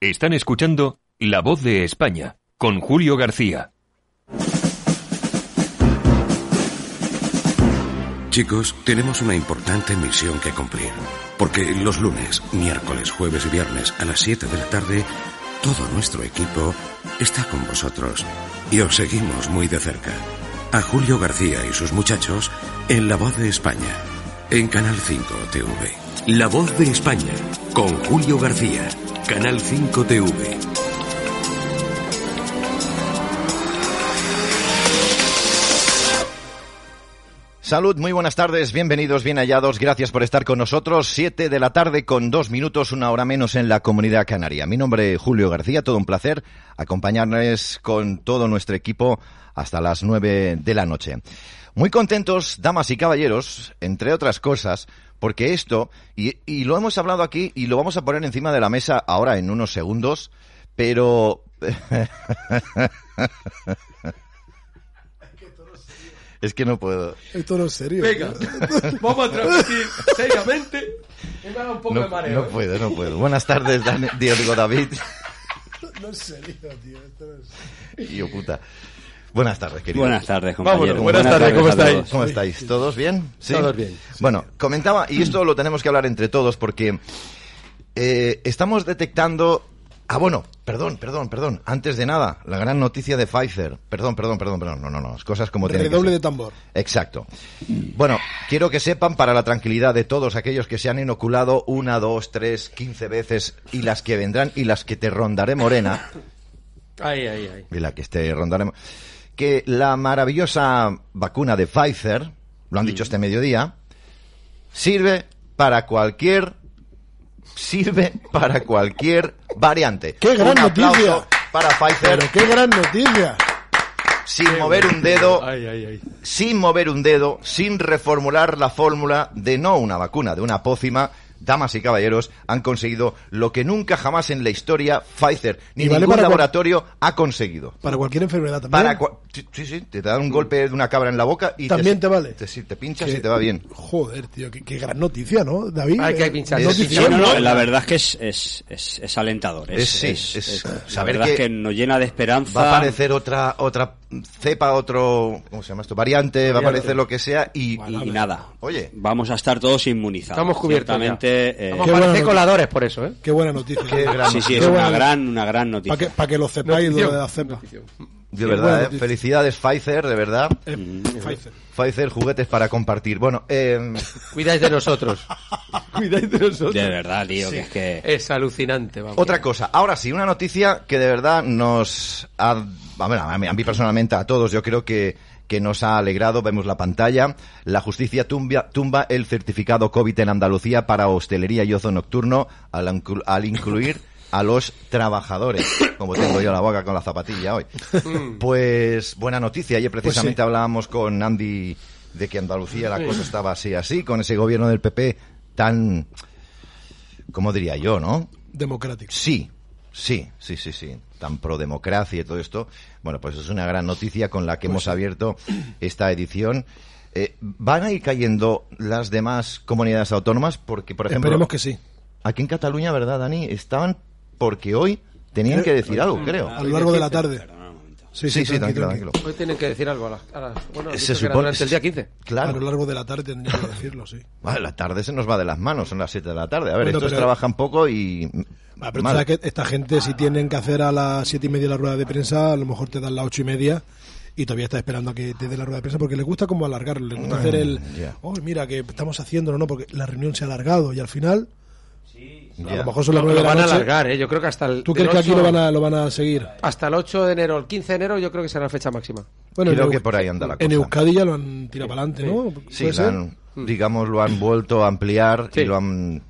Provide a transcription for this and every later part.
Están escuchando La Voz de España con Julio García. Chicos, tenemos una importante misión que cumplir. Porque los lunes, miércoles, jueves y viernes a las 7 de la tarde, todo nuestro equipo está con vosotros y os seguimos muy de cerca. A Julio García y sus muchachos en La Voz de España, en Canal 5 TV. La Voz de España, con Julio García, Canal 5 TV. Salud, muy buenas tardes, bienvenidos, bien hallados, gracias por estar con nosotros. Siete de la tarde con dos minutos, una hora menos en la comunidad canaria. Mi nombre es Julio García, todo un placer acompañarles con todo nuestro equipo hasta las nueve de la noche. Muy contentos, damas y caballeros, entre otras cosas, porque esto, y, y lo hemos hablado aquí y lo vamos a poner encima de la mesa ahora en unos segundos, pero... es que no puedo. Esto no es serio. Venga, vamos a transmitir seriamente. Me da un poco No, de mareo. no ¿eh? puedo, no puedo. Buenas tardes, Dan- Diego David. No es serio, tío. Esto no es serio. Y yo, puta. Buenas tardes, querido. Buenas tardes, compañero. Vámonos, buenas tardes, ¿cómo a estáis? todos. ¿Cómo estáis? ¿Todos bien? ¿Sí? Todos bien, sí, Bueno, comentaba, y esto lo tenemos que hablar entre todos porque eh, estamos detectando... Ah, bueno, perdón, perdón, perdón. Antes de nada, la gran noticia de Pfizer. Perdón, perdón, perdón, perdón. No, no, no. las Cosas como tienen que Redoble de ser. tambor. Exacto. Bueno, quiero que sepan, para la tranquilidad de todos aquellos que se han inoculado una, dos, tres, quince veces y las que vendrán y las que te rondaré morena, Ahí, ahí, ahí. de la que este rondaremos, que la maravillosa vacuna de Pfizer, lo han dicho este mediodía, sirve para cualquier sirve para cualquier variante. ¡Qué gran Un aplauso noticia! para Pfizer Pero qué gran noticia. sin mover un dedo, Ahí, ahí, ahí. sin mover un dedo, sin reformular la fórmula de no una vacuna, de una pócima. Damas y caballeros han conseguido lo que nunca jamás en la historia Pfizer ni Y vale ningún para cual- laboratorio ha conseguido. Para cualquier enfermedad también. Para cua- sí, sí, sí, te dan un golpe de una cabra en la boca y También te vale. Te, sí, te pinchas Que- y te va bien. Joder, tío. Qué, qué gran noticia, ¿no, David? Hay que Eh, pinchar. notición, Sí, Sí, no, no, ¿no? la verdad es que es, es, es, es alentador. Es, Es- sí, es- es es- la saber verdad es que que nos llena de esperanza. Va a aparecer otra otra cepa, otro ¿cómo se llama esto? Variante, va a aparecer lo que sea y, y, y- y nada. Oye. Vamos a estar todos inmunizados. Estamos cubiertos ya. Ciertamente, eh, Vamos Qué a buena parecer noticia. coladores por eso, ¿eh? Qué buena noticia. qué gran sí, sí, Qué es una buena- gran, una gran Para que, noticia. pa' que lo sepáis lo de la cepa. de buena verdad, eh. noticia. felicidades Pfizer, de verdad. Eh, Pfizer. Pfizer juguetes para compartir. Bueno, eh, Cuidáis de nosotros. Cuidáis de nosotros. pues. De verdad, tío, que es que... Es alucinante, vamos. otra cosa. Ahora sí, una noticia que de verdad nos ha a ver, a mí, a mí personalmente a todos, yo creo que que nos ha alegrado, vemos la pantalla. La justicia tumba, tumba el certificado COVID en Andalucía para hostelería y ocio nocturno al, inclu- al incluir a los trabajadores, como tengo yo la boca con la zapatilla hoy. Pues buena noticia, ayer precisamente hablábamos con Andy de que Andalucía la cosa estaba así, así, con ese gobierno del PP tan, ¿cómo diría yo, no? Democrático. Sí, sí, sí, sí, sí. Tan pro democracia y todo esto. Bueno, pues es una gran noticia con Pues la que hemos abierto esta edición. Eh, ¿Van a ir cayendo las demás comunidades autónomas? Porque, por ejemplo, Esperemos que sí. aquí en Cataluña, ¿verdad, Dani? Estaban porque hoy tenían que decir algo, creo. A lo largo de la tarde. Perdona un momento. Sí, Sí, sí, tranquilo, tranquilo. Hoy tienen que decir algo a las. a las- bueno, Se se supone. supone- Durante el día 15. A lo Claro. largo de la tarde tendría que decirlo, sí. Vale, la tarde se nos va de las manos, son las 7 de la tarde. A ver, Bueno, estos pero- trabajan poco y... Ah, pero tú mal. sabes que esta gente, si tienen que hacer a las siete y media la rueda de prensa, a lo mejor te dan las ocho y media y todavía está esperando a que te den la rueda de prensa porque les gusta como alargarlo, les gusta hacer el. Mm, ya. Oh, mira, que estamos haciéndolo, ¿no? Porque la reunión se ha alargado y al final, a Ya. lo mejor son las Lo, nueve de la lo van a noche. alargar, ¿eh? Yo creo que hasta el. ¿Tú del crees que aquí 8 lo van, a, lo van a seguir? Hasta el 8 de enero, el 15 de enero, yo creo que será la fecha máxima. Bueno, Creo en Eu- que por ahí anda la En cosa. Euskadi ya lo han tirado para adelante, ¿no? Sí, ¿Puede la ser? han- digamos, lo han vuelto a ampliar y Sí. lo han...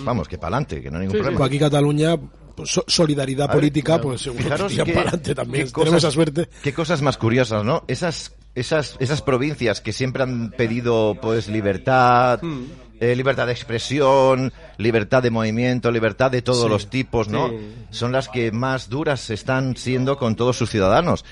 Vamos, que para adelante, que no hay ningún Pues problema. aquí Cataluña, pues, so- solidaridad A ver, política, claro. pues seguro que Fijaros tiran qué- para adelante también. qué Tenemos esa suerte. Qué cosas más curiosas, ¿no? Esas, esas, esas provincias que siempre han pedido, pues, libertad, Hmm. Mm. eh, libertad de expresión, libertad de movimiento, libertad de todos los tipos, ¿no? Son las que más duras están siendo con todos sus ciudadanos.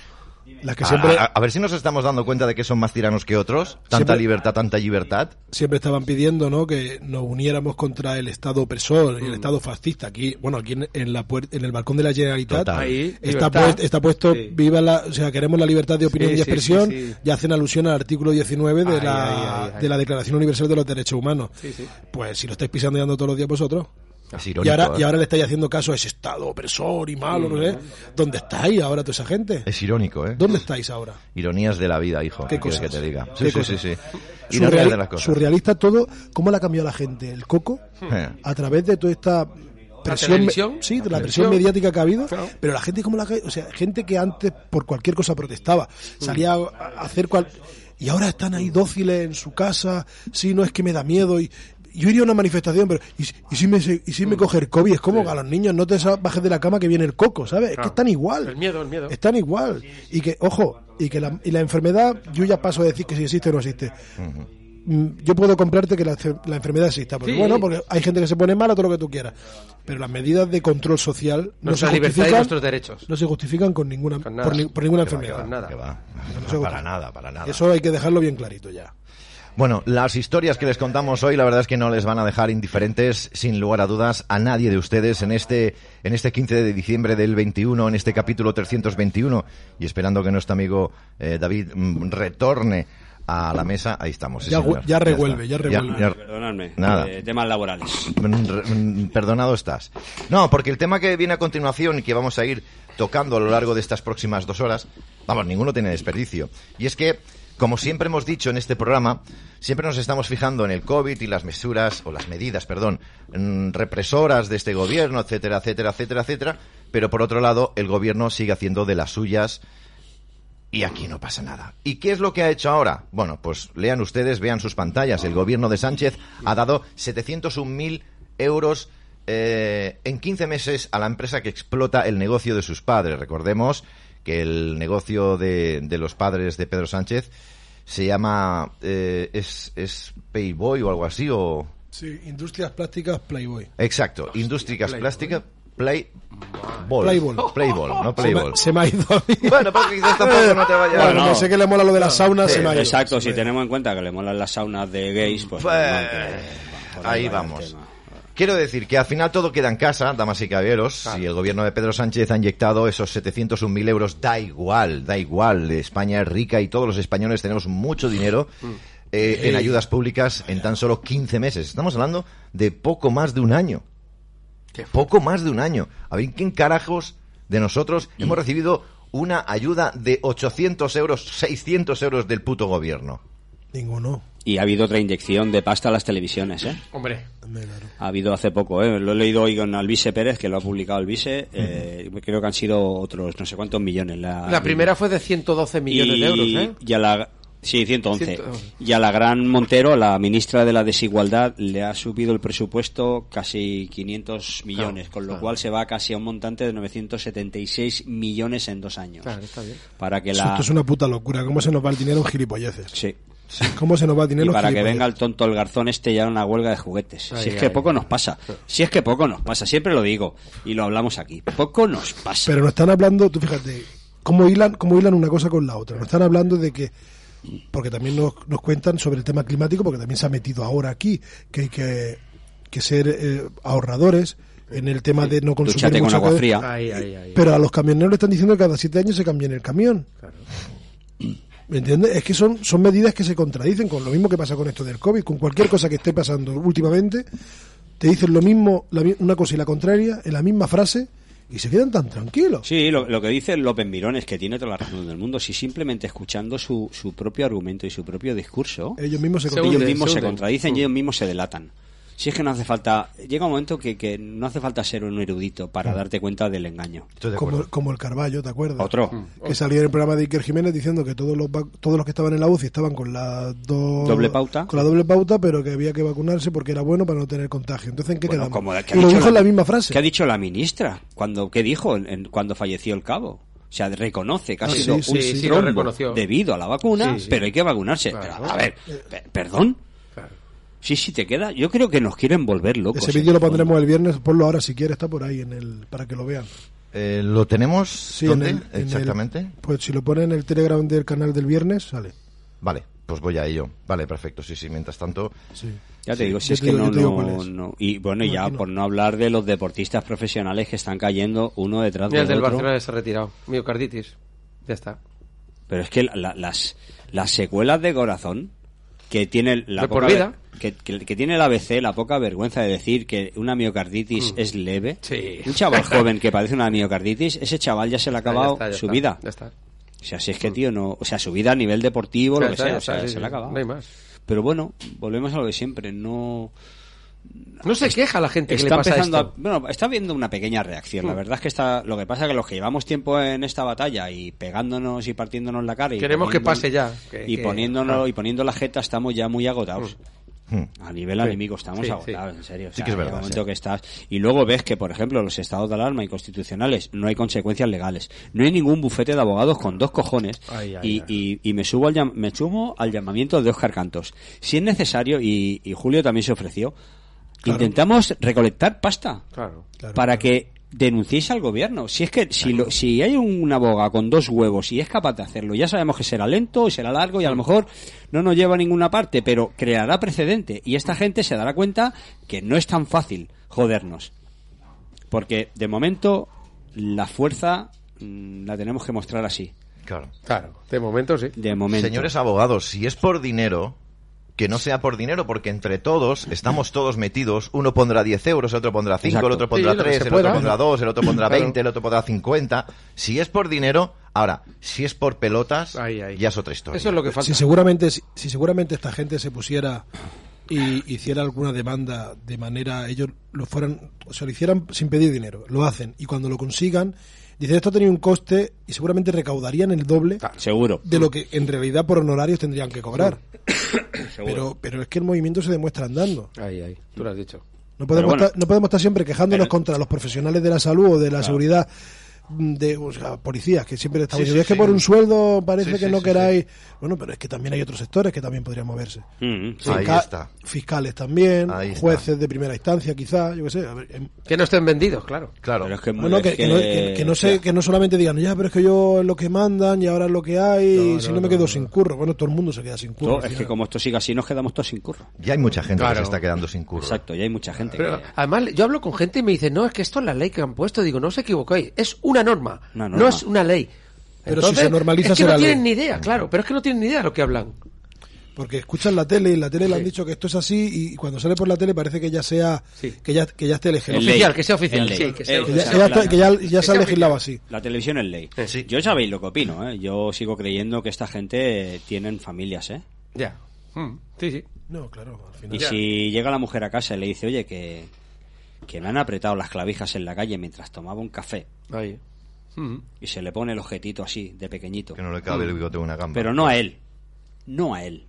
Las que siempre, A, a- a ver si nos estamos dando cuenta de que son más tiranos que otros. Tanta Siempre- libertad, tanta libertad. siempre estaban pidiendo ¿no? que nos uniéramos contra el Estado opresor y el Estado fascista. Aquí, bueno, aquí en, en la puer- en el balcón de la Generalitat Total. Ahí, está, libertad. puest- está puesto Sí. viva la, o sea, queremos la libertad de opinión Sí, y sí, expresión sí, sí. y hacen alusión al artículo 19 de Ahí, la ahí, ahí, ahí. de la Declaración Universal de los Derechos Humanos. Sí, sí. Pues si lo estáis pisando y dando todos los días vosotros. Es irónico. y ahora ¿eh? y ahora le estáis haciendo caso a ese Estado opresor y malo, no sé. ¿Dónde estáis ahora toda esa gente? Es irónico, ¿eh? ¿Dónde estáis ahora? Ironías de la vida, hijo. Qué ¿Qué quieres que cosas. te diga? Qué Sí, sí, sí, cosas. Surreali- sí. Ironías de las cosas. Surrealista todo, cómo la ha cambiado la gente, el coco, Eh. a través de toda esta presión, televisión. sí, de La la presión televisión. mediática que ha habido, Claro. pero la gente como la, ca- o sea, gente que antes por cualquier cosa protestaba, salía a, a hacer cual y ahora están ahí dóciles en su casa, sí, no es que me da miedo y yo iría a una manifestación, pero ¿y, si- y si me se- y si Mm. me coge el COVID? Es como a los niños no te sa- bajes de la cama que viene el coco, ¿sabes? Es que Claro. están igual. El miedo, el miedo. Están igual. Y que, ojo, y que la, y la enfermedad, yo ya paso a decir que si existe o no existe. Mm, Yo puedo comprarte que la, la enfermedad exista. Porque, Sí. Bueno, porque hay gente que se pone mala, todo lo que tú quieras. Pero las medidas de control social no se, Nuestra libertad y justifican, nuestros derechos. no se justifican con ninguna, Con nada. por, ni- por ninguna Que va, que va, enfermedad. nada. que va. No se Para gusta. nada, para nada. Eso hay que dejarlo bien clarito ya. Bueno, las historias que les contamos hoy, la verdad es que no les van a dejar indiferentes, sin lugar a dudas, a nadie de ustedes en este, en este 15 de diciembre del 21, en este capítulo 321, y esperando que nuestro amigo eh, David mm, retorne a la mesa. Ahí estamos. sí, Ya señor. gu- ya revuelve, está. ya revuelve. Perdonadme. Nada. Eh, temas laborales. Mm, re- mm, Perdonado estás. No, porque el tema que viene a continuación y que vamos a ir tocando a lo largo de estas próximas dos horas, vamos, ninguno tiene desperdicio. Y es que, como siempre hemos dicho en este programa, siempre nos estamos fijando en el COVID y las mesuras, o las medidas, perdón, mm, represoras de este gobierno, etcétera, etcétera, etcétera, etcétera. Pero por otro lado, el gobierno sigue haciendo de las suyas y aquí no pasa nada. ¿Y qué es lo que ha hecho ahora? Bueno, pues lean ustedes, vean sus pantallas. El gobierno de Sánchez ha dado 701.000 euros eh, en 15 meses a la empresa que explota el negocio de sus padres. Recordemos que el negocio de, de los padres de Pedro Sánchez se llama... eh, es, es Payboy o algo así, o... Sí, industrias plásticas Playboy. Exacto, Industrias Plásticas, Play... Ball. Playball. Playball, no Se Playball. me, se me ha ido a mí. Bueno, porque quizás tampoco no te vaya... Bueno, Bueno. no sé que le mola lo de la sauna, Sí, se me ha ido. Exacto, si tenemos en cuenta que le molan las saunas de gays, pues... Pues, normal que- por ahí va el vamos. tema. Quiero decir que al final todo queda en casa, damas y caballeros. Si el gobierno de Pedro Sánchez ha inyectado esos 701.000 euros, da igual, da igual. España es rica y todos los españoles tenemos mucho dinero Mm. eh, en ayudas públicas en tan solo 15 meses. Estamos hablando de poco más de un año. Poco más de un año. A ver, ¿quién carajos de nosotros hemos recibido una ayuda de 800 euros, 600 euros del puto gobierno? Ninguno. Y ha habido otra inyección de pasta a las televisiones, ¿eh? Hombre, Hombre, claro. Ha habido hace poco, ¿eh? lo he leído hoy con Alvise Pérez, que lo ha publicado Alvise. Eh, Creo que han sido otros no sé cuántos millones. La, la primera fue de 112 millones de euros, ¿eh? Y a la, sí, 111. 111. Y a la gran Montero, la ministra de la Desigualdad, le ha subido el presupuesto casi 500 millones, con lo cual se va casi a un montante de 976 millones en dos años. Claro, está bien. Para que Eso- la... Esto es una puta locura. ¿Cómo se nos va el dinero en gilipolleces? Sí. ¿Cómo se nos va el dinero Y en para que gilipolleces? venga el tonto el garzón este ya a una huelga de juguetes. si Ay, es que ay, poco ay. nos pasa. Si es que poco nos pasa. Siempre lo digo. Y lo hablamos aquí. Poco nos pasa. Pero nos están hablando, tú fíjate, cómo hilan, cómo hilan una cosa con la otra. Nos están hablando de que, porque también nos, nos cuentan sobre el tema climático, porque también se ha metido ahora aquí, que hay que, que ser eh, ahorradores en el tema de no consumir Dúchate con mucha agua cal- fría. Ahí, ahí, ahí. Pero a los camioneros le están diciendo que cada siete años se cambien el camión. ¿Me entiendes? Es que son, son medidas que se contradicen con lo mismo que pasa con esto del COVID, con cualquier cosa que esté pasando últimamente, te dicen lo mismo, la mi- una cosa y la contraria, en la misma frase, y se quedan tan tranquilos. Sí, lo, lo que dice López Mirón es que tiene toda la razón del mundo. Si simplemente escuchando su, su propio argumento y su propio discurso, Ellos mismos se Se contradicen. ellos hunden, mismos se se hunden. contradicen y ellos mismos se delatan. Si es que no hace falta... Llega un momento que, que no hace falta ser un erudito Mm. para darte cuenta del engaño. Estoy de acuerdo. Como, como el Carballo, ¿te acuerdas? Otro. Que salió en el programa de Iker Jiménez diciendo que todos los vac- todos los que estaban en la UCI estaban con la do- Doble pauta. con la doble pauta, pero que había que vacunarse porque era bueno para no tener contagio. Entonces, ¿en qué Bueno, quedamos? como que ha y lo dicho dijo en la misma frase. que ha dicho la ministra? cuando ¿Qué dijo en- en- cuando falleció el cabo? O sea, reconoce que ha Ah, sido sí, un sí, sí, lo trombo reconoció. debido a la vacuna, Sí, sí. pero hay que vacunarse. Claro. Pero, a ver, pe- perdón. Claro. Sí, sí, te queda. Yo creo que nos quieren volver locos. ¿eh? Ese vídeo lo en el fondo. pondremos el viernes, ponlo ahora si quieres, está por ahí en el para que lo vean. Eh, ¿Lo tenemos? Sí, en ¿Dónde? el- en el- Exactamente. pues si lo pone en el Telegram del canal del viernes, sale. Vale, pues voy a ello. Vale, perfecto. Sí, sí, mientras tanto. Sí. Ya te digo, si yo es te que digo- no, yo te digo no- cuál es. no- Y bueno, No, ya aquí no. por no hablar de los deportistas profesionales que están cayendo uno detrás Y el del, del otro. Barcelona se ha retirado. Miocarditis. Ya está. Pero es que la- la- las, las secuelas de corazón que tiene la De por poca vida. ver- Que, que- que tiene el ABC la poca vergüenza de decir que una miocarditis es leve. Mm. Sí. Un chaval joven que padece una miocarditis, ese chaval ya se le ha acabado Ya está, ya su está, vida. Ya está. Mm. O sea, si es que tío no, o sea, su vida a nivel deportivo, Ya lo que está, sea, ya o sea, está, sí, se sí, le ha acabado. No hay más. Pero bueno, volvemos a lo de siempre, no No se queja la gente que le está pasa empezando esto. Mm. a- bueno, está viendo una pequeña reacción. La verdad es que está, lo que pasa es que los que llevamos tiempo en esta batalla y pegándonos y partiéndonos la cara y Queremos que poniéndonos- pase ya, que- y que- poniéndonos y poniendo la jeta estamos ya muy agotados. Hmm. A nivel Mm. Sí, anímico estamos sí, agotados, sí. en serio. O Sí sea, que es llega un verdad, momento sí. que estás y luego ves que, por ejemplo, los estados de alarma y constitucionales no hay consecuencias legales. No hay ningún bufete de abogados con dos cojones Ay, ay, y, ay. y- y me subo al llam- me sumo al llamamiento de Oscar Cantos. Si es necesario y, y Julio también se ofreció, intentamos recolectar pasta Claro. Claro, para claro. que denunciéis al gobierno. Si es que si, lo- si hay un abogado con dos huevos y es capaz de hacerlo, ya sabemos que será lento, será largo y a lo mejor no nos lleva a ninguna parte, pero creará precedente y esta gente se dará cuenta que no es tan fácil jodernos. Porque de momento la fuerza mm, la tenemos que mostrar así. Claro. Claro. De momento sí. De momento. Señores abogados, si es por dinero, que no sea por dinero, porque entre todos estamos todos metidos. Uno pondrá 10 euros, el otro pondrá 5, Exacto. el otro Sí, pondrá lo que 3, se el pueda. otro pondrá 2, el otro pondrá Claro. 20, el otro pondrá 50. Si es por dinero, ahora, si es por pelotas, Ahí, ahí. ya es otra historia. Eso es lo que falta. Si seguramente, si, si seguramente esta gente se pusiera y hiciera alguna demanda de manera ellos lo fueran, o sea, lo hicieran sin pedir dinero, lo hacen y cuando lo consigan dicen esto ha tenido un coste y seguramente recaudarían el doble Seguro. de lo que en realidad por honorarios tendrían que cobrar. Pero pero es que el movimiento se demuestra andando. Ahí, ahí. Tú lo has dicho. No podemos, bueno. estar, no podemos estar siempre quejándonos Pero- contra los profesionales de la salud o de la seguridad mm, de o sea, policías que siempre estamos Sí, diciendo sí, es que sí. por un sueldo parece Sí, que sí, no sí, queráis bueno pero es que también hay otros sectores que también podrían moverse Mm, Ahí Fisca- está. Fiscales también, Ahí está. jueces de primera instancia, quizás, yo qué sé. a ver, em, Que no estén vendidos, claro. Claro. Pero es que, bueno, es que, que no, que- que no sé, que no solamente digan, ya, pero es que yo es lo que mandan y ahora es lo que hay, y si no, me quedo sin curro. Bueno, todo el mundo se queda sin curro. Todo- al es que final. como esto siga así nos quedamos todos sin curro. Ya hay mucha gente que Claro. se está quedando sin curro. Exacto, ya hay mucha gente. Pero que- además yo hablo con gente y me dice, no, es que esto es la ley que han puesto. Digo, no os equivocáis, es una norma, Una norma. no es una ley. Pero si se normaliza es que será no tienen ley. ni idea, claro, pero es que no tienen ni idea de lo que hablan. Porque escuchan la tele y en la tele le han Sí. dicho que esto es así y cuando sale por la tele parece que ya sea Sí. que ya que ya esté elegido. El Que Oficial, ley. que sea oficial, El ley. sí, que sea Eh, ya- oficial. o que sea, ya está- que ya- ya Que se ha sea legislado así. La televisión es ley. Eh, sí. Yo ya sabéis lo que opino, ¿eh? Yo sigo creyendo que esta gente eh, tienen familias, ¿eh? Ya. Mm, sí, sí. No, claro, al final. Y si llega la mujer a casa y le dice, oye, que, que me han apretado las clavijas en la calle mientras tomaba un café Ahí. Mm. y se le pone el ojetito así, de pequeñito. Que no le cabe el bigote a una gamba. Pero no a él. No a él.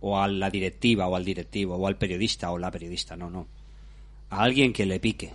O a la directiva, o al directivo, o al periodista, o la periodista. No, no. A alguien que le pique.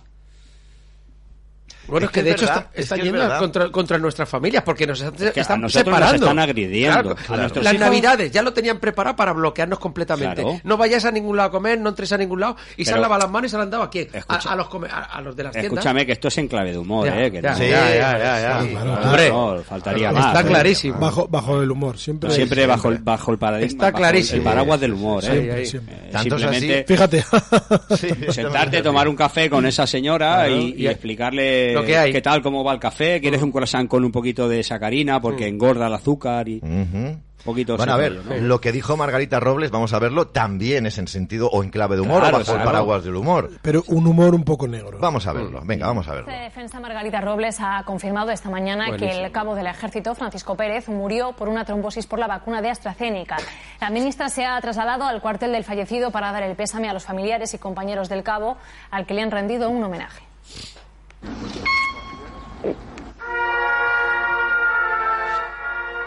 Bueno, Es es que, que de es hecho verdad, está, es está que es yendo verdad. contra, contra nuestras familias porque nos están, que a están nosotros nos separando. están agrediendo. Claro, A claro. nuestros Las hijos- navidades ya lo tenían preparado para bloquearnos completamente. Claro. No vayas a ningún lado a comer, no entres a ningún lado. Y se Pero- han lavado las manos y se las han dado a quién? A- Escucha- a, los come- a, a los de las tiendas. Escúchame que esto es en clave de humor, Ya, ¿eh? Que ya. no- Sí, Ya, ya, ya, ya, ya. sí, claro, no, Hombre. no, faltaría Está más. ¿eh? clarísimo. Bajo bajo el humor, siempre Siempre bajo el, bajo el paradigma. Está bajo el- clarísimo. El paraguas del humor, Sí, ¿eh? ahí. siempre. Eh, Tanto es así- simplemente Fíjate. Sí, sentarte, tomar un café con esa señora Claro, y, y y- explicarle lo que hay. qué tal, cómo va el café, quieres un croissant con un poquito de sacarina Mm. porque engorda el azúcar y un Ujú. poquito de Bueno, a ver, ese rollo, ¿no? lo que dijo Margarita Robles, vamos a verlo, también es en sentido o en clave de humor Claro, o bajo claro. el paraguas del humor. Pero un humor un poco negro. Vamos a Mm. verlo, venga, vamos a verlo. de defensa Margarita Robles ha confirmado esta mañana que el cabo del ejército, Francisco Pérez, murió por una trombosis por la vacuna de AstraZeneca. La ministra se ha trasladado al cuartel del fallecido para dar el pésame a los familiares y compañeros del cabo, al que le han rendido un homenaje.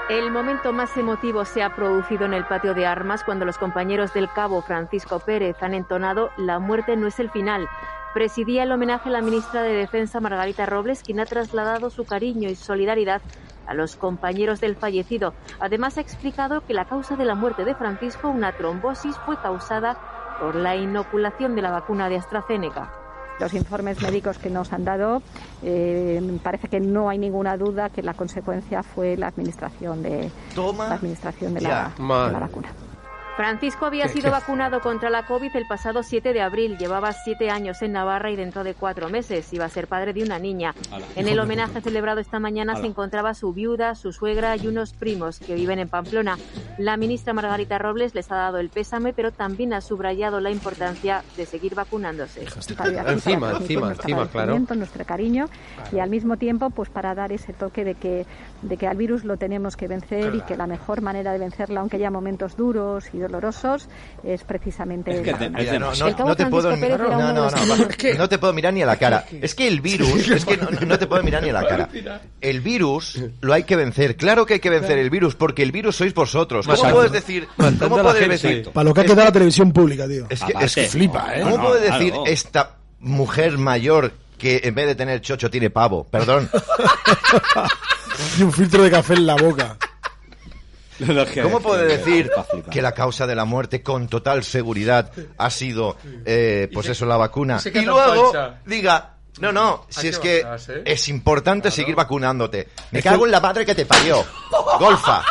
El momento más emotivo se ha producido en el patio de armas cuando los compañeros del cabo Francisco Pérez han entonado La muerte no es el final. Presidía el homenaje a la ministra de Defensa Margarita Robles, quien ha trasladado su cariño y solidaridad a los compañeros del fallecido. Además ha explicado que la causa de la muerte de Francisco, una trombosis, fue causada por la inoculación de la vacuna de AstraZeneca. Los informes médicos que nos han dado, eh, parece que no hay ninguna duda que la consecuencia fue la administración de, Toma la, administración de, ya. la, de la Madre. vacuna. Francisco había ¿Qué- sido qué? vacunado contra la COVID el pasado 7 de abril. Llevaba siete años en Navarra y dentro de cuatro meses iba a ser padre de una niña. Ala. En el homenaje celebrado esta mañana Ala. se encontraba su viuda, su suegra y unos primos que viven en Pamplona. La ministra Margarita Robles les ha dado el pésame, pero también ha subrayado la importancia de seguir vacunándose. Javier, aquí Encima, para transmitir encima, nuestro encima, agradecimiento, Nuestro cariño y al mismo tiempo, pues para dar ese toque de que, de que al virus lo tenemos que vencer y que la mejor manera de vencerla, aunque haya momentos duros y dolorosos, es precisamente. Es que la te- vacuna. Mira, no, no, El cabo no te Francisco puedo ni, Pérez no, era uno no, de no, los que- va, no te puedo mirar ni a la cara. Es que el virus, es que no, no- no te puedo mirar ni a la cara. El virus lo hay que vencer. Claro que hay que vencer el virus, porque el virus sois vosotros. Pues ¿Cómo Matando- puedes decir? matando ¿Cómo a la puedes gente. decir? Para lo que ha quedado la televisión pública, tío. Es que, Aparte. es que flipa, ¿eh? ¿Cómo No, puede claro. decir esta mujer mayor que en vez de tener chocho tiene pavo? Perdón. ¿eh? Y un filtro de café en la boca. ¿Cómo puede decir que la causa de la muerte con total seguridad ha sido, eh, pues eso, la vacuna? y se Y queda luego falsa. diga, no, Ah, no, si que es que vacunarse. es importante seguir vacunándote. Me cago en la madre que te parió. Golfa,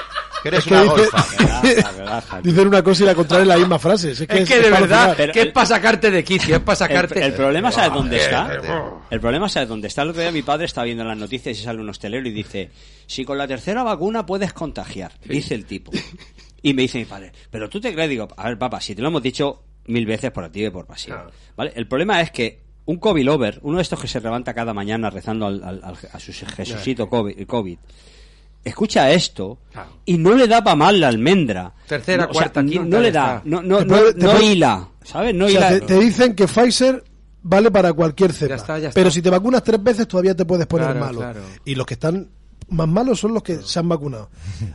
que eres Es que una dice- golfa. Relaja, relaja. Dicen una cosa y la contraria en la misma frase. Es que, Es que de para verdad, alucinar. que es para sacarte de quicio, es para El, sacarte. el problema sabes dónde está. eh, El problema sabes dónde está. El otro día mi padre está viendo las noticias y sale un hostelero y dice, si con la tercera vacuna puedes contagiar, dice el tipo. Y me dice mi padre, pero tú te crees, digo, a ver papá, si te lo hemos dicho mil veces por activa y por pasiva. ¿Vale? El problema es que un COVID lover, uno de estos que se levanta cada mañana rezando al, al- al- a su Jesucito COVID, COVID, escucha esto Claro. y no le da para mal la almendra. Tercera, No, cuarta, ni- quinta, No le ya da, está. no, no, Te no, puede- te no puede- hila, ¿sabes? No O sea, hila. te, te dicen que Pfizer vale para cualquier cepa. Ya está, ya está. Pero si te vacunas tres veces todavía te puedes poner Claro, malo. claro. Y los que están más malos son los que se han vacunado.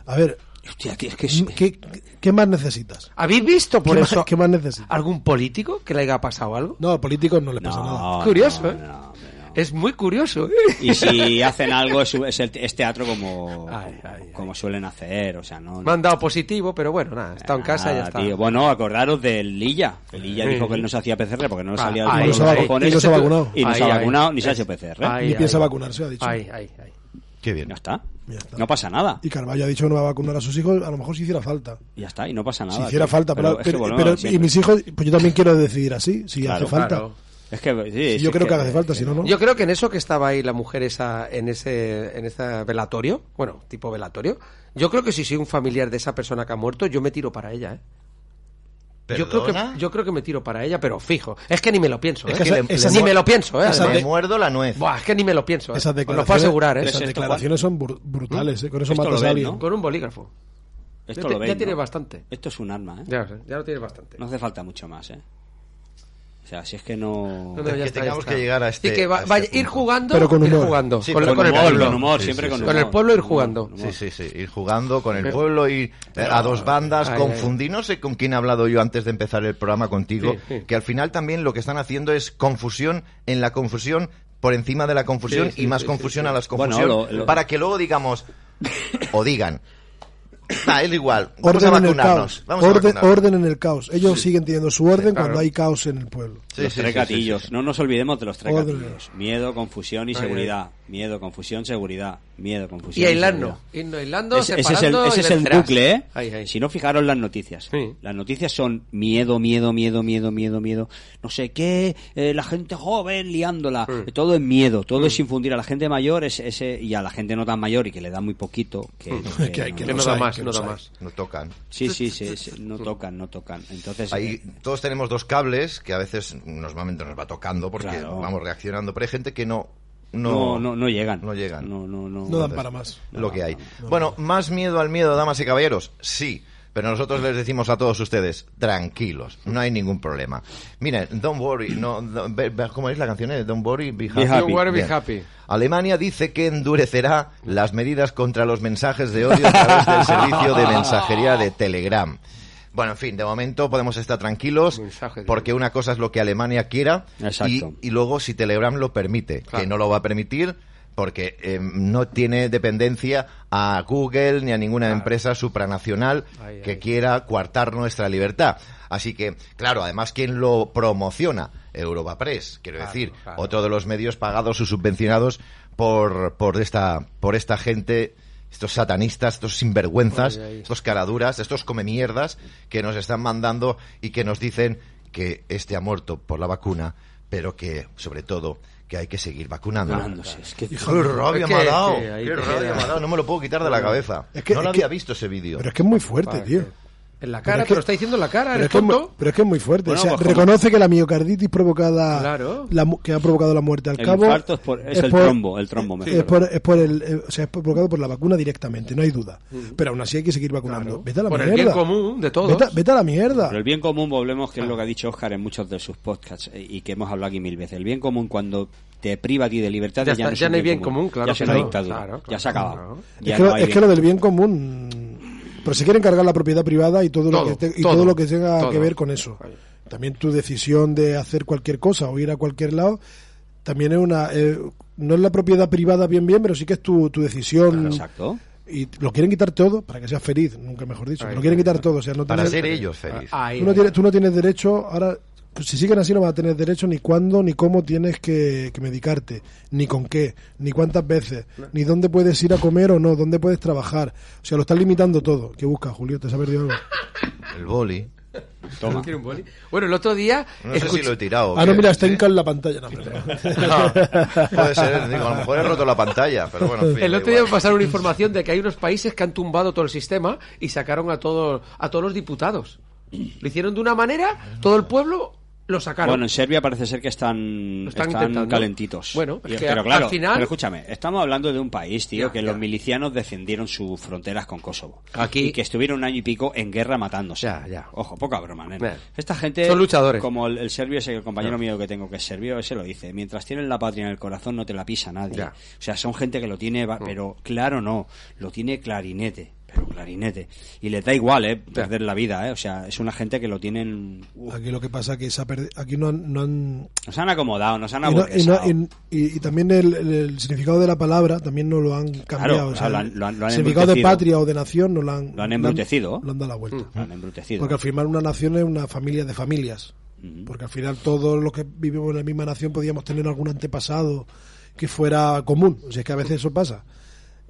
A ver, Hostia, tío, es que es- ¿qué, qué- qué más necesitas? ¿Habéis visto por ¿Qué eso más- qué más necesitas? algún político que le haya pasado algo? No, a políticos no les pasa nada. No, Curioso, no, ¿eh? no, hombre, no. Es muy curioso. ¿eh? Y si hacen algo, es, es el- es teatro como, Ay, ay, ay. como suelen hacer, o sea, no... Me han dado positivo, pero bueno, nada, he estado en casa y ya Eh, Nada, está. tío. Bueno, acordaros del Lilla. El Lilla Sí, dijo sí. que él no se hacía PCR porque no lo Ah, salía ahí, de los no se ha vacu- cojones. y no se ha vacunado. Y no se ha Ahí, ahí. vacunado ni se ha hecho PCR. Ay, Ni ay, piensa ay. vacunarse, ha dicho. Ay, ay, ay. Qué ¿eh? Ya bien. está. Ya está. No pasa nada. Y Carvalho ha dicho que no va a vacunar a sus hijos, a lo mejor si hiciera falta. Ya está, y no pasa nada. si hiciera tío. falta, pero, es que pero- volvemos pero- a y siempre. mis hijos, pues yo también quiero decidir así, si hace Claro, falta. claro. Es que, Sí, sí, sí, yo es creo que, que- hace falta, si no, no. Yo creo que en eso que estaba ahí la mujer esa en ese en ese velatorio, bueno, tipo velatorio, yo creo que si soy un familiar de esa persona que ha muerto, yo me tiro para ella, ¿eh? Yo creo, que, ¿Perdona? yo creo que me tiro para ella, pero fijo. Es que ni me lo pienso, ¿eh? Es que esa- ni esa- me lo pienso, ¿eh? esa- Además. Me muerdo la nuez. Buah, es que ni me lo pienso. ¿eh? Esas Os declaraciones, lo puedo asegurar, ¿eh? esas Pero es esto, Mm. declaraciones son bru- brutales, ¿eh? con eso Esto matas lo a ven, alguien. ¿no? Con un bolígrafo. Esto Ya lo te- ven, ya tienes ¿no? bastante. Esto es un arma, ¿eh? Ya, lo sé, ya lo tienes bastante. No hace falta mucho más, ¿eh? O sea, si es que no... No, no, ya Que está, ya tengamos está. que llegar a este- Y que a va- este vaya- ir punto. jugando. Pero con ir humor. jugando. Sí, con, pero con el humor, pueblo. con humor, Sí, siempre sí, con sí. humor. Con el pueblo ir jugando. Con humor. Sí, sí, sí, ir jugando con el pueblo, ir eh, a dos bandas, Ay, ay. confundir, no sé con quién he hablado yo antes de empezar el programa contigo, Sí, sí. que al final también lo que están haciendo es confusión en la confusión, por encima de la confusión Sí, sí, y más sí, confusión sí, sí. a las Bueno, confusiones, lo- lo- para que luego digamos, o digan, ah, es igual, vamos a orden en el vacunarnos, caos. vamos a orden, vacunarnos. orden en el caos. Ellos siguen teniendo su orden claro. cuando hay caos en el pueblo. Sí, los sí, tres sí, sí, sí, gatillos. sí. No nos olvidemos de los tres Orden. gatillos. Miedo, confusión y Ay, seguridad. Miedo, confusión, seguridad. Miedo, confusión. Y aislando. seguridad. Irnos aislando, Ese, ese es el, separando ese y es el vencerás. bucle, ¿eh? Ahí, ahí. Si no fijaron las noticias. Sí. Las noticias son miedo, miedo, miedo, miedo, miedo, miedo. No sé qué, eh, la gente joven liándola. Sí. Todo es miedo, todo es infundir a la gente mayor es- ese, y a la gente no tan mayor y que le da muy poquito. Que, Mm. que Que hay no- que- Que no los da hay, más, que no los da hay. más. No tocan. Sí, sí, sí, sí, no tocan, no tocan. Entonces, Ahí eh, todos tenemos dos cables que a veces normalmente nos va tocando porque Claro. vamos reaccionando, pero hay gente que no... No, no, no, no llegan. No llegan. No, no, no. No dan para más. lo que hay. Bueno, más miedo al miedo, damas y caballeros, sí. Pero nosotros les decimos a todos ustedes, tranquilos, no hay ningún problema. Miren, don't worry, no, don't- ve- ve- ¿cómo es la canción? eh? Don't worry, be happy. Be happy. Don't worry, be Bien. happy. Alemania dice que endurecerá las medidas contra los mensajes de odio a través del servicio de mensajería de Telegram. Bueno, en fin, de momento podemos estar tranquilos Mensaje de porque una cosa es lo que Alemania quiera y, Exacto. y luego si Telegram lo permite, Claro. que no lo va a permitir porque eh, no tiene dependencia a Google ni a ninguna empresa supranacional Ay, que ay. quiera coartar nuestra libertad. Así que, claro, además, ¿quién lo promociona? Europa Press, quiero Claro, decir, claro. otro de los medios pagados o subvencionados por, por, esta, por esta gente, estos satanistas, estos sinvergüenzas, Ay, ay. estos caraduras, estos come mierdas que nos están mandando y que nos dicen que este ha muerto por la vacuna, pero que, sobre todo, que hay que seguir vacunando. Vacunándose, es que- Hijo, qué rabia Es que- me ha dado. que ahí Qué queda. rabia me ha dado. No me lo puedo quitar de la cabeza. Es que- no es lo que- había visto ese vídeo. Pero es que es muy fuerte, tío. En la Pero cara, es te que- lo está diciendo en la cara, Pero eres es, que es muy, tonto. pero es que es muy fuerte. Bueno, O sea, pues, reconoce que la miocarditis provocada, Claro. la mu- que ha provocado la muerte al El cabo, infarto es por- es el trombo, el trombo, mejor. es por, es por el, eh, o sea, es provocado por la vacuna directamente, no hay duda. Pero aún así hay que seguir vacunando. Vete a la Por el mierda. bien común de todos. Vete, a- vete a la mierda. Pero el bien común, volvemos, que es lo que ha dicho Oscar en muchos de sus podcasts eh, y que hemos hablado aquí mil veces. El bien común cuando te priva a ti de libertad Ya ya, está, no, es ya un no hay bien común, claro ya que es una no. dictadura Claro, claro, ya se ha acabado claro. Ya es que, no lo, hay es que bien lo del bien común. Pero se quieren cargar la propiedad privada y todo, Todo, lo, que te- y todo, todo, lo que tenga todo. que ver con eso. También tu decisión de hacer cualquier cosa o ir a cualquier lado también es una. eh, no es la propiedad privada bien, bien, pero sí que es tu, tu decisión. exacto Y lo quieren quitar todo para que seas feliz, nunca mejor dicho. Ahí, lo quieren ahí. quitar todo. O sea, no Para tener- ser ellos felices. Ahí, tú, no tienes, tú no tienes derecho, ahora, pues, si siguen así no vas a tener derecho ni cuándo, ni cómo tienes que, que medicarte, ni con qué, ni cuántas veces, ni dónde puedes ir a comer o no, dónde puedes trabajar. O sea, lo están limitando todo. ¿Qué buscas, Julio? ¿Te has perdido algo? El boli. toma ¿Quiere un boli? Bueno, el otro día. No sé si escuché- lo he tirado. Ah, no, ¿qué? mira, está ¿Sí? hincado en la pantalla. No, hombre, no. No, puede ser, digo, a lo mejor he roto la pantalla, pero bueno, en fin, El da otro día me igual. pasaron una información de que hay unos países que han tumbado todo el sistema y sacaron a todos a todos los diputados. Lo hicieron de una manera, todo el pueblo lo sacaron. Bueno, en Serbia parece ser que están, Lo están están, intentando. calentitos. Bueno, es Y- que pero al claro, final- pero escúchame, estamos hablando de un país, tío, Ya, que ya. los milicianos defendieron sus fronteras con Kosovo. Aquí- Y que estuvieron un año y pico en guerra matándose. Ya, ya. Ojo, poca broma, nene. Ya. Esta gente... Son luchadores. Como el, el serbio ese, el compañero mío que tengo que es serbio, ese lo dice. Mientras tienen la patria en el corazón no te la pisa nadie. Ya. O sea, son gente que lo tiene, Mm. va- pero claro no, lo tiene clarinete. Pero clarinete. Y les da igual, ¿eh? Perder la vida, ¿eh? O sea, es una gente que lo tienen... Uf, Aquí lo que pasa es que se ha perdi- aquí no han- no han nos han acomodado, nos han Y, no- y no- aburrido. y- y- y también el, el- el significado de la palabra también no lo han cambiado. Claro, o sea, lo han- lo han- lo han el significado de embrutecido. patria o de nación no lo han, Lo han embrutecido. Lo han, dado la vuelta. han embrutecido. Porque al final una nación es una familia de familias. Porque al final todos los que vivimos en la misma nación podíamos tener algún antepasado que fuera común. O sea, es que a veces eso pasa.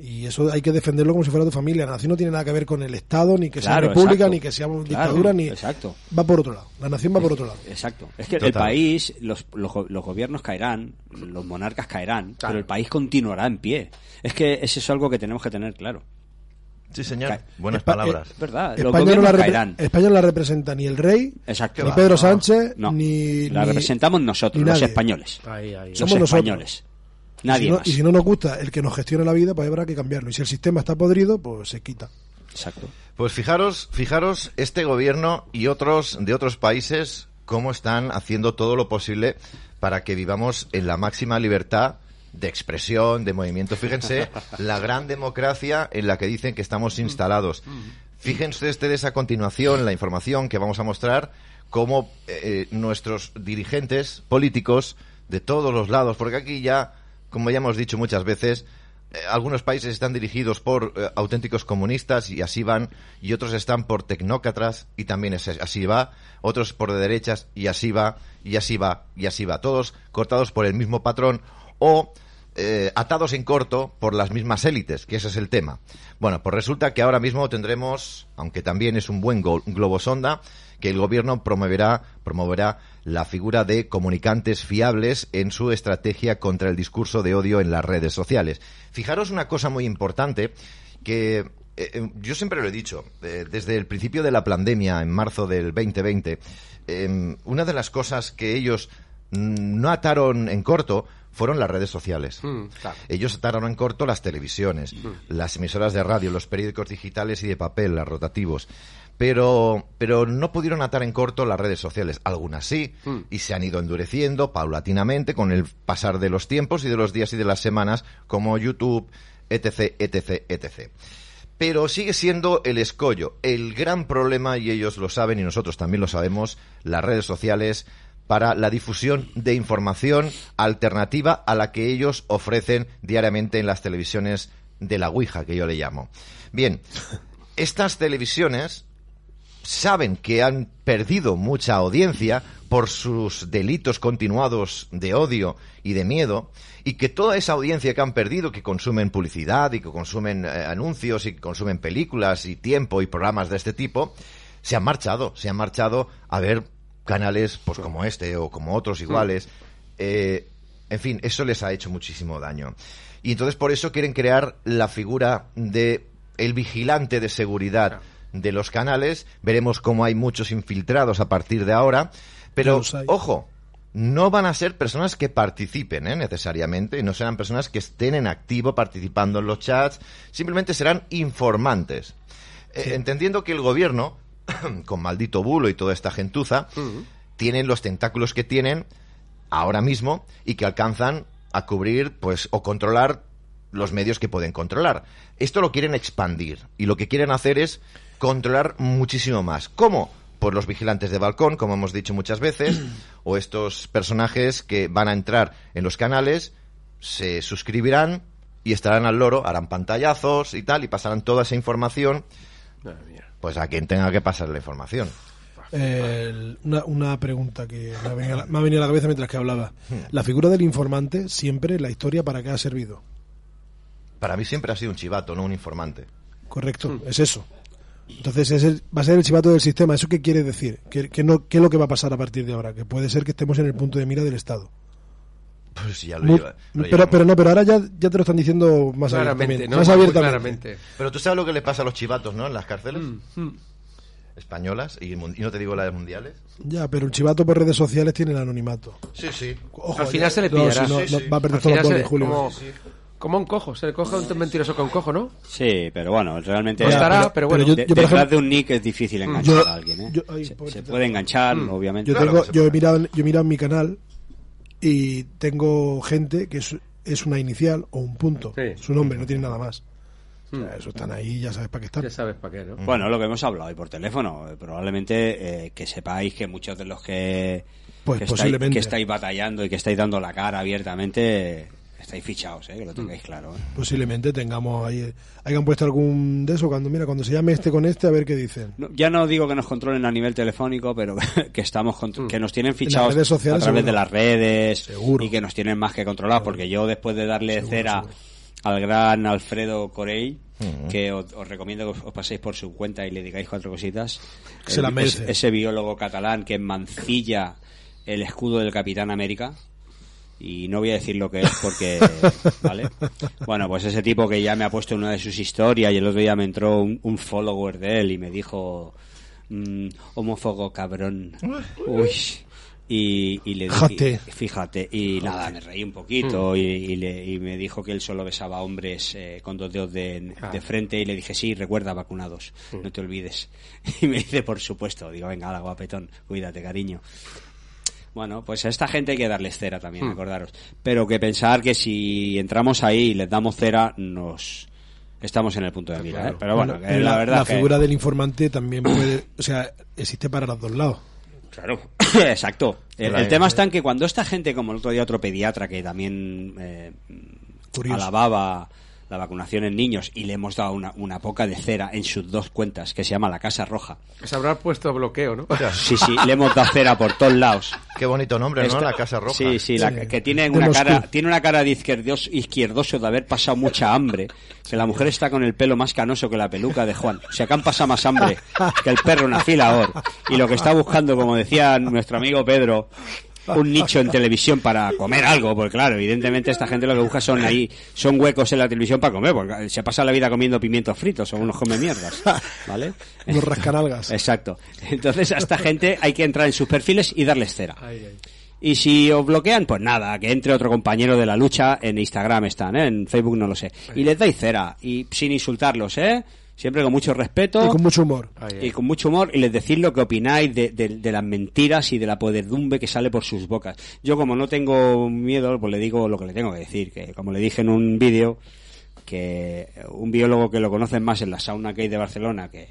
Y eso hay que defenderlo como si fuera tu familia. La nación no tiene nada que ver con el Estado, ni que Claro, sea república, exacto. ni que sea Claro, dictadura, ni. exacto. Va por otro lado. La nación va por otro lado. Exacto. Es que el Total. país, los, los, go- los gobiernos caerán, los monarcas caerán, pero el país continuará en pie. Es que eso es algo que tenemos que tener claro. Sí, señor. Ca- Buenas Espa- palabras. Es verdad, los España no, gobiernos la repre- caerán. España no la representa ni el rey, Exacto. ni va, Pedro no, Sánchez, No, ni. la ni- representamos nosotros, ni los nadie. españoles. Ahí, ahí. Los Somos nosotros. españoles. Nadie y si no, más. Y si no nos gusta el que nos gestiona la vida, pues habrá que cambiarlo. Y si el sistema está podrido, pues se quita. Exacto. Pues fijaros, fijaros este gobierno y otros de otros países cómo están haciendo todo lo posible para que vivamos en la máxima libertad de expresión, de movimiento. Fíjense la gran democracia en la que dicen que estamos instalados. Fíjense ustedes a continuación la información que vamos a mostrar cómo eh, eh, nuestros dirigentes políticos de todos los lados, porque aquí ya, como ya hemos dicho muchas veces, eh, algunos países están dirigidos por eh, auténticos comunistas y así van, y otros están por tecnócratas y también es- así va, otros por de derechas y así va, y así va, y así va, todos cortados por el mismo patrón o eh, atados en corto por las mismas élites, que ese es el tema. Bueno, pues resulta que ahora mismo tendremos, aunque también es un buen go- globo sonda, que el gobierno promoverá, promoverá la figura de comunicantes fiables en su estrategia contra el discurso de odio en las redes sociales. Fijaros una cosa muy importante que eh, eh, yo siempre lo he dicho, eh, desde el principio de la pandemia, en marzo del 2020, em, una de las cosas que ellos mm, no ataron en corto fueron las redes sociales. Mm, claro. Ellos ataron en corto las televisiones, las emisoras de radio, los periódicos digitales y de papel, las rotativos. Pero, pero no pudieron atar en corto las redes sociales, algunas sí, y se han ido endureciendo paulatinamente con el pasar de los tiempos y de los días y de las semanas, como YouTube, etc., etc., etc. Pero sigue siendo el escollo, el gran problema, y ellos lo saben y nosotros también lo sabemos, las redes sociales para la difusión de información alternativa a la que ellos ofrecen diariamente en las televisiones de la Ouija, que yo le llamo. Bien, estas televisiones saben que han perdido mucha audiencia por sus delitos continuados de odio y de miedo, y que toda esa audiencia que han perdido, que consumen publicidad y que consumen eh, anuncios y que consumen películas y tiempo y programas de este tipo, se han marchado, se han marchado a ver canales pues como este o como otros iguales. Eh, en fin, eso les ha hecho muchísimo daño. Y entonces por eso quieren crear la figura de el vigilante de seguridad de los canales. Veremos cómo hay muchos infiltrados a partir de ahora. Pero Los hay. ojo, no van a ser personas que participen ¿eh? necesariamente, no serán personas que estén en activo participando en los chats, simplemente serán informantes. Eh, entendiendo que el gobierno, con maldito bulo y toda esta gentuza, tienen los tentáculos que tienen ahora mismo y que alcanzan a cubrir pues o controlar los medios que pueden controlar. Esto lo quieren expandir y lo que quieren hacer es controlar muchísimo más. ¿Cómo? Pues los vigilantes de balcón, como hemos dicho muchas veces, o estos personajes que van a entrar en los canales, se suscribirán y estarán al loro, harán pantallazos y tal, y pasarán toda esa información pues a quien tenga que pasar la información. El- una, una pregunta que me ha, venido a la, me ha venido a la cabeza mientras que hablaba. La figura del informante siempre en la historia para qué ha servido. Para mí siempre ha sido un chivato, no un informante. Correcto, es eso. Entonces es el- va a ser el chivato del sistema. ¿Eso qué quiere decir? ¿Qué, qué no, ¿Qué es lo que va a pasar a partir de ahora? Que puede ser que estemos en el punto de mira del Estado. Pues ya lo Muy- lleva- lo pero, llevamos. pero no, pero ahora ya, ya te lo están diciendo más Claramente, abiertamente. ¿no? más Muy abiertamente. claramente. Mm, Pero tú sabes lo que le pasa a los chivatos, ¿no? En las cárceles españolas y, mun- y no te digo las mundiales. Ya, pero el chivato por redes sociales tiene el anonimato. Sí, sí. Ojo, Al ya- final se le no, pillará. si no, Sí, no, sí. Va a perder Al todos final los se goles, le- Julio. como, como un cojo, se le coge a un mentiroso con cojo, ¿no? Sí, pero bueno, realmente. Costará, de- pero bueno. yo- de- yo, por detrás ejemplo, de un nick es difícil enganchar Yo- a alguien, ¿eh? yo- ay, se, pobre se tío. puede enganchar, obviamente. Yo, Claro tengo, que se yo, he puede. mirado, en- yo he mirado en mi canal y tengo gente que es, es una inicial o un punto. Sí. Su nombre, no tiene nada más. O sea, eso están ahí, ya sabes para qué están. Ya sabes para qué, ¿no? Bueno, lo que hemos hablado hoy por teléfono, eh, probablemente eh, que sepáis que muchos de los que, Pues que, estáis, posiblemente. que estáis batallando y que estáis dando la cara abiertamente, eh, estáis fichados, eh, que Mm. lo tengáis claro. eh. Posiblemente tengamos ahí. eh, Hayan puesto algún de eso cuando, mira, cuando se llame este con este, a ver qué dicen. No, ya no digo que nos controlen a nivel telefónico, pero que estamos Mm. contro- que nos tienen fichados redes sociales, a través seguro. de las redes Seguro. y que nos tienen más que controlados, porque yo después de darle cera al gran Alfredo Corey, Mm. que os, os recomiendo que os, os paséis por su cuenta y le digáis cuatro cositas, eh, Que se la es- merece. ese biólogo catalán que mancilla el escudo del Capitán América. Y no voy a decir lo que es porque, ¿vale? Bueno, pues ese tipo que ya me ha puesto en una de sus historias y el otro día me entró un, un follower de él y me dijo, mm, homófobo cabrón. Uy. Y, y le dije, Jate. fíjate, y nada, me reí un poquito y, y le- y me dijo que él solo besaba a hombres eh, con dos dedos de, de frente y le dije, sí, recuerda, vacunados, no te olvides. Y me dice, por supuesto, digo, venga, ala, guapetón, cuídate, cariño. Bueno, pues a esta gente hay que darles cera también, Hmm. acordaros. Pero que pensar que si entramos ahí y les damos cera, nos estamos en el punto de mira. ¿eh? Pero bueno, Bueno, que pero la, verdad la que- figura del informante también puede. O sea, existe para los dos lados. Claro. Exacto. El, el tema está en que cuando esta gente, como el otro día otro pediatra que también eh, Curioso. alababa la vacunación en niños y le hemos dado una, una poca de cera en sus dos cuentas, que se llama La Casa Roja. Se habrá puesto bloqueo, ¿no? Sí, sí, le hemos dado cera por todos lados. Qué bonito nombre, ¿no? Esta- La Casa Roja. Sí, sí, la- Sí. que tiene De una Moscú. cara, tiene una cara de izquierdos, izquierdoso de haber pasado mucha hambre. Que la mujer está con el pelo más canoso que la peluca de Juan. O sea, que han pasado más hambre que el perro en afilador. Y lo que está buscando, como decía nuestro amigo Pedro, un nicho en televisión para comer algo, porque claro, evidentemente esta gente lo que busca son ahí, son huecos en la televisión para comer, porque se pasa la vida comiendo pimientos fritos o unos come mierdas, ¿vale? Unos rascanalgas. Exacto. Entonces a esta gente hay que entrar en sus perfiles y darles cera. Y si os bloquean, pues nada, que entre otro compañero de la lucha, en Instagram están, ¿eh? en Facebook no lo sé. Y les dais cera, y sin insultarlos, ¿eh? Siempre con mucho respeto Y con mucho humor. y con mucho humor y les decís lo que opináis de, de- de las mentiras y de la poderdumbre que sale por sus bocas. Yo como no tengo miedo, pues le digo lo que le tengo que decir, que como le dije en un vídeo, que un biólogo que lo conocen más en la sauna que hay de Barcelona que,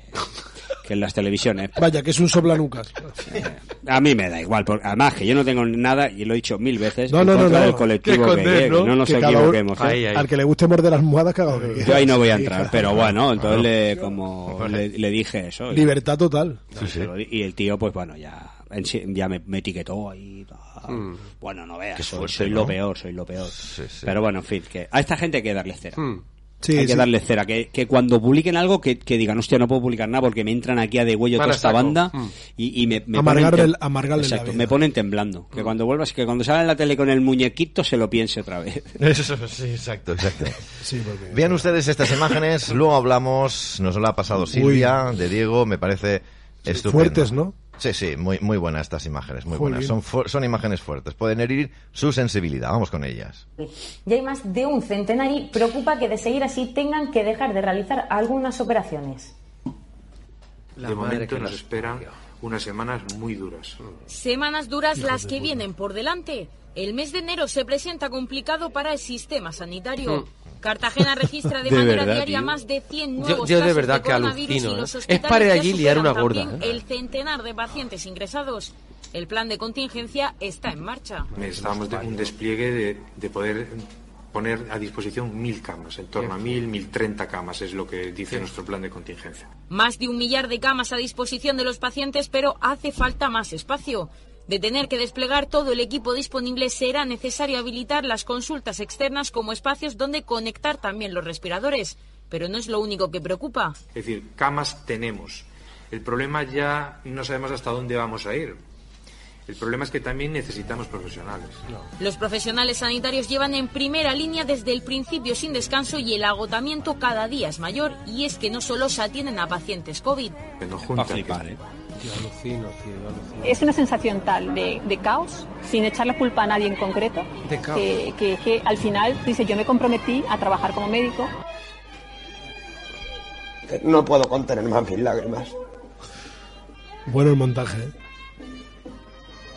que en las televisiones. Vaya, que es un soplanucas. A mí me da igual, porque además que yo no tengo nada, y lo he dicho mil veces, No, en no, no, contra no. del colectivo Que que, condeno, llegue, no nos que cada uno- equivoquemos. ¿eh? Ahí, ahí. Al que le guste morder las almohadas, que haga lo que quiera. Yo ahí no voy a Sí, entrar, hija. pero bueno, entonces le, como le, le dije eso. y- Libertad total. se lo di- Y el tío, pues bueno, ya, en sí- ya me, me etiquetó ahí. tal. Bueno, no veas, Qué soy, fuerte, soy ¿no? lo peor, soy lo peor. sí. Pero bueno, en fin, que a esta gente hay que darle cera. Mm. Sí, hay que sí. darle cera, que, que cuando publiquen algo que, que digan, hostia, no puedo publicar nada porque me entran aquí a degüello Van toda a esta saco. banda Mm. y, y me, me Amargarle ponen tem- el- amargarle la Exacto, vida. me ponen temblando. Ah. Que cuando vuelvas, que cuando salga en la tele con el muñequito se lo piense otra vez. Eso, sí, exacto, exacto. Sí, porque- Vean ustedes estas imágenes, luego hablamos, nos lo ha pasado Silvia, de Diego, me parece estupendo. fuertes, ¿no? Sí, sí, muy, muy buenas estas imágenes, muy buenas. Son, Jolín. fu- son imágenes fuertes, pueden herir su sensibilidad, vamos con ellas. Ya hay más de un centenar y preocupa que de seguir así tengan que dejar de realizar algunas operaciones. La madre que nos espera. unas semanas muy duras. Mm. Semanas duras las que vienen por delante. El mes de enero se presenta complicado para el sistema sanitario. Hmm. Cartagena registra de, De manera verdad, diaria tío. más de 100 Yo- nuevos yo de casos verdad de que coronavirus alucino, y los ¿eh? hospitales Es para ya allí liar superan una gorda, también ¿eh? El centenar de pacientes ingresados. El plan de contingencia está en marcha. Necesitábamos de- un despliegue de, de poder poner a disposición mil camas, en torno a mil, mil treinta camas es lo que dice nuestro plan de contingencia. Más de un millar de camas a disposición de los pacientes, pero hace falta más espacio. De tener que desplegar todo el equipo disponible, será necesario habilitar las consultas externas como espacios donde conectar también los respiradores. Pero no es lo único que preocupa. Es decir, camas tenemos. El problema ya no sabemos hasta dónde vamos a ir. El problema es que también necesitamos profesionales. Los profesionales sanitarios llevan en primera línea desde el principio sin descanso y el agotamiento cada día es mayor. Y es que no solo se atienden a pacientes COVID. Que nos Para juntan, que- flipar, ¿eh? Yo alucino, tío, yo alucino. Es una sensación tal de, de caos, sin echar la culpa a nadie en concreto, De caos. Que, que, que al final dice yo me comprometí a trabajar como médico. No puedo contener más mis lágrimas. Bueno el montaje. ¿eh?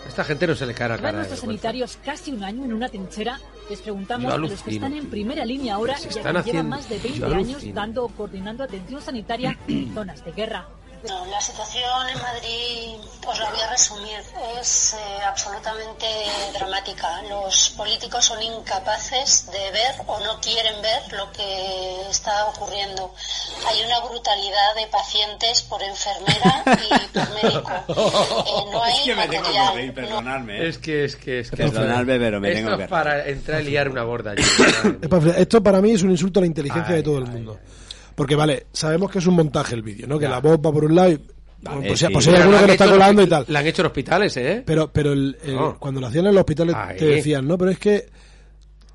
A Esta gente no se le cara a cara. de vergüenza. casi un año en una trinchera. Les preguntamos Yo a los que alucino, están en tío. primera línea ahora Se y a están quienes llevan haciendo- más de 20 yo alucino. años dando o coordinando atención sanitaria en zonas de guerra. La situación en Madrid, os la voy a resumir, es eh, absolutamente dramática. Los políticos son incapaces de ver o no quieren ver lo que está ocurriendo. Hay una brutalidad de pacientes por enfermera y por médico. es que me tengo que reír, perdonadme. ¿eh? Es que, es que, es que. Perdonadme, pero me Esto tengo que es para entrar y liar una gorda. allí, madre Es mía. para- Esto para mí es un insulto a la inteligencia Ay, de todo el ay, mundo. Porque vale, sabemos que es un montaje el vídeo, ¿no? Que la voz va por un lado y... Vale, pues, si- sí. pues si hay Pero alguno la que han lo está hecho en colando y hospi- tal. La han hecho en hospitales, ¿eh? Ah. Pero, pero el- Ah. el- No. cuando lo hacían en los hospitales Ahí. te decían, no, pero es que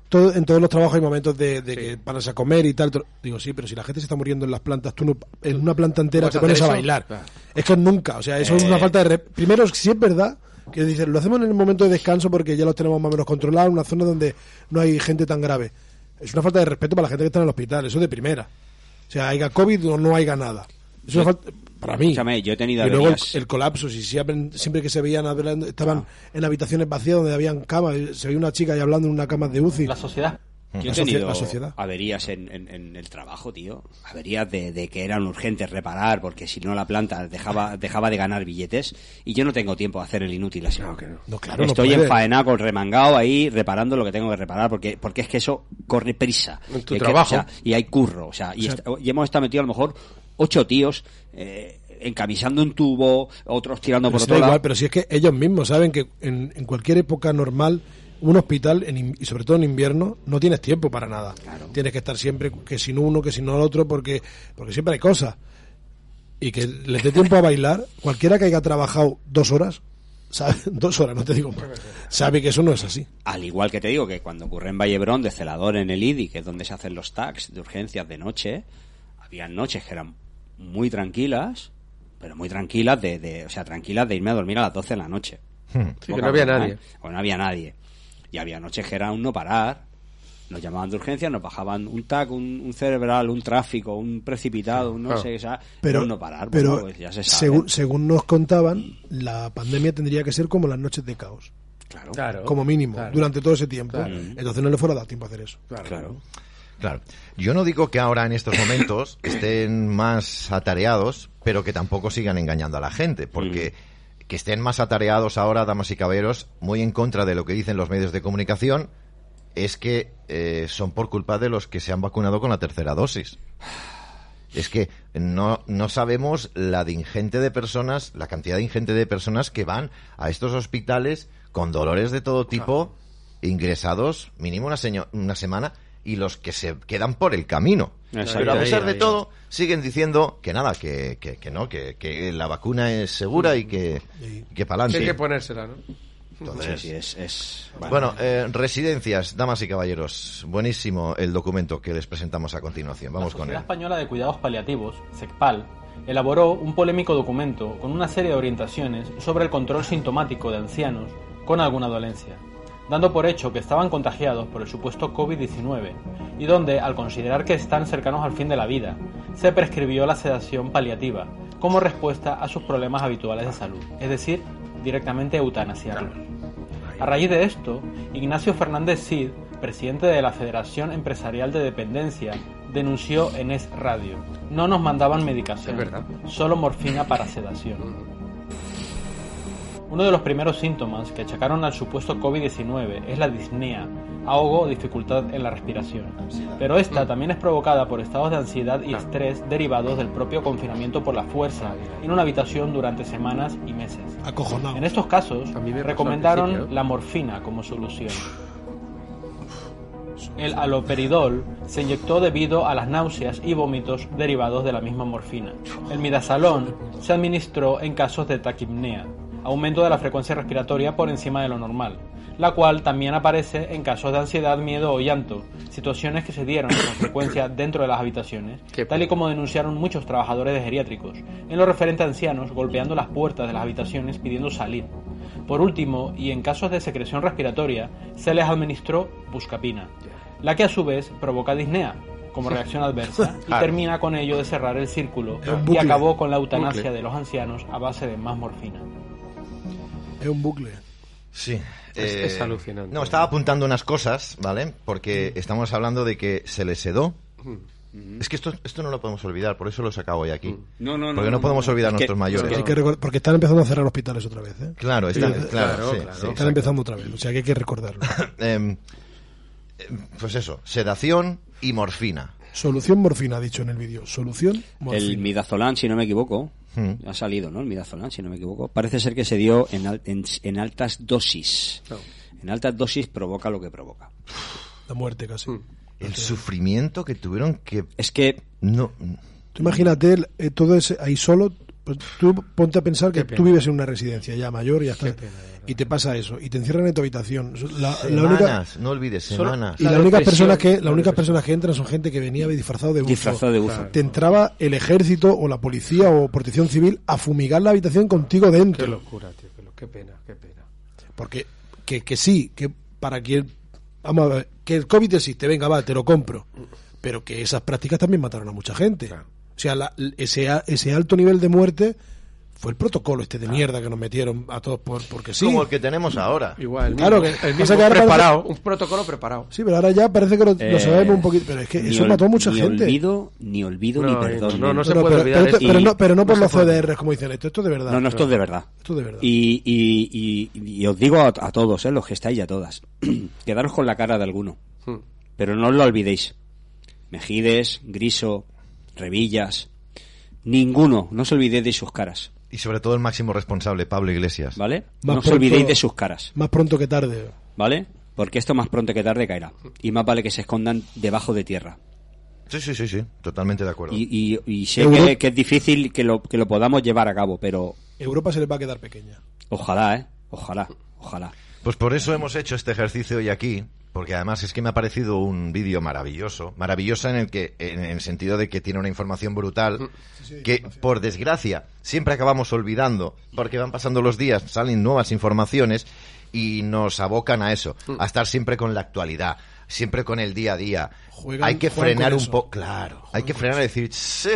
todo, en todos los trabajos hay momentos de, de que paras a comer y tal. tro- Digo, sí, pero si la gente se está muriendo en las plantas, tú no, en una planta entera ¿Vas te a pones a Pues hacer eso? bailar. Claro. Es que nunca, o sea, eso es una falta de... re- Primero, si es verdad que dicen, lo hacemos en el momento de descanso porque ya los tenemos más o menos controlados, en una zona donde no hay gente tan grave. Es una falta de respeto para la gente que está en el hospital, eso de primera. O sea, haya COVID o no haya nada. Es una falta... Para mí. Escúchame, yo he tenido Y luego el, averías. el colapso, si siempre, siempre que se veían hablando, estaban en habitaciones vacías donde habían camas, y se veía una chica ahí hablando en una cama de UCI. sociedad. Yo La he socie- tenido la sociedad. averías en, en- en el trabajo, tío. Averías de, de que eran urgentes reparar, porque si no la planta dejaba, Ah. dejaba de ganar billetes. Y yo no tengo tiempo a hacer el inútil así. No, claro, no Estoy puede. enfaenado con remangado ahí, reparando lo que tengo que reparar, porque, porque es que eso corre prisa. En tu Y que- trabajo. o sea, y hay curro. O sea, y, est- y hemos estado metidos a lo mejor ocho tíos eh, encamisando un tubo, otros tirando Pero por si otro Pues da lado. igual, pero si es que ellos mismos saben que en, en cualquier época normal, un hospital, en in- y sobre todo en invierno, no tienes tiempo para nada. Tienes que estar siempre, que sin uno, que sin el otro, porque, porque siempre hay cosas. Y que les dé tiempo a bailar, cualquiera que haya trabajado dos horas, sabe, dos horas, no te digo más, sabe que eso no es así. Al igual que te digo que cuando ocurre en Vallebrón de celador en el IDI, que es donde se hacen los tags de urgencias de noche, había noches que eran muy tranquilas, pero muy tranquilas de, de- o sea, tranquilas de irme a dormir a las 12 de la noche. Hmm. Sí, que no había nadie. O no había nadie. Y había noches que era un no parar. Nos llamaban de urgencia, nos bajaban un tag, un, un cerebral, un tráfico, un precipitado, un no Claro. sé qué, o sea, pero, un no parar. pero bueno, pues ya se sabe. según, según nos contaban, la pandemia tendría que ser como las noches de caos, Claro, Claro. como mínimo, Claro. durante todo ese tiempo. Claro. Entonces no le fuera a dar tiempo a hacer eso. claro. Claro. Yo no digo que ahora en estos momentos estén más atareados, pero que tampoco sigan engañando a la gente, porque Mm. que estén más atareados ahora, damas y caballeros, muy en contra de lo que dicen los medios de comunicación, es que eh, son por culpa de los que se han vacunado con la tercera dosis. Es que no, no sabemos la de ingente de personas, la cantidad de ingente de personas que van a estos hospitales con dolores de todo tipo, ingresados mínimo una, seño- una semana, y los que se quedan por el camino. Exacto. Pero a Ahí, pesar de ahí. todo, siguen diciendo que nada, que, que, que no, que, que la vacuna es segura y que, que para Hay que adelante. ponérsela, ¿no? Entonces- Sí, sí, es- es- Bueno, eh, residencias, damas y caballeros, buenísimo el documento que les presentamos a continuación. Vamos La con él. Sociedad Española de Cuidados Paliativos, SECPAL, elaboró un polémico documento con una serie de orientaciones sobre el control sintomático de ancianos con alguna dolencia, dando por hecho que estaban contagiados por el supuesto COVID-19 y donde, al considerar que están cercanos al fin de la vida, se prescribió la sedación paliativa como respuesta a sus problemas habituales de salud, es decir, directamente eutanasiarlos. A raíz de esto, Ignacio Fernández Cid, presidente de la Federación Empresarial de Dependencia, denunció en Es Radio. No nos mandaban medicación, solo morfina para sedación. Uno de los primeros síntomas que achacaron al supuesto COVID-19 es la disnea, ahogo o dificultad en la respiración. Pero esta también es provocada por estados de ansiedad y estrés derivados del propio confinamiento por la fuerza en una habitación durante semanas y meses. En estos casos, al recomendaron principio, la morfina como solución. El aloperidol se inyectó debido a las náuseas y vómitos derivados de la misma morfina. El midasalón se administró en casos de taquipnea, aumento de la frecuencia respiratoria por encima de lo normal, la cual también aparece en casos de ansiedad, miedo o llanto, situaciones que se dieron con frecuencia dentro de las habitaciones, tal y como denunciaron muchos trabajadores de geriátricos, en lo referente a ancianos golpeando las puertas de las habitaciones pidiendo salir. Por último, y en casos de secreción respiratoria, se les administró buscapina, la que a su vez provoca disnea como reacción adversa y Claro. termina con ello de cerrar el círculo Es un y bucle. acabó con la eutanasia Bucle. de los ancianos a base de más morfina. Es un bucle. Sí. eh, Es- es alucinante. No, estaba apuntando unas cosas, ¿vale? Porque estamos hablando de que se les sedó. Es que esto, esto no lo podemos olvidar, por eso lo sacado hoy aquí. No, no, no, Porque no, no, podemos no. olvidar a Es que- nuestros mayores. Porque, hay que recor- porque están empezando a cerrar hospitales otra vez. ¿eh? Claro, están- claro, sí, sí, están exacto. empezando otra vez. O sea que hay que recordarlo. Em, em, pues eso, sedación y morfina. Solución morfina, ha dicho en el vídeo. Solución morfina. El Midazolam, si no me equivoco, Hmm. ha salido, ¿no? El Midazolam, si no me equivoco. Parece ser que se dio en, al- en- en altas dosis. En altas dosis provoca lo que provoca. La muerte casi. Hmm. El sufrimiento que tuvieron que... Es que... No, Tú imagínate el- eh, todo ese ahí solo. pues, Tú ponte a pensar que Qué tú pena. vives en una residencia ya mayor y ya está. Y te pasa eso. Y te encierran en tu habitación. La, la semanas, única, no olvides, Solo- semanas. Y las únicas personas que las únicas personas que entran son gente que venía disfrazado de buzo. Disfrazado de buzo. Claro. Te entraba el ejército o la policía o protección civil a fumigar la habitación contigo Qué dentro. locura, tío. qué lo- Qué pena, qué pena. Porque que, que sí, que para quien vamos a ver, que el COVID existe, venga va, te lo compro. Pero que esas prácticas también mataron a mucha gente. O sea, la- ese, a- ese alto nivel de muerte fue el protocolo este de mierda que nos metieron a todos por porque sí. Como el que tenemos ahora. Igual, el Claro mismo- que- el pasa mismo que ahora preparado, parece- un protocolo preparado. Sí, pero ahora ya parece que lo, lo Eh, sabemos un poquito, pero es que ni eso ol- mató a mucha ni gente. Olvido, ni olvido, ni No, eh, perdón. no, no se pero, puede pero- olvidar pero- esto. pero no, pero no No por se los puede. CDRs como dicen esto, esto es de verdad. No, no, esto es de verdad. Esto es de verdad. Y, y- y- y os digo a, a todos, eh, los que estáis y a todas, quedaros con la cara de alguno, Hmm. pero no os lo olvidéis. Mejides, Griso, Revillas, ninguno, no os olvidéis de sus caras, Y sobre todo el máximo responsable, Pablo Iglesias. ¿vale? Más no os pronto- olvidéis de sus caras, Más pronto que tarde. ¿vale? Porque esto más pronto que tarde caerá. Y más vale que se escondan debajo de tierra. Sí, sí, sí, sí, totalmente de acuerdo. Y, y- y sé Euro- que, que es difícil que lo, que lo podamos llevar a cabo, pero Europa se les va a quedar pequeña. ojalá, ¿eh? Ojalá, ojalá. Pues por eso hemos hecho este ejercicio hoy aquí, porque además es que me ha parecido un vídeo maravilloso, maravilloso en el que, en el sentido de que tiene una información brutal, Mm. que por desgracia siempre acabamos olvidando, porque van pasando los días, salen nuevas informaciones y nos abocan a eso, a estar siempre con la actualidad, siempre con el día a día. Juegan- hay que juegan frenar con un eso. poco, claro, hay que frenar y decir, sí.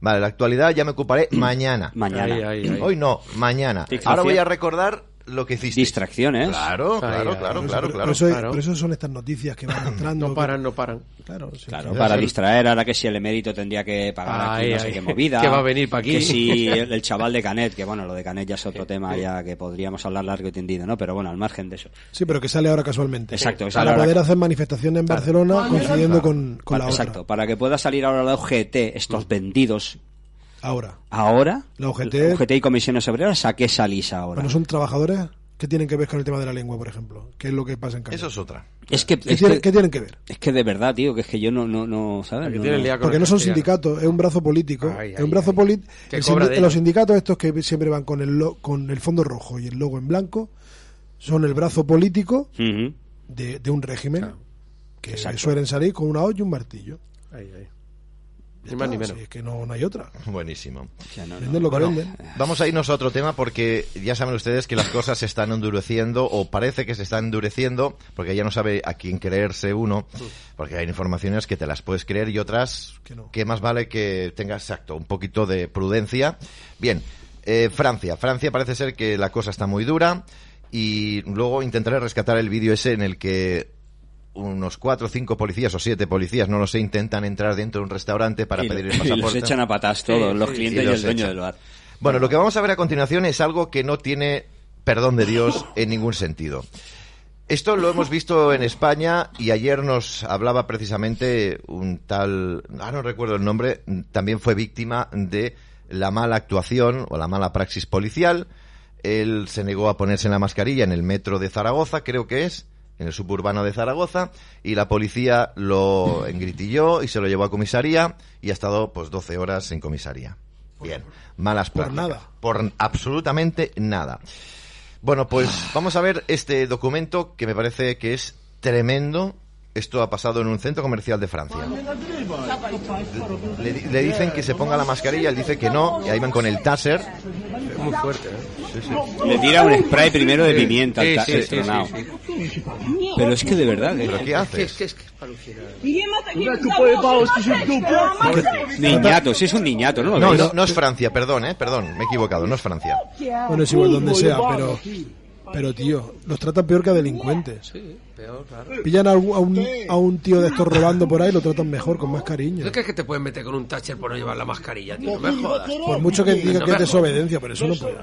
Vale, la actualidad ya me ocuparé mañana. Mañana. Ahí, ahí, ahí. Hoy no, mañana. Tic, Ahora voy hacia- a recordar lo que hiciste. Distracciones. Claro, claro, claro, Por eso- claro, por claro. eso hay- Claro. Por eso son estas noticias que van entrando. No paran, no paran. Claro, sí. Claro, para distraer, ahora que si el emérito tendría que pagar Ay, aquí no sé ay. qué movida. Que va a venir pa' aquí. Que si el, el chaval de Canet, que bueno, lo de Canet ya es otro tema ya que podríamos hablar largo y tendido, ¿no? Pero bueno, al margen de eso. Sí, pero que sale ahora casualmente. Exacto, que sale Para ahora poder ca- hacer manifestaciones en Barcelona coincidiendo con, con Para- la otra. Exacto, para que pueda salir ahora la UGT, estos vendidos Ahora. ahora. La UGT. y Comisiones Obreras, ¿a qué salís ahora? Bueno, son trabajadores que tienen que ver con el tema de la lengua, por ejemplo. Que es lo que pasa en Canarias. Eso es otra. es que, ¿Qué, es tienen, que- qué tienen que ver? es que de verdad, tío, que es que yo no, no, no, ¿sabes? No, no. Porque no son sindicatos, es un brazo político. Ay, es ay, un brazo ay. poli- Que el cobra sindi- los de ellos. sindicatos estos que siempre van con el, lo- con el fondo rojo y el logo en blanco son el brazo político Ujú. de, de un régimen que Exacto. suelen salir con una olla y un martillo. Ahí, ahí. Ya Ni más está, ni si menos. es que no, no hay otra. Buenísimo. Venden lo que Bueno, venden. vamos a irnos a otro tema porque ya saben ustedes que las cosas se están endureciendo o parece que se están endureciendo porque ya no sabe a quién creerse uno porque hay informaciones que te las puedes creer y otras que, más vale que tengas exacto un poquito de prudencia. Bien, eh, Francia. Francia parece ser que la cosa está muy dura y luego intentaré rescatar el vídeo ese en el que unos cuatro o cinco policías o siete policías, no lo sé, intentan entrar dentro de un restaurante para Y lo- pedir y el los pasaporte. echan a patas todos, los clientes y los el dueño echan. del bar. Bueno, lo que vamos a ver a continuación es algo que no tiene perdón de Dios en ningún sentido. Esto lo hemos visto en España y ayer nos hablaba precisamente un tal, ah, no recuerdo el nombre, también fue víctima de la mala actuación o la mala praxis policial. Él se negó a ponerse la mascarilla en el metro de Zaragoza, creo que es, en el suburbano de Zaragoza, y la policía lo engritilló y se lo llevó a comisaría y ha estado pues 12 horas en comisaría. Bien, malas Por prácticas. nada. Por absolutamente nada. Bueno, pues Ah. vamos a ver este documento que me parece que es tremendo. Esto ha pasado en un centro comercial de Francia. Le, di- le dicen que se ponga la mascarilla, él dice que no, y ahí van con el taser. Es muy fuerte, ¿eh? Le tira un spray primero de pimienta al Sí, ta- sí, el sí, tronao. sí, sí. Pero es que de verdad. eh. ¿Pero qué haces? Es que es alucinante. eh. Niñato, sí es un niñato, ¿no? lo No, veis? no, no es Francia, perdón, eh, perdón, me he equivocado, no es Francia. Bueno, es igual donde sea, pero, pero tío, los tratan peor que a delincuentes. Peor, claro. Pillan a un, a un- a un tío de estos rodando por ahí, lo tratan mejor, con más cariño. ¿Tú crees que te pueden meter con un Thatcher por no llevar la mascarilla, tío? No me jodas. Por mucho que diga No que me es desobediencia, pero eso no puede.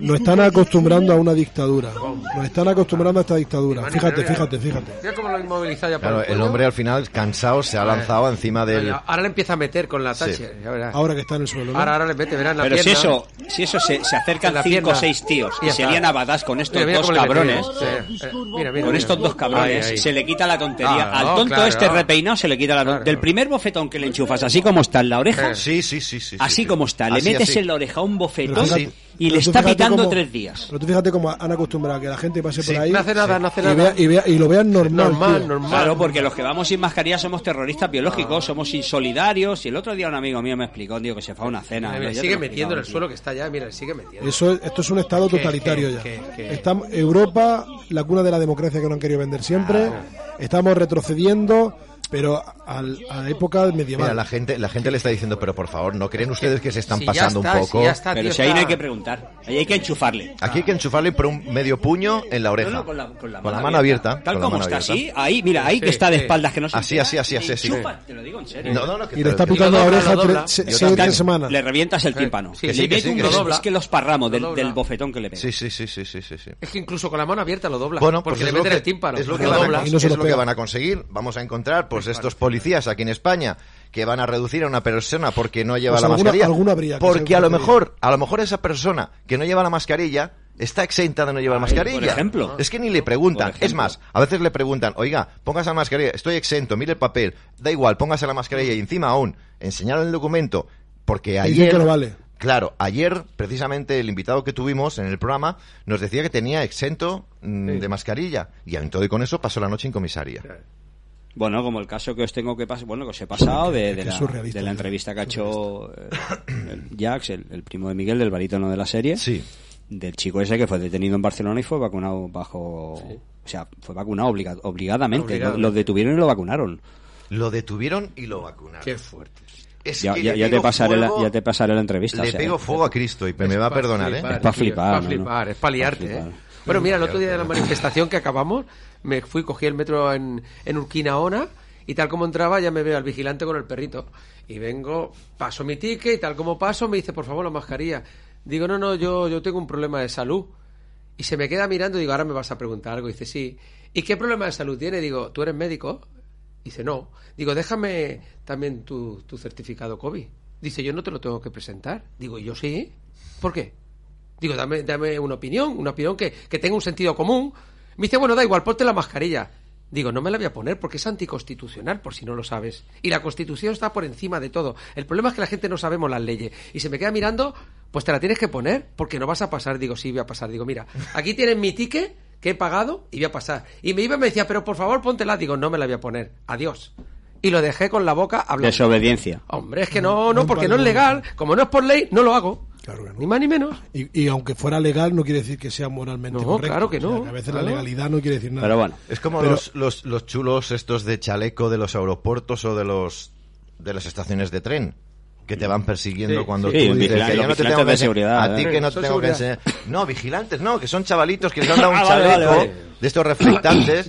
Nos están acostumbrando a una dictadura. Nos están acostumbrando a esta dictadura. Fíjate, fíjate, fíjate. Mira cómo lo inmoviliza ya por Claro, el cuello. hombre al final, cansado, se ha lanzado encima del... Vaya, Ahora le empieza a meter con la Thatcher. ya verás. Ahora que está en el suelo. ¿no? Ahora, ahora le mete, verás la Pero si pierna. eso, si eso se, se En acercan la cinco o pierna. seis tíos Ya y se está. lían a badás con estos Mira, mira dos cómo le mete, cabrones. mira, mira, mira, mira, Con mira. estos dos cabrones Ahí, ahí. se le quita la tontería. Ah, Al no, tonto claro. este repeinado se le quita la tontería. Del primer bofetón que le enchufas, así como está en la oreja, Sí, sí, sí, sí. así sí. como está, le Así, metes así. en la oreja un Pero bofetón fíjate- y pero le tú está fíjate pitando cómo- tres días. Pero tú fíjate cómo han acostumbrado a que la gente pase Sí, por ahí. no hace nada, sí, no hace y nada. vea- y, vea- y lo vean normal. Normal, tío. normal. Claro, porque los que vamos sin mascarilla somos terroristas biológicos, somos insolidarios. Y el otro día un amigo mío me explicó, digo, que se fue a una cena. Mira, ¿no? mira, Ya te sigue lo he metiendo en el explicado, suelo que está allá, mira, sigue metiendo. Eso es- esto es un estado Que- totalitario que- ya. que- que- Estamos, Europa, la cuna de la democracia que no han querido vender siempre. Ah. Estamos retrocediendo, pero al- a la época medieval. Mira, la gente, la gente le está diciendo, pero por favor, ¿no creen ustedes que se están Si ya pasando está, un poco? si ya está, Pero tío, si ahí no hay está- que preguntar, ahí hay que enchufarle. Aquí hay que enchufarle por un medio puño en la oreja. No, no, con la, con la mano, abierta. con Tal la como mano está, abierta. así, ahí, mira, ahí que Sí, está de sí. espaldas que no se Así, entera, así, así, le así, así. enchufa, te lo digo en serio. No, no, no, que y te le está lo- picando la dobla, oreja lo dobla. tres, se- Yo seis también. días a semana. Le revientas el Sí, tímpano. sí, le sí, que mete sí, un que beso. sí. Es que los parramos del, Lo dobla. del bofetón que le pega. Sí, sí, sí, sí, sí, sí, sí. Es que incluso con la mano abierta lo dobla. Bueno, pues porque le es lo meten que- el tímpano. Es lo, que lo van, a, dobla. Y no se es lo lo que pega. van a conseguir. Vamos a encontrar, pues, estos policías aquí en España que van a reducir a una persona porque no lleva Pues la alguna- mascarilla. alguna habría que porque seguro a lo que mejor, a lo mejor esa persona que no lleva la mascarilla está exenta de no llevar mascarilla. ejemplo. Es que ni le preguntan. Por ejemplo. Es más, a veces le preguntan, oiga, póngase la mascarilla, estoy exento, mire el papel, da igual, póngase la mascarilla y encima aún, enseñar el documento, porque Te dicen ayer... que no vale. Claro, ayer precisamente el invitado que tuvimos en el programa nos decía que tenía exento mm, de mascarilla y en todo y con eso pasó la noche en comisaría. Bueno, como el caso que os tengo que pasar, bueno, que os he pasado de, de es la, surrealista, de tío. la entrevista que ha hecho eh, el Jax, el, el primo de Miguel, del barítono de la serie. Sí. Del chico ese que fue detenido en Barcelona y fue vacunado bajo. O sea, fue vacunado obliga- obligadamente. Lo, Obligado. lo detuvieron y lo vacunaron. Lo detuvieron y lo vacunaron. Qué fuerte. Es ya, que ya- le ya te pego pasaré la, fuego- ya te pasaré la entrevista. Le o sea, pego es- fuego a Cristo y me, es va a pa' perdonar, flipar, ¿eh? Es pa' flipar, Es ¿no? pa' flipar, es pa' liarte, flipar. ¿eh? Bueno, mira, el otro día de la manifestación que acabamos, me fui, cogí el metro en, en Urquinaona y tal como entraba ya me veo al vigilante con el perrito. Y vengo, paso mi ticket y tal como paso me dice, por favor, la mascarilla. Digo, no, no, yo, yo tengo un problema de salud. Y se me queda mirando y digo, ahora me vas a preguntar algo. Y dice, sí. ¿Y qué problema de salud tiene? Digo, ¿tú eres médico? Dice, no. Digo, déjame también tu, tu certificado COVID. Dice, yo no te lo tengo que presentar. Digo, yo sí. ¿Por qué? Digo, dame, dame una opinión, una opinión que, que tenga un sentido común. Me dice, bueno, da igual, ponte la mascarilla. Digo, no me la voy a poner porque es anticonstitucional, por si no lo sabes. Y la Constitución está por encima de todo. El problema es que la gente no sabemos las leyes. Y se me queda mirando, pues te la tienes que poner porque no vas a pasar. Digo, sí, voy a pasar. Digo, mira, aquí tienes mi ticket que he pagado y voy a pasar. Y me iba y me decía, pero por favor, póntela. Digo, no me la voy a poner. Adiós. Y lo dejé con la boca Eh. hablando. Desobediencia. Hombre, es que no, no, porque no es legal. Como no es por ley, no lo hago. Ni más ni menos. Y, y aunque fuera legal, no quiere decir que sea moralmente No, correcto. claro que O sea, no, a veces claro. la legalidad no quiere decir nada. Es como Pero- los, los, los chulos estos de chaleco de los aeropuertos o de los de las estaciones de tren que te van persiguiendo Sí, cuando sí. Sí, tú dices vigilantes, que yo los no te vigilantes tengo que de enseñar- seguridad, a ti ¿eh? que no te Son tengo que seguridad. enseñar no vigilantes no que son chavalitos que les han dado un Ah, vale, chaleco vale, vale. de estos reflectantes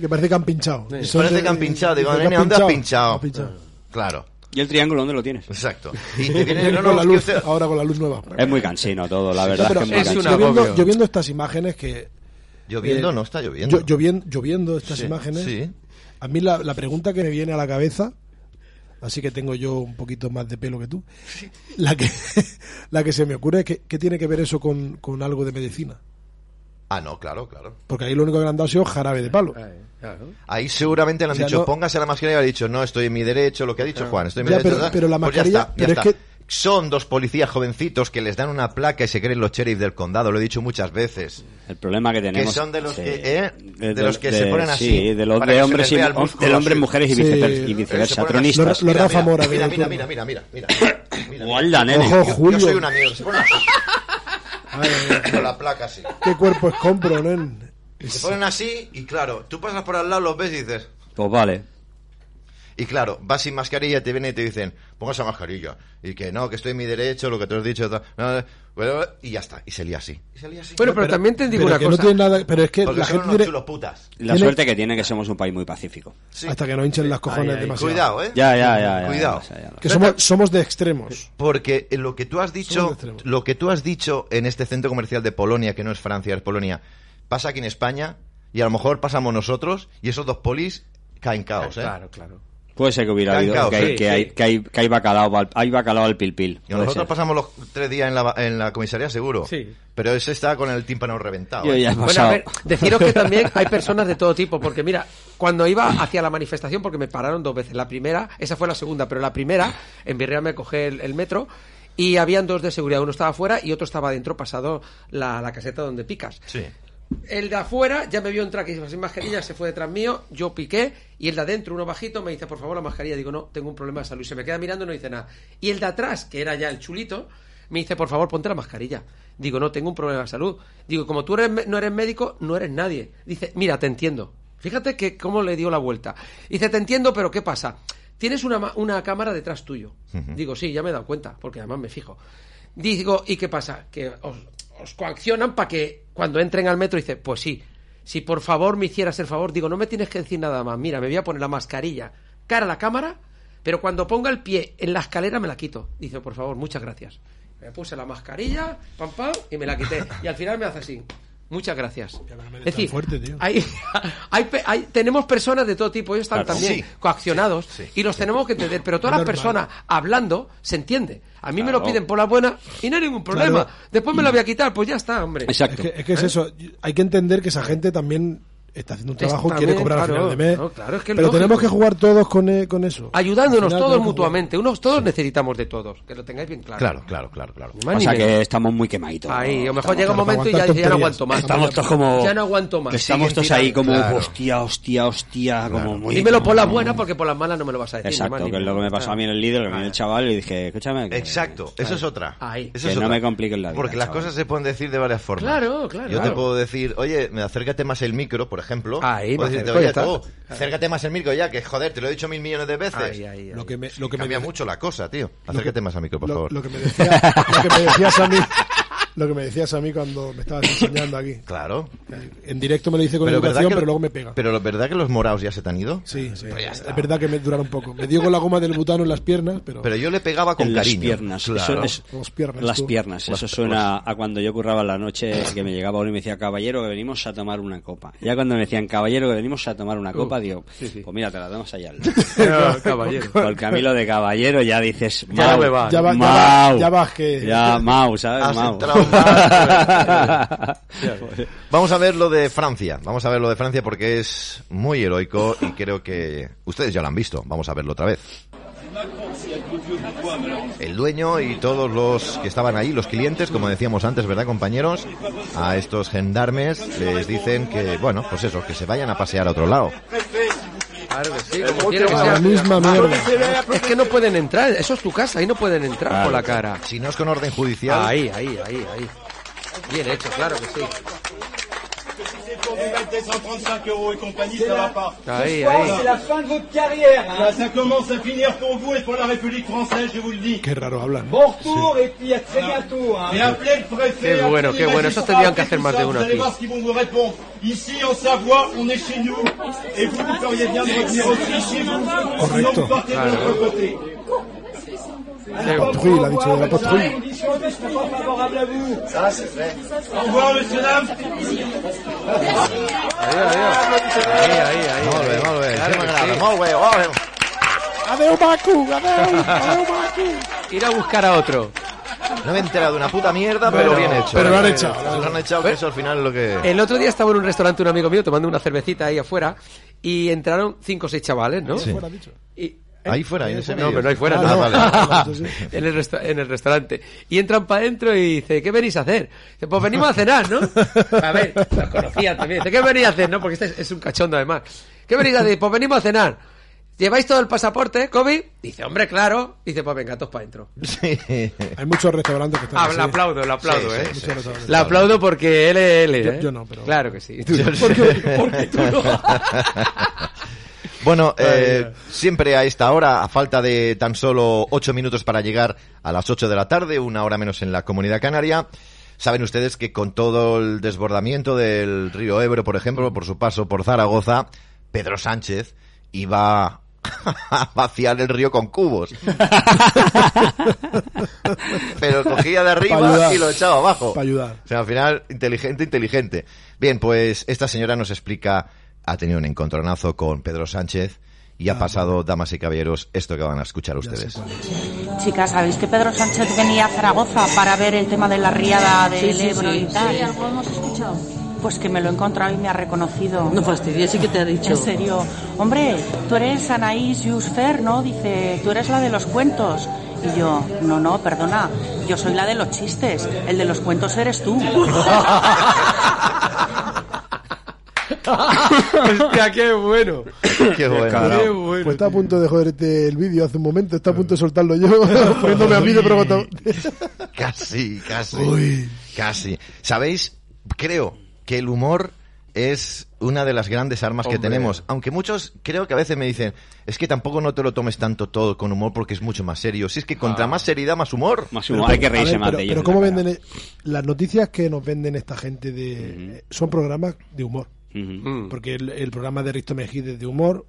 Que parece que han pinchado. Son parece de- que han pinchado digo que han nene dónde has pinchado? pinchado pinchado. claro ¿Y el triángulo dónde lo tienes? Exacto. Y te viene- no, no, Con la es que luz, usted- Ahora con la luz nueva. Es muy cansino todo, la verdad. Pero es que es muy yo, cansino. viendo, yo viendo estas imágenes que... Lloviendo, eh, no está lloviendo. Yo, yo vien- yo viendo estas Sí, imágenes, sí. a mí la, la pregunta que me viene a la cabeza, así que tengo yo un poquito más de pelo que tú, la que, la que se me ocurre es que ¿qué tiene que ver eso con, con algo de medicina? ah no claro claro Porque ahí lo único que han dado ha sido jarabe de palo. Ahí seguramente le han O sea, dicho, no- póngase la mascarilla y le han dicho, no, estoy en mi derecho, lo que ha dicho Juan, estoy en mi Ya, derecho. pero- ¿verdad? pero la Pues ya mascarilla- está, ya pero es está. que- Son dos policías jovencitos que les dan una placa y se creen los sheriff del condado, lo he dicho muchas veces. El problema que tenemos. Que son de los sí, que, ¿eh? de, de- los que de- se ponen así. Sí, de los para de que se hombres les y vea el músculo de hombres, así. mujeres y Sí. viceversa, Pero Pero se y viceversa ponen así. tronistas. Lo- lo- Mira, Rafa mira, Mora, Mira, que mira, tú- mira, mira, mira, mira. Guarda, nene. Ojo, Yo, yo Julio. soy una mierda. Se ponen así, con la placa así. ¿Qué cuerpo es compro, nen? Se ponen así y claro, tú pasas por al lado, los ves y dices, Pues vale. Y claro, vas sin mascarilla, te vienen y te dicen, ponga esa mascarilla. Y que no, que estoy en mi derecho, lo que te has dicho. tal, no, no, bueno, y ya está. Y se lía así. Y se lía así. Bueno, pero también te digo Pero una que cosa. no tiene nada, pero es que Porque la son gente unos tiene- chulos putas. La Tiene- suerte que tiene que somos un país muy pacífico. Sí. hasta que no hinchen las cojones ay, demasiado. Cuidado, ¿eh? Ya, ya, ya. ya, Cuidado. o sea, ya lo- Que somos, somos de extremos. Porque lo que tú has Somos dicho, extremos. lo que tú has dicho en este centro comercial de Polonia, que no es Francia, es Polonia, pasa aquí en España y a lo mejor pasamos nosotros y esos dos polis caen caos, ¿eh? Ah, Claro, claro. Puede ser que hubiera habido Cancao, que, hay, sí, que, hay, que, hay, que hay bacalao, al- hay bacalao al pil pil. Y Puede nosotros ser. pasamos los tres días en la, en la comisaría, seguro. Sí. Pero ese está con el tímpano reventado. Yo ¿eh? ya he Bueno, a pasado. ver, deciros que también hay personas de todo tipo, porque mira, cuando iba hacia la manifestación, porque me pararon dos veces, la primera, esa fue la segunda, pero la primera, en Virreal me cogí el, el metro y habían dos de seguridad, uno estaba afuera y otro estaba dentro, pasado la, la caseta donde picas. Sí. El de afuera ya me vio entrar que sin mascarilla, se fue detrás mío, yo piqué, y el de adentro, uno bajito, me dice, por favor, la mascarilla. Digo, no, tengo un problema de salud. Y se me queda mirando y no dice nada. Y el de atrás, que era ya el chulito, me dice, por favor, ponte la mascarilla. Digo, no, tengo un problema de salud. Digo, como tú eres me- no eres médico, no eres nadie. Dice, mira, te entiendo. Fíjate que cómo le dio la vuelta. Dice, te entiendo, pero ¿qué pasa? Tienes una, ma- una cámara detrás tuyo. Digo, sí, ya me he dado cuenta, porque además me fijo. Digo, ¿y qué pasa? Que os, os coaccionan para que cuando entren al metro dice, pues sí, si por favor me hicieras el favor, digo, no me tienes que decir nada más, mira, me voy a poner la mascarilla cara a la cámara, pero cuando ponga el pie en la escalera me la quito. Dice, por favor, muchas gracias. Me puse la mascarilla, pam, pam, y me la quité. Y al final me hace así. Muchas gracias. Es decir, fuerte, tío. hay, hay pe- hay- tenemos personas de todo tipo, ellos están Claro. también Sí. coaccionados Sí, sí. y los tenemos que entender, pero todas las Normal. personas hablando se entiende. A mí me lo Claro. piden por la buena y no hay ningún problema. Claro. Después me la voy a quitar, pues ya está, hombre. ¿Eh? Es Exacto. que, es que es eso. Hay que entender que esa gente también está haciendo un trabajo, Está quiere bien, cobrar claro, al final de mes. no, claro, es que es pero lógico. tenemos que jugar todos con, eh, con eso. Al Ayudándonos final tenemos todos que jugar. mutuamente, unos todos necesitamos de todos, que lo tengáis bien claro. Claro, claro, claro, claro. Ni más O ni sea menos. que estamos muy quemaditos. Ahí, a lo ¿no? mejor llega un Estamos- momento y ya, aguantar ya no tonterías. aguanto más. Estamos todos como. Ya no aguanto más. que Estamos Siguen todos ahí como, tirando, claro. hostia, hostia, hostia, como muy. Dímelo por las buenas porque por las malas no me lo vas a decir. ni más Exacto, ni que es lo que me menos. pasó a mí en el líder, que viene el chaval y dije, escúchame. que- Exacto, eso es otra. Ahí. Eso Que es no otra. me compliquen la vida, Porque las chaval. cosas se pueden decir de varias formas. Claro, claro. Yo te Claro. puedo decir, oye, me acércate más el micro, por ejemplo. Ahí, puedes me decirte, acerco, ya oye, está. tú, acércate más al micro ya, que joder, te lo he dicho mil millones de veces. Ahí, ahí, Lo que me, lo que me Cambia de- mucho la cosa, tío. Acércate más al micro, por lo, favor. lo que me decía- lo que me decías a mí, lo que me decías a mí cuando me estabas enseñando aquí. Claro. En directo me lo dice con educación, pero luego me pega. Pero lo- verdad que los morados ya se te han ido. Pues Sí, sí. es verdad que me duraron un poco. Me dio con la goma del butano en las piernas, pero Pero yo le pegaba con En cariño. Las piernas, Claro. eso es- Las piernas, las tú. piernas, eso Las- suena a cuando yo curraba la noche que me llegaba uno y me decía, caballero, que venimos a tomar una copa. Ya cuando me decían, caballero, que venimos a tomar Uh, una copa, digo, sí, sí. pues mira, te la damos allá. al- Pero, caballero. Con el camino de caballero ya dices, Ya no "Mau, me va, ya va- ya Mau, va- ya vas que- Ya, Mau, ¿sabes? Has Mau". entrado mal. pues. Vamos a ver lo de Francia. Vamos a ver lo de Francia porque es muy heroico y creo que ustedes ya lo han visto. Vamos a verlo otra vez. El dueño y todos los que estaban ahí, los clientes, como decíamos antes, ¿verdad, compañeros? A estos gendarmes les dicen que, bueno, pues eso, que se vayan a pasear a otro lado. Claro que sí, como mucho tiene que más. ser. La misma mierda. Es que no pueden entrar, eso es tu casa, ahí no pueden entrar por la cara. Si no es con orden judicial, Ahí, ahí, ahí, ahí. Bien hecho, claro que sí. Ahí, ahí. qué raro hablan. Qué bueno, qué bueno, eso tendrían que hacer más de uno aquí. Correcto. Qué bueno. Patrouille, la ha dicho de la patrulla. Ahí, ahí, ahí, ahí, ahí. Molt bé, molt bé. Claro Sí, que m'agrada. sí. Molt bé, molt bé. Adeu, Baku, adeu, adeu, Baku. Ir a buscar a otro. No me he enterado de una puta mierda, pero, Bueno, bien hecho. pero lo han Bien echado. Lo han echado, que eso al final es lo que... El otro día estaba en un restaurante un amigo mío tomando una cervecita ahí afuera y entraron cinco o seis chavales, ¿no? Sí. Fuera dicho. Y- Ahí fuera, en ese Eh, No, vídeo. pero no hay fuera, Ah, no. vale. en, el resta- en el restaurante. Y entran para adentro y dice, ¿qué venís a hacer? Dice, pues venimos a cenar, ¿no? A ver, los conocía también. Dice, ¿qué venís a hacer? No, porque este es, es un cachondo además. ¿Qué venís a hacer? Pues venimos a cenar. ¿Lleváis todo el pasaporte, COVID? Dice, hombre, claro. Dice, pues venga, todos para adentro. Sí. Hay muchos restaurantes que están Ah, así. le aplaudo, le aplaudo, Sí, ¿eh? sí, sí, Muchos restaurantes. Le aplaudo porque él es él, ¿eh? Yo- yo no, pero- Claro que sí. Tú Yo no. sí. Porque- porque tú no. Bueno, eh, siempre a esta hora, a falta de tan solo ocho minutos para llegar a las 8 de la tarde, una hora menos en la comunidad canaria, saben ustedes que con todo el desbordamiento del río Ebro, por ejemplo, por su paso por Zaragoza, Pedro Sánchez iba a vaciar el río con cubos. Pero cogía de Pa' arriba ayudar. y lo echaba abajo. Pa' ayudar. O sea, al final, inteligente, inteligente. Bien, pues esta señora nos explica, ha tenido un encontronazo con Pedro Sánchez y ha pasado, damas y caballeros, esto que van a escuchar Ah, Ya sé ustedes. cuál es. Chicas, ¿sabéis que Pedro Sánchez venía a Zaragoza para ver el tema de la riada del Ebro y tal? algo hemos escuchado. Pues que me lo he encontrado y me ha reconocido. fastidies, pues, sí que te ha dicho. En serio. Hombre, tú eres Anaís Jusfer, ¿no? Dice, tú eres la de los cuentos. Y yo, no, no, perdona, yo soy la de los chistes. El de los cuentos eres tú. Hostia, qué bueno. Qué bueno. Qué Pues bueno. está a punto de joderte el vídeo hace un momento, está a punto de soltarlo yo, poniéndome a mí de provocador. Casi, casi. Casi. ¿Sabéis? Creo que el humor es una de las grandes armas que Hombre. tenemos. Aunque muchos creo que a veces me dicen, es que tampoco no te lo tomes tanto todo con humor porque es mucho más serio. Si es que contra más seriedad, más humor. Ah. Más humor, hay que A ver, reírse más pero, de ellos pero en ¿cómo la cara. venden el- las noticias que nos venden esta gente de eh, son programas de humor? Ujú. Mm. Porque el, el programa de Risto Mejide es de humor,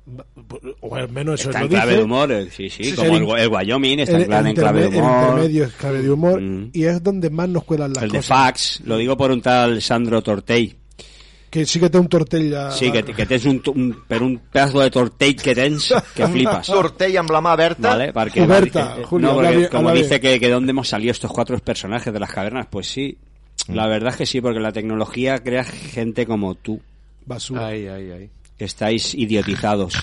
o al menos eso Está en lo clave dice. de humor, eh, sí, sí, Sí, sí, como el el, el Wyoming está El- en clave, en el clave de interme- el humor. intermedio es clave de humor Mm. y es donde más nos cuelan las El de cosas. fax, lo digo por un tal Sandro Tortell. Que sí que te da un tortella. Sí, que, que tens un, to- un, pero un pedazo de tortell que tens que flipas. Tortella en la mà Berta. ¿Vale? Porque, Huberta, eh, eh, Julio, no, habla porque bien, como habla dice que, que dónde hemos salido estos cuatro personajes de las cavernas, pues sí, Mm. la verdad es que sí, porque la tecnología crea gente como tú, basura. Ahí, ahí, ahí. que estáis idiotizados.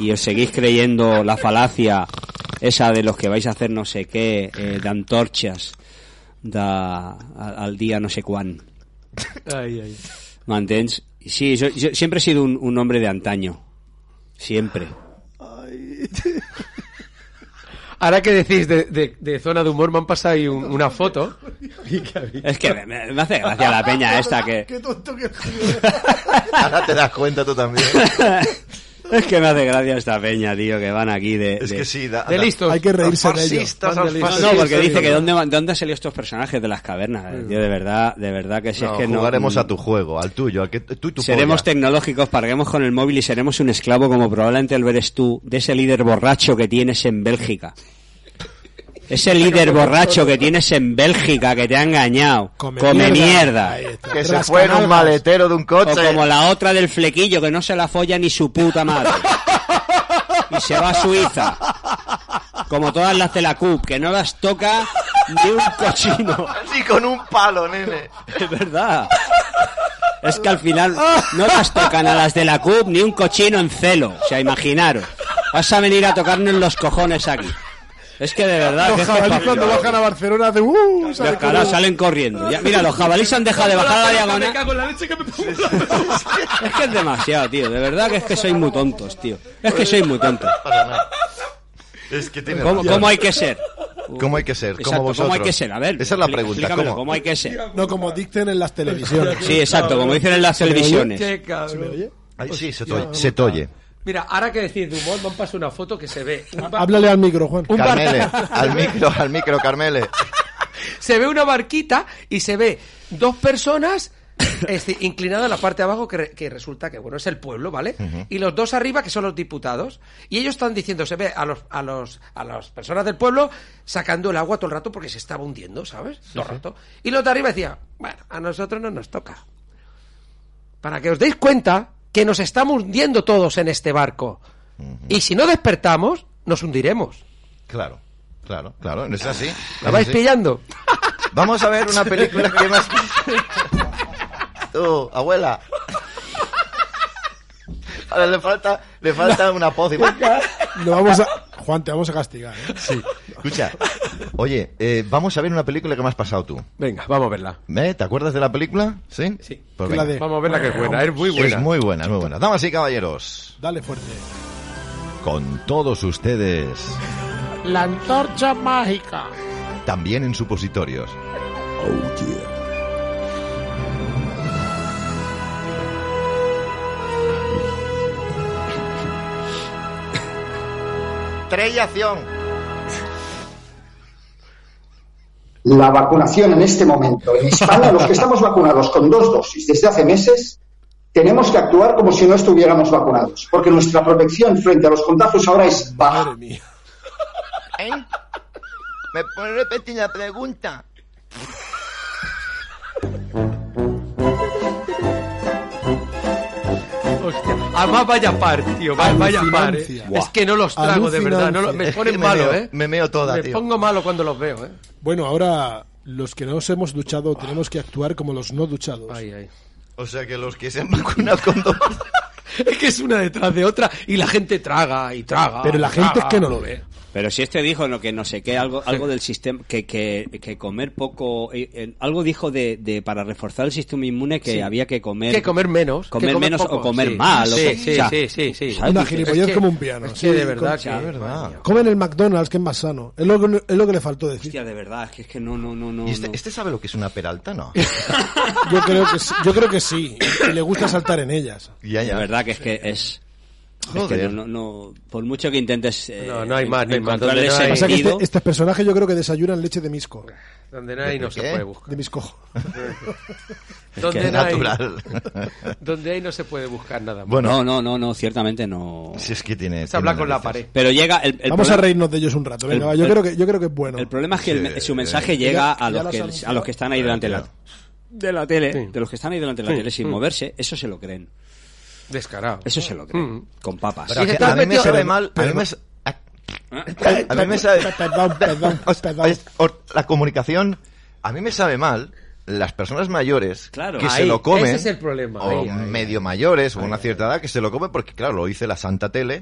Y os seguís creyendo la falacia esa de los que vais a hacer no sé qué, eh, de antorchas, da, al, al día no sé cuán. Ahí, ahí. Mantens. Sí, yo, yo siempre he sido un, un hombre de antaño. Siempre. Ahora que decís de, de- de zona de humor, me han pasado ahí un- una foto. Es que me- me, me hace gracia la peña esta que... Qué tonto que Ahora te das cuenta tú también. Es que me hace gracia esta peña, tío, que van aquí de... Es de- que sí, da- De da- listos. Hay que reírse de ellos. Fascistas, Van de listos. No, porque dice que dónde, van- de dónde han salido estos personajes de las cavernas. eh, Tío, de verdad, de verdad que si No, es que no... mm, jugaremos a tu juego, al tuyo, al que tú y tu Seremos polla. tecnológicos, parguemos con el móvil y seremos un esclavo como probablemente el veres tú de ese líder borracho que tienes en Bélgica. Ese líder borracho que tienes en Bélgica que te ha engañado. Come, mierda. Que se fue en un maletero de un coche. O como la otra del flequillo que no se la folla ni su puta madre. Y se va a Suiza. Como todas las de la CUP, que no las toca ni un cochino. Así con un palo, nene. Es verdad. Es que al final no las tocan a las de la CUP ni un cochino en celo. O sea, imaginaros. Vas a venir a tocarnos los cojones aquí. Es que de verdad. que Los es que jabalíes pa- cuando bajan a Barcelona hacen ¡uh! Los caras salen corriendo. Ya, mira, los jabalíes han dejado de bajar a la diagonal. Es que es demasiado, tío. De verdad que es que sois muy tontos, tío. Es que sois muy tontos. Es que tiene ¿Cómo, razón. cómo hay que ser? ¿Cómo hay que ser? ¿Cómo Exacto, vosotros? ¿cómo hay que ser? A ver, Esa es la explí- pregunta. explícamelo, ¿Cómo? ¿cómo hay que ser? No como dicten en las televisiones. Sí, exacto, como dicen en las ¿Se me oye? televisiones. Qué cabrón. Ay, sí, se Yo- toye. Se toye. Mira, ahora que decís de humor, me han pasado una foto que se ve. un ba- Háblale al micro, Juan. Un bar- Carmele, al micro, al micro, Carmele. se ve una barquita y se ve dos personas este, inclinadas en la parte de abajo que, re- que resulta que bueno es el pueblo vale Ujú. y los dos arriba que son los diputados y ellos están diciendo se ve a los a los a las personas del pueblo sacando el agua todo el rato porque se estaba hundiendo sabes todo el rato y los de arriba decían bueno a nosotros no nos toca para que os deis cuenta que nos estamos hundiendo todos en este barco y si no despertamos nos hundiremos Claro, claro, claro. ¿No es así? la vais Sí. pillando Vamos a ver una película que más... Tú, abuela. Ahora le falta, le falta una pócima. Lo vamos a... Juan, te vamos a castigar. ¿eh? Escucha, oye, eh, vamos a ver una película que me has pasado tú. Venga, vamos a verla. ¿Eh? ¿Te acuerdas de la película? Sí. Sí. Pues Que la venga. de- vamos a verla que es buena es muy buena Es muy buena, es muy buena. Damas y caballeros, Dale fuerte. con todos ustedes, La antorcha mágica. también en supositorios. Tres y acción. La vacunación en este momento en España, los que estamos vacunados con dos dosis desde hace meses, tenemos que actuar como si no estuviéramos vacunados, porque nuestra protección frente a los contagios ahora es baja. ¿Eh? ¿Me puedes repetir la pregunta? Hostia, además Ah, vaya par, tío, va- vaya par. eh. Alucinancia. Es que no los trago, de verdad, no lo- me Es que ponen me malo, meo, ¿eh? me meo toda, Me tío. pongo malo cuando los veo, ¿eh? Bueno, ahora los que nos hemos duchado tenemos que actuar como los no duchados. O sea que los que se han vacunado con dos... Es que es una detrás de otra y la gente traga y traga. Pero la y gente traga. es que no lo ve. Pero si este dijo no, que no sé qué, algo, algo del sistema, que, que, que comer poco, eh, eh, algo dijo de, de para reforzar el sistema inmune que Sí. había que comer. Que comer menos. que Comer menos poco, o comer sí. mal. o Sí, que- sí, o sea, sí, sí, sí. ¿sabes? Una gilipollez Es que- como un piano. es que de verdad con- que- Es verdad. Comen el McDonald's, que es más sano. Es lo que, es lo que le faltó decir. Hostia, de verdad, es que, es que no, no, no, no. ¿Y este- no. ¿Este sabe lo que es una peralta? No. Yo creo que sí. Yo creo que sí. Y le gusta saltar en ellas. Ya, ya. De verdad que es que es. es que Joder. no, no, no, por mucho que intentes. eh, No, no hay más, no hay más. encontrarle Donde no hay- Pasa que sentido. este- estos personajes yo creo que desayunan leche de misco. Donde no hay no se ¿Qué? puede buscar. De misco. donde que es no hay- natural. donde hay no se puede buscar nada más. no, no, no, no, ciertamente no. Si es que tiene. Se habla tiene con la narices. pared. Pero llega el. el Vamos problema- a reírnos de ellos un rato. Venga, el- va, yo, el- creo que, yo creo que es bueno. El problema es que el eh, me- su mensaje llega a los, que, a los que están ahí delante de la, de la tele. De los que están ahí delante de la Sí. tele sin Mm. moverse, eso se lo creen. Descarado. Eso se lo creen. Mm. Con papas. Pero que a mí me sabe mal. A mí me, ¿Eh? a mí me sabe. Perdón, perdón, perdón. Or- La comunicación. A mí me sabe mal las personas mayores Claro. que se Ahí, lo comen. ese es el problema. O Ahí, ahí, medio mayores o una cierta edad que se lo comen porque, claro, lo dice la santa tele.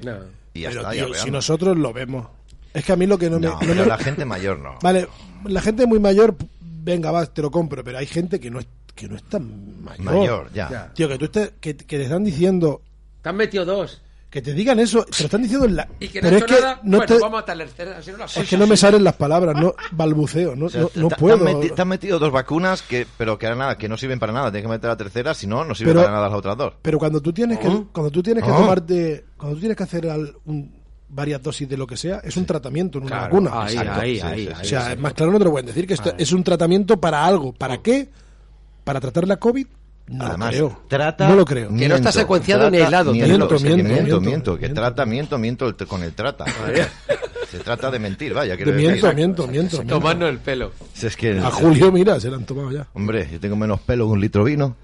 Y ya Pero, está. tío, ya si veamos. nosotros lo vemos. Es que a mí lo que no, No, me. no pero me- la gente mayor no. Vale, la gente muy mayor, venga, va, te lo compro, pero hay gente que no es, que no es tan mayor. Mayor, ya. Tío, que tú estés, que, que te están diciendo, Te han metido dos. Que te digan eso, te lo están diciendo en la. Y que no pero ha es hecho que nada, no bueno, te- vamos a tercer, si no la es cosa que no me así. salen las palabras, no balbuceo, no, O sea, no- te- no te- te puedo. han meti- te han metido dos vacunas, que, pero que nada, que no sirven para nada. Tienes que meter la tercera, si no, no sirven Pero- para nada las otras dos. Pero cuando tú tienes que, ¿Ah? cuando tú tienes que ¿Ah? tomarte, cuando tú tienes que hacer al- un- varias dosis de lo que sea, es un tratamiento, no una Claro, vacuna. ahí, Exacto. ahí, ahí, O ahí, sea, exacto. más claro no te lo pueden decir, que esto Ahí. es un tratamiento para algo. ¿Para qué? ¿Para tratar la COVID? No Además, lo creo. trata. No lo creo. miento, trata- Miento, Miento, es que miento, miento. que trata, miento, miento el- con el trata. Se trata de mentir, vaya. De quiero decir. miento, miento, miento, miento. Tomarnos el pelo. Si es que- A Julio, mira, se la han tomado ya. Hombre, yo tengo menos pelo que un litro de vino.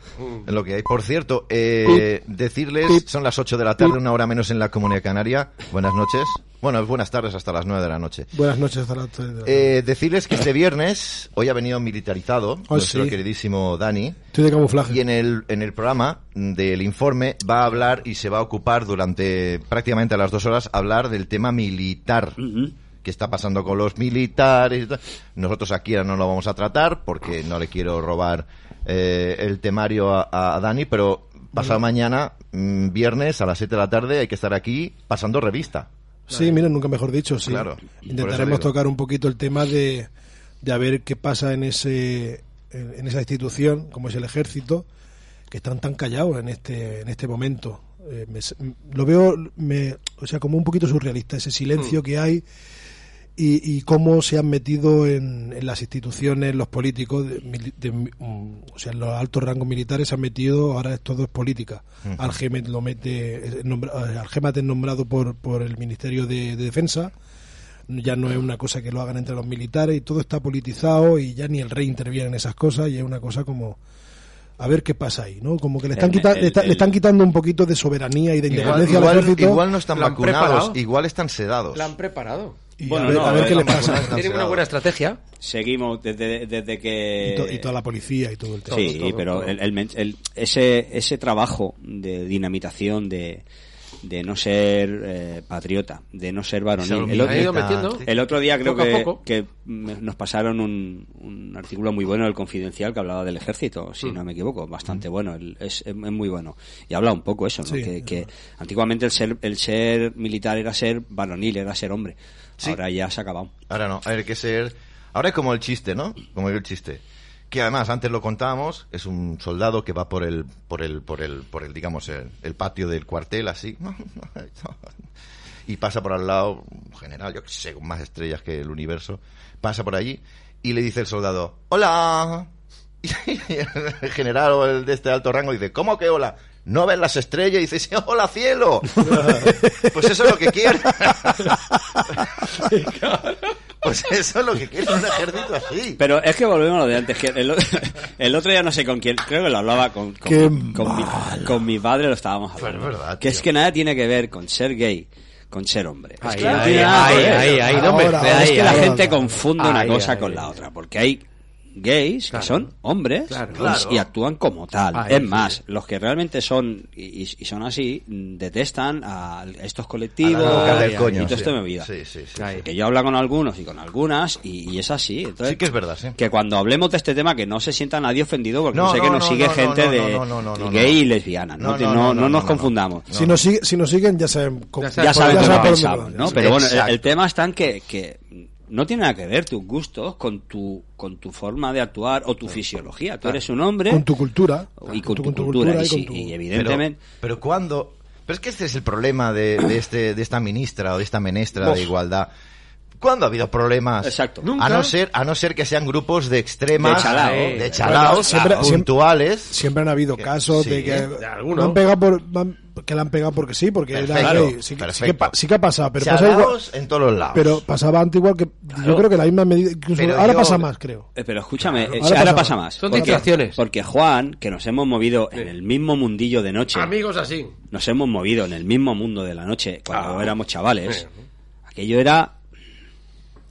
Es lo que hay. Por cierto, eh, decirles, son las 8 de la tarde, una hora menos en la Comunidad Canaria. Buenas noches. Bueno, es buenas tardes hasta las 9 de la noche. Buenas noches, hasta la tarde. Eh, decirles que este viernes, hoy ha venido militarizado, Ah, nuestro sí. queridísimo Dani. Estoy de camuflaje. Y en el, en el programa del informe va a hablar y se va a ocupar durante prácticamente a las dos horas hablar del tema militar. que está pasando con los militares? y tal. Nosotros aquí ahora no lo vamos a tratar porque no le quiero robar eh, el temario a, a Dani, pero pasado mañana, mm, viernes a las 7 de la tarde, hay que estar aquí pasando revista. Sí, mira, nunca mejor dicho, sí. Claro, por eso digo. Intentaremos tocar un poquito el tema de, de a ver qué pasa en ese en en esa institución, como es el ejército, que están tan callados en este en este momento. Eh, me s- m- lo veo, me, o sea, como un poquito surrealista ese Mm. silencio que hay y, y cómo se han metido en, en las instituciones los políticos, de mili- de mi- mm, o sea, en los altos rangos militares se han metido, ahora es todo es política. Ujú. Algemet lo mete, es nombra- eh, Algemet es nombrado por, por el Ministerio de, de Defensa, ya no es una cosa que lo hagan entre los militares y todo está politizado y ya ni el rey interviene en esas cosas y es una cosa como... A ver qué pasa ahí, ¿no? Como que le están, El- quita- el- le, está- le el- están quitando un poquito de soberanía y de Igual, independencia al igual- ejército. igual no están Lo han vacunados, preparado. igual están sedados. La han preparado. Y Bueno, a ver- no, a ver eh, qué les pasa. Tienen una buena estrategia. Seguimos desde, desde que... Y, to- y toda la policía y todo el tema. Sí, pero El, el men- el- ese, ese trabajo de dinamitación, de, de no ser eh, patriota, de no Se ser lo varonil. El han ido otro, metiendo. el otro día creo Poco a que, poco. que me- nos pasaron un, un artículo muy bueno del Confidencial que hablaba del ejército, si no me equivoco, bastante bueno, el- es, es muy bueno. Y habla un poco eso, ¿no? Sí, que, que antiguamente el ser, el ser militar era ser varonil, era ser hombre. Ahora ya se ha acabado. Ahora no, hay que ser. Ahora es como el chiste, ¿no? Como el chiste. Que además, antes lo contábamos, es un soldado que va por el, por el, por el, por el, digamos, el, el patio del cuartel, así. Y pasa por al lado, un general, yo que sé, con más estrellas que el universo. Pasa por allí y le dice el soldado, ¡Hola! Y el general o el de este alto rango dice, ¿cómo que hola? ¿No ves las estrellas? Y dice, "Sí, ¡Hola cielo! pues eso es lo que quiero. Pues eso es lo que quiere un ejército así. Pero es que volvemos a lo de antes, que el, o- el otro día no sé con quién, creo que lo hablaba con, con, Qué con mi, con mi padre, lo estábamos hablando. que es que nada tiene que ver con ser gay, con ser hombre. Es Ahí, que no ahí, tiene nada que ahí, ver. ahí, ahí, no, Ahora, hombre, ahora, es ahí, que la ahí, gente ahí. confunde una Ahí, cosa ahí, con la otra, porque hay gays que son hombres y- claro. y actúan como tal. Ahí, es sí, más, los que realmente son y, y- y son así mm, detestan a estos colectivos A la boca del y, coño, todo esto sí. de vida. Sí, sí, sí, sí. Que yo hablo con algunos y con algunas y, y es así. Entonces, Sí que es verdad, sí. que cuando hablemos de este tema que no se sienta nadie ofendido porque No, no, sé no, que nos no, sigue no, gente no, no, de no, no, no, no, gay no. y lesbiana no No, Te- no, no, no, no no, nos no. confundamos Si, nos sigue- si nos siguen, ya saben cómo. ya ya saben lo que por dónde pensamos, van. ¿no? pero bueno el- el tema está en que, que no tiene nada que ver tus gustos con tu con tu forma de actuar o tu fisiología tú eres un hombre Con tu cultura. y con tu, con tu cultura, cultura y, y con sí, tu- y evidentemente Pero, pero cuando. Pero es que este es el problema de, de este, de esta ministra o de esta menestra Uf. de igualdad. ¿Cuándo ha habido problemas? Exacto. A Nunca. no ser, a no ser que sean grupos de extremas, De chalao. de Bueno, chalaos, siempre- siempre- puntuales. Siempre han habido casos sí, ¿eh? de que de alguno. lo han pegado por, van- que la han pegado porque sí, porque era Perfecto, gay. Sí, que- sí que, perfecto. pa- sí que ha pasado, pero pasa igual. Chalaos en todos los lados. Pero pasaba antes igual que yo creo que la misma medida incluso Pero ahora yo- pasa más, creo. Eh, Pero escúchame, eh, Claro. sí, Ahora ahora, pasa pasa más. más. Son Porque- distracciones. Porque Juan, que nos hemos movido en el mismo mundillo de noche, Amigos así. nos hemos movido en el mismo mundo de la noche cuando Ah. éramos chavales. Aquello era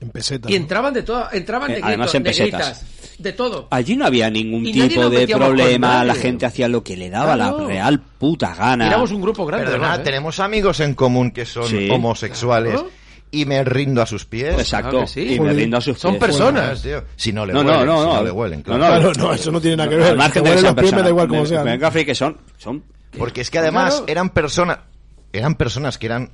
en pesetas. Y entraban de todo, entraban Eh, de además en pesetas. de todo. Allí no había ningún Y nadie tipo nos de metíamos con problema, nadie. la gente hacía lo que le daba Claro. la real puta gana. Éramos un grupo grande. Perdona, además, ¿eh? tenemos amigos en común que son Sí. homosexuales. Claro. Y me rindo a sus pies. Exacto, Claro que sí. y me rindo a sus Son pies. personas. Tío, Si no le No, no, huelen, no, si no no. le huelen, No, claro. no, Claro, no, eso no tiene nada que ver. Al margen Te de que huelen sean los pies, me da personas. igual cómo Me- sean. me venga, friki, son, son Porque es que además Claro. eran personas. eran personas que eran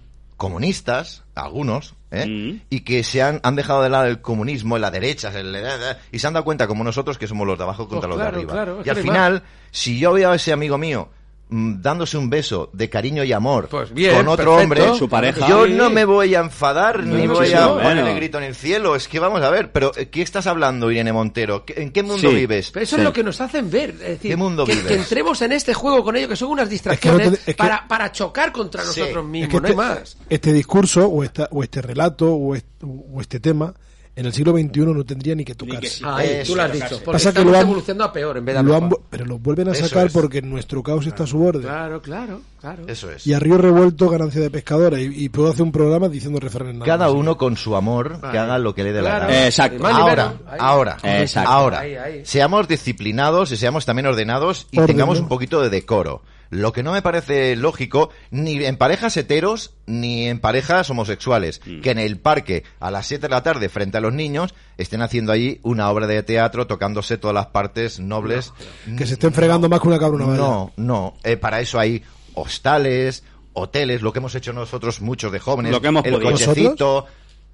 comunistas, algunos, ¿eh? Mm. y que se han, han dejado de lado el comunismo, la derecha, el- y se han dado cuenta, como nosotros, que somos los de abajo contra los Pues claro, de arriba. claro, es y al que final, si yo veo a ese amigo mío mm, dándose un beso de cariño y amor Pues bien, con otro perfecto. hombre, Su pareja. yo Sí. no me voy a enfadar No, ni no, voy sí, a bueno. poner el grito en el cielo. Es que vamos a ver, pero eh, ¿qué estás hablando, Irene Montero? ¿Qué- ¿En qué mundo Sí. vives? Pero eso es lo que nos hacen ver. Es decir, ¿Qué mundo que, vives? que entremos en este juego con ellos, que son unas no distracciones te- es que- para, para chocar contra nosotros Es mismos, que no hay este, más. este discurso o, esta, o este relato o est- o este, tema en el siglo XXI no tendría ni que tocarse. Ahí, tú lo has dicho. Porque Pasa que estamos lo han- evolucionando a peor en vez de a Lo han mejor. vu- pero lo vuelven a Eso sacar es. porque nuestro caos está a su borde. Claro, claro, claro. Eso es. Y a Río Revuelto, ganancia de pescadora. Y, y puedo hacer un programa diciendo refranes nada Cada más. uno con su amor, que haga lo que le dé la Claro. gana. Exacto. Ni más ni Ahora, menos. ahora, Exacto. ahora. Ahí, ahí. Seamos disciplinados y seamos también ordenados y Orden, tengamos ¿no? un poquito de decoro. Lo que no me parece lógico, ni en parejas heteros, ni en parejas homosexuales, Mm. que en el parque a las 7 de la tarde frente a los niños estén haciendo allí una obra de teatro tocándose todas las partes nobles. Que se estén fregando más que una cabra una valla. No, no. Eh, para eso hay hostales, hoteles, lo que hemos hecho nosotros muchos de jóvenes. Lo que hemos el podido. cochecito.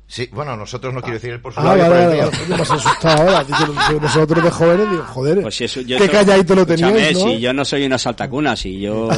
Sí, bueno, nosotros no quiero decir el por su Ah, lado, vale, por el vale, mío. vale. Yo me has asustado ahora. Digo, digo, Nosotros de jóvenes, digo, joder. Pues si eso, yo qué so- calladito lo tenías, Escúchame, ¿no? si yo no soy una saltacuna, si yo...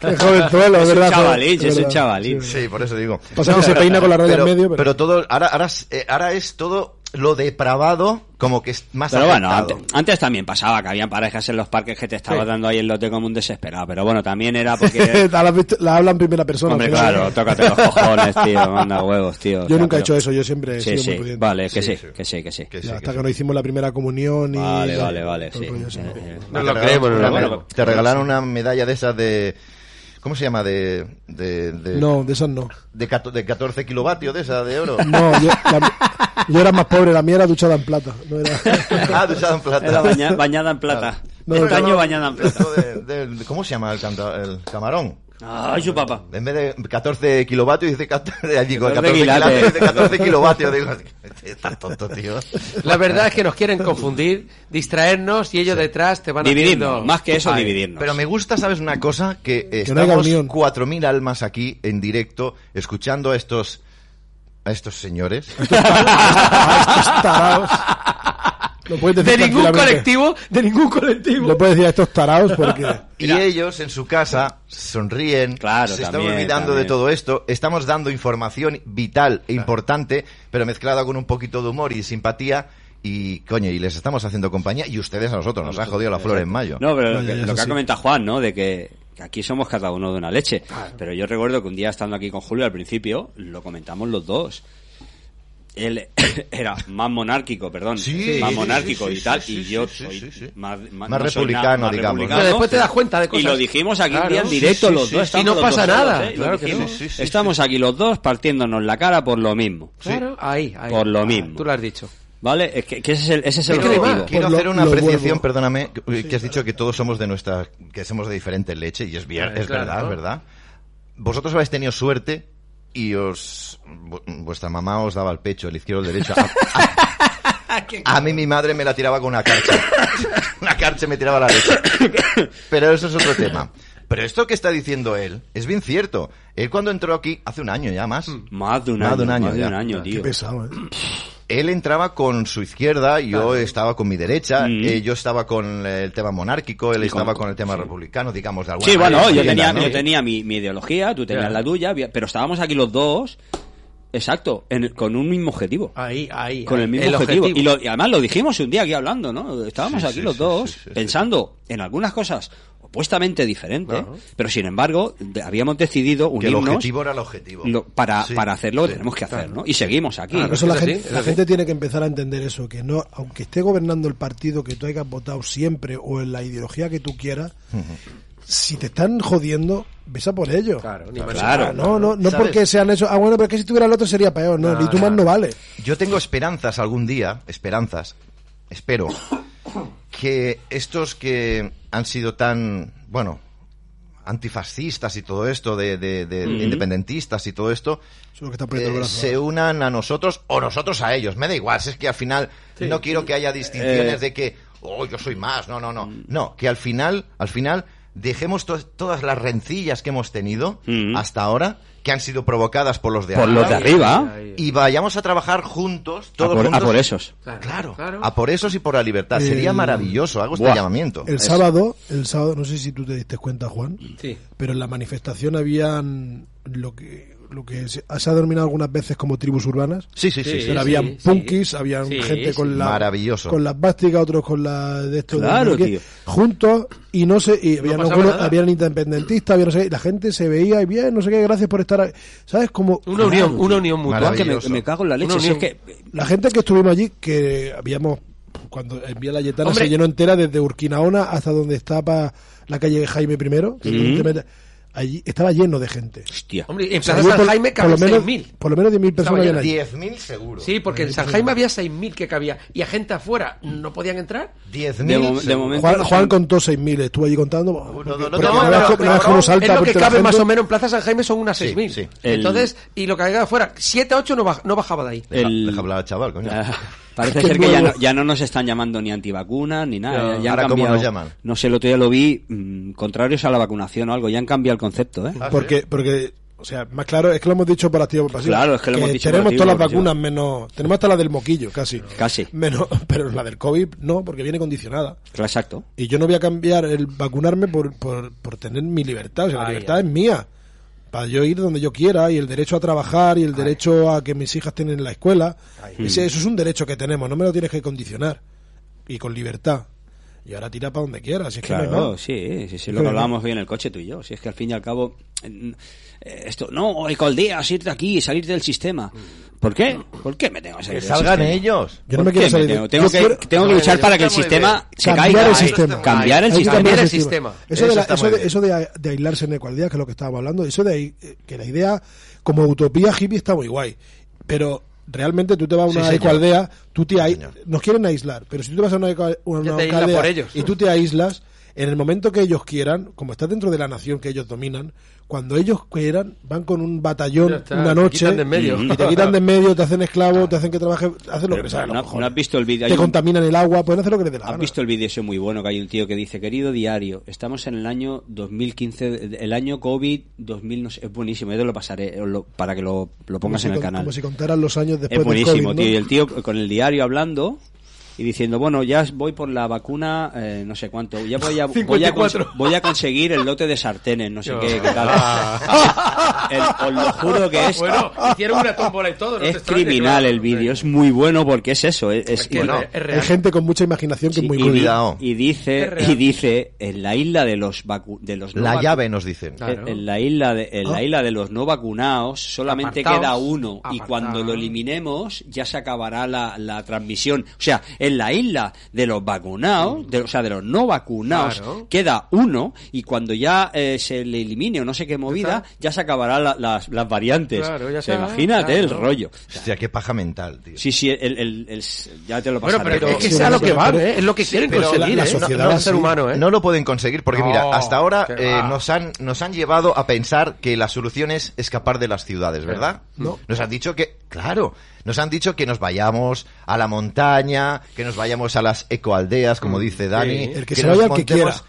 Qué jovenzuelo, es es verdad, un es chavalín, yo soy un verdad. chavalín. Sí, por eso digo. Pasa que se peina con la raya pero, en medio, Pero... pero- todo, ahora, ahora, es- eh, ahora es todo lo depravado, como que es más Pero bueno, aceptado. antes, antes también pasaba que habían parejas en los parques que te estaba Sí. dando ahí el lote como un desesperado, pero bueno, también era porque... la, has visto- la habla en primera persona. Hombre, al final. claro, tócate los cojones, tío, manda huevos, tío. Yo nunca he hecho eso, yo siempre he sí, sido sí, muy pudiente. Vale, que Sí, sí, que sí, que sí. Ya, hasta que, nos hicimos la primera comunión y... Vale, vale, vale, sí. Eh, Te regalaron una me- Te regalaron una medalla de esas de... ¿Cómo se llama? De... de, de No, de esas no. De, cato- de 14 kilovatios de esa de oro. No, yo, la- yo era más pobre, la mía era duchada en plata. No era... Ah, de usada en plata. Era baña- bañada en plata. No, Este no, año no, bañada en plata. esto de- del- de- ¿Cómo se llama el, canta- el camarón? Ay, su papá. En vez de 14 kilovatios, dice 14, digo, 14 14 quilates. kilates, dice 14 kilovatios. Digo, estás tonto, tío. Ah, La verdad es que nos quieren confundir, distraernos y ellos detrás te van a haciendo... Ay, Pero me gusta, ¿sabes una cosa? Que, no haya estamos unión. 4.000 almas aquí en directo escuchando a estos... A estos señores. taraos. Lo puedes decir De ningún tranquilamente. colectivo, de ningún colectivo. Lo puedes decir a estos taraos porque... Y ellos en su casa sonríen, se están también, olvidando de también. todo esto, estamos dando información vital e importante, pero mezclada con un poquito de humor y simpatía y coño, y les estamos haciendo compañía y ustedes a nosotros, nos ha jodido la flor en mayo. No, pero No, lo ya, que, ya, lo eso que ha sí. comentado Juan, ¿no? De que que aquí somos cada uno de una leche. Pero yo recuerdo que un día estando aquí con Julio al principio, lo comentamos los dos. Él era más monárquico, perdón, Sí, más sí, monárquico sí, y tal, sí, y sí, yo sí, soy sí, sí. más, Más no soy republicano, nada más digamos. republicano. Pero después te das cuenta de cosas. Y lo dijimos aquí un Claro. día en Sí, directo sí, los sí, dos. sí. Y estábamos no los pasa dos solos, nada, ¿eh? Y lo claro que dijimos. no. Sí, sí, sí, estamos aquí los dos partiéndonos la cara por lo mismo. Claro, ahí, ahí. Por lo Ah, mismo. Tú lo has dicho. ¿Vale? Es que, que ese es el, ese es el Quiero- objetivo. Quiero Pues lo- hacer una lo apreciación, vuelvo. perdóname, que, que has dicho que todos somos de nuestra, que somos de diferente leche y es, bien, Ah, es claro, verdad, ¿no? es verdad. Vosotros habéis tenido suerte y os, vu- vuestra mamá os daba el pecho, el izquierdo, el derecho. A- A, a mí mi madre me la tiraba con una carcha. una carcha me tiraba la leche. Pero eso es otro tema. Pero esto que está diciendo él es bien cierto. Él cuando entró aquí hace un año ya más. Más de un Más año. de un año, más de ya. un año, tío. pesado, ¿eh? Él entraba con su izquierda, yo estaba con mi derecha, Mm. eh, yo estaba con el tema monárquico, él estaba con el tema republicano, digamos, de alguna Sí, bueno, manera, yo ¿no? tenía, ¿no? yo tenía mi, mi ideología, tú tenías Claro. la tuya, había- pero estábamos aquí los dos, exacto, en el- con un mismo objetivo. Ahí, ahí. Con ahí. el mismo objetivo. Y, lo- y además lo dijimos un día aquí hablando, ¿no? Estábamos Sí, aquí sí, los sí, dos sí, sí, sí. pensando en algunas cosas opuestamente diferentes, pero sin embargo de- habíamos decidido Que el unirnos objetivo era el objetivo. lo- para, Sí, para hacer lo que sí. tenemos que hacer, ¿no? Y seguimos aquí. Por eso la, gente, la gente tiene que empezar a entender eso, que no, aunque esté gobernando el partido que tú hayas votado siempre o en la ideología que tú quieras, si te están jodiendo, besa por ellos. Claro, ni más Claro. no, no, no ¿Sabes? porque sean eso. Ah, bueno, pero es que si tuviera el otro sería peor, no, No, ni tú más no. no vale. Yo tengo esperanzas algún día, esperanzas, espero, que estos que han sido tan, bueno, antifascistas y todo esto, de, de- de Mm. independentistas y todo esto, Eso es lo que está poniendo el eh, brazo. se unan a nosotros o nosotros a ellos. Me da igual, si es que al final no quiero que haya distinciones Eh. Mm. de que, oh, yo soy más, no, no, no. No, que al final, al final dejemos to- todas las rencillas que hemos tenido hasta ahora, que han sido provocadas por los de Mm. Por arriba. los de arriba. Y vayamos a trabajar juntos, todos a, por, a juntos. por esos. Claro, a por esos y por la libertad. Eh, Sería maravilloso, hago este Buah. llamamiento. El sábado, el sábado, no sé si tú te diste cuenta, Juan, Sí. pero en la manifestación habían lo que lo que se, se ha denominado algunas veces como tribus urbanas. Sí, sí, sí, Pero sí, habían sí, punkis, habían Sí, gente sí. con la Maravilloso. con las básicas, otros con la de estos de Claro, no sé qué, tío. juntos y no sé, y habían, pasaba algunos- nada. habían independentistas, había no sé, qué, y la gente se veía y bien, no sé qué, gracias por estar, ahí. ¿sabes? Como Una unión, una unión mutua. Juan, que me, me cago en la leche. Una si es unión. que la gente que estuvimos allí, que habíamos, cuando en Vía La Yetana Hombre. se llenó entera desde Urquinaona hasta donde estaba la calle Jaime I, que Mm. te metes- allí estaba lleno de gente. Hombre, en O sea, Plaza había San por- Jaime por lo caben menos 6.000. Por lo menos 10.000 personas habían allí. 10.000 seguro. Sí, porque en San Jaime había 6.000 que cabía y a gente afuera no podían entrar. 10.000. De mom- de seguro. momento- Juan, Juan contó 6.000, estuvo allí contando. porque- no, no, porque no no, no, veas no, cómo- no veas cabrón, cómo salta es lo que aparte la cabe gente. más o menos en Plaza San Jaime son unas 6.000. El- Entonces, y lo que había afuera, 7 a 8 no, baj- no bajaba de ahí. Deja, el- deja hablar al chaval, coño. Ah, Parece Es que ser que ya luego- no, ya no nos están llamando ni antivacunas ni nada. No. ya- ya han Ahora, ¿cómo cambiado- nos llaman? No sé, el otro día lo vi, mm, contrarios a la vacunación o algo, ya han cambiado el concepto, ¿eh? Ah, Porque, porque, o sea, más claro, es que lo hemos dicho por activo y por pasivo. Claro, es que lo hemos dicho por Tenemos activo y todas las por pasivo. vacunas menos. Tenemos hasta la del moquillo, casi. Casi. Menos, pero la del COVID no, porque viene condicionada. Claro, Exacto. Y yo no voy a cambiar el vacunarme por, por, por tener mi libertad. O sea, la Ay, libertad es mía. Para yo ir donde yo quiera y el derecho a trabajar y el derecho a que mis hijas tienen en la escuela. Ese- eso es un derecho que tenemos, no me lo tienes que condicionar. Y con libertad. Y ahora tira para donde quieras. si es que no hay Claro, más. sí, sí, sí, lo Claro. que hablábamos hoy en el coche tú y yo. Si es que al fin y al cabo, eh, esto, no, Ecoldeas, irte aquí y salirte del sistema. ¿Por qué? ¿Por qué me tengo que Que salir del salgan sistema? ellos. Yo no ¿Por me quiero qué salir de- tengo, tengo yo que, quiero- tengo que No, luchar yo para que está el muy sistema bien. se Cambiar caiga. el sistema. Cambiar el Hay que sistema. cambiar el Cambiar el sistema. Eso, Eso de, la- está eso muy de- bien. eso de a- de aislarse en ecualidad, que es lo que estábamos hablando, eso de ahí, eh, que la idea como utopía hippie está muy guay, pero realmente tú te vas a Sí, una señor. ecoaldea, tú te ai- señor. nos quieren aislar, pero si tú te vas a una, ecoa- una Ya te aíslas ecoaldea por ellos. y tú te aíslas, en el momento que ellos quieran, como estás dentro de la nación que ellos dominan, cuando ellos quieran, van con un batallón Ya está, una te noche quitan de en medio. Ah. y te quitan de en medio, te hacen esclavo, te hacen que trabajes, hacen lo que sea, no, no has visto el vídeo. te hay un- contaminan el agua, pueden hacer lo que les dé la ¿Has gana. visto el vídeo ese muy bueno que hay un tío que dice, querido diario, estamos en el año 2015, el año COVID 2000, no sé, es buenísimo, yo te lo pasaré os lo- para que lo, lo Como pongas si en el con- canal. Como si contaran los años después Es buenísimo, del COVID, ¿no? tío. Y el tío con el diario hablando y diciendo, bueno, ya voy por la vacuna, eh, no sé cuánto, ya voy a, voy, a 54. cons- voy a conseguir el lote de sartenes, no sé No. qué, qué tal. El- os lo juro Ah, que es... Bueno, hicieron una tómbola y todo. no te es extrañes, criminal claro. el vídeo, es muy bueno porque es eso, es, es- Es que bueno, es- Hay es real. gente con mucha imaginación que Sí, es muy y, buena. cuidado. di- y dice, Es real. y dice, en la isla de los vacu- de los no La vacu- llave nos dicen. Claro. en- En la isla de, en Ah. la isla de los no vacunados solamente Apartaos. queda uno y Apartaos. cuando lo eliminemos ya se acabará la, la transmisión. O sea, en la isla de los vacunados, de, o sea, de los no vacunados Claro. queda uno y cuando ya eh, se le elimine o no sé qué movida ya se acabarán las, las variantes. Claro, ya O sea, está, imagínate claro. el rollo. Hostia, qué paja mental, tío. Sí, sí, el, el- el- ya te lo Bueno, pasaré. pero es que Sí, sea lo pero- que van, pero- ¿eh? Es lo que quieren pero conseguir, la- la ¿eh? sociedad no, no el sí. ser humano, ¿eh? No lo pueden conseguir porque, No, mira, hasta ahora qué eh, va. nos, han, nos han llevado a pensar que la solución es escapar de las ciudades, ¿verdad? No. Nos han dicho que, claro, nos han dicho que nos vayamos a la montaña, que nos vayamos a las ecoaldeas, como dice Eh, Dani. Mm, Sí. El que se vaya nos el que montemos-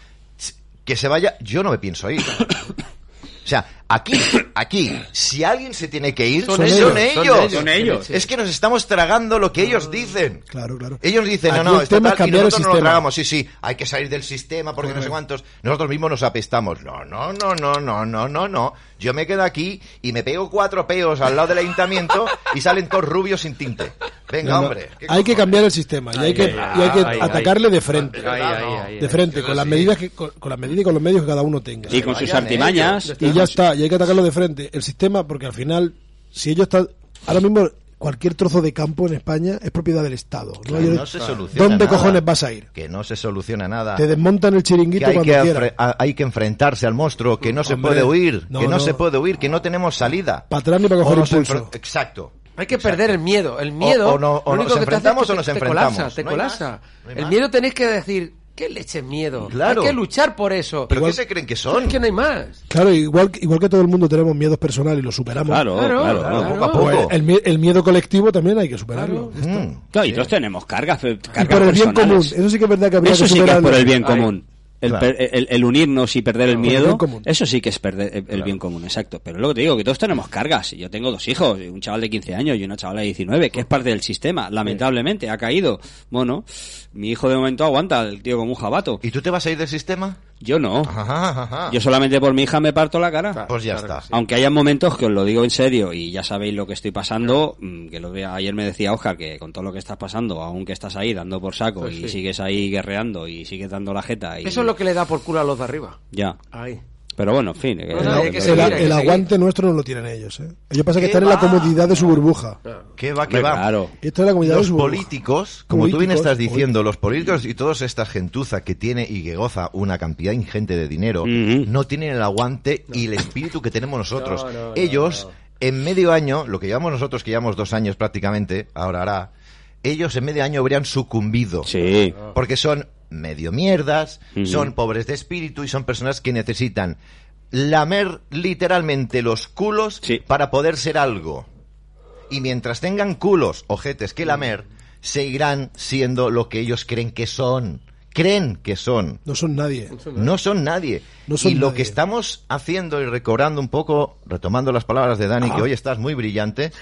Que se vaya, yo no me pienso ir. O sea, aquí, aquí, si alguien se tiene que ir, son, Son ellos. ellos, son ellos. Son ellos. Es que nos estamos tragando lo que ellos dicen. Claro, claro. Ellos dicen, no, Aquí no, el está tema es tal, y cambiar el nosotros no lo sistema. tragamos. Sí, sí, hay que salir del sistema porque no sé cuántos. Nosotros mismos nos apestamos. No, no, no, no, no, no, no, no. Yo me quedo aquí y me pego cuatro peos al lado del ayuntamiento y salen todos rubios sin tinte. Venga, No, no. hombre. hay que ¿qué cojones? cambiar el sistema y hay que, ay, y hay que ay, ay. atacarle de frente. Ay, ay, ay, ay. de frente, con las, medidas que, con, con las medidas y con los medios que cada uno tenga. y con sus vayan artimañas. Y ya está, y hay que atacarlo de frente. El sistema, porque al final, si ellos están. Ahora mismo, cualquier trozo de campo en España es propiedad del Estado. ¿no? Claro, Yo- no se soluciona ¿Dónde nada. cojones vas a ir? Que no se soluciona nada. Te desmontan el Que chiringuito hay, cuando que quieras. afre- a- hay que enfrentarse al monstruo, que no se Hombre, puede huir, no, que no, no. se puede huir, que no tenemos salida. Para atrás ni para O coger nos impulso. enfren- Exacto. Hay que perder el miedo. El miedo. o no- o nos lo único que te hace enfrentamos es que o nos te- enfrentamos. Te colapsa, te No hay colapsa. más, no hay el más. miedo tenés que decir, ¿qué leche es miedo? Claro. Hay que luchar por eso. ¿Pero Igual- qué se creen que Es son? que no hay más. Claro, igual, igual que todo el mundo tenemos miedos personales y los superamos. Claro, Claro, claro. claro. Poco a Pues poco. el, mie- el miedo colectivo también hay que superarlo. Mm. Claro, y todos tenemos cargas, eh, Y cargas por el bien común. personales. Eso sí que es verdad que habría Eso que sí que es superarlo. por el bien común. El, Claro. per- el- el unirnos y perder el Por el miedo, bien común. eso sí que es perder el, el bien común, exacto. Pero luego te digo que todos tenemos cargas. Yo tengo dos hijos, un chaval de 15 años y una chavala de 19, que es parte del sistema, lamentablemente, ha caído. Bueno, mi hijo de momento aguanta, el tío como un jabato. ¿Y tú te vas a ir del sistema? Yo no. ajá. Yo solamente por mi hija me parto la cara. Pues ya está. Aunque haya momentos que os lo digo en serio y ya sabéis lo que estoy pasando, mm, que lo, ayer me decía Oscar que con todo lo que estás pasando, aunque estás ahí dando por saco Pues y sí. sigues ahí guerreando y sigues dando la jeta y Eso es lo que le da por culo a los de arriba. ya. Ahí. Pero bueno, en fin. que- No, no, hay que el, seguir, hay el que seguir. aguante nuestro no lo tienen ellos. ¿eh? Ellos pasa que ¿Qué están en la va? comodidad de su burbuja. ¿Qué va, qué Hombre, va? claro. Y esto es la comunidad de los su burbuja. políticos, como tú bien Políticos, estás diciendo, los políticos y toda esta gentuza que tiene y que goza una cantidad ingente de Mm. dinero, no tienen el aguante y el espíritu que tenemos nosotros. No, no, no, ellos, en medio año, lo que llevamos nosotros, que llevamos dos años prácticamente, ahora hará, ellos en medio año habrían sucumbido. Sí. Porque son medio mierdas, Ujú. son pobres de espíritu y son personas que necesitan lamer literalmente los culos para poder ser algo. Y mientras tengan culos, ojetes que lamer, seguirán siendo lo que ellos creen que son. Creen que son. No son nadie. No son nadie. No son y lo nadie. que estamos haciendo y recobrando un poco, retomando las palabras de Dani, Ah. que hoy estás muy brillante,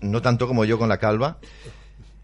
no tanto como yo con la calva.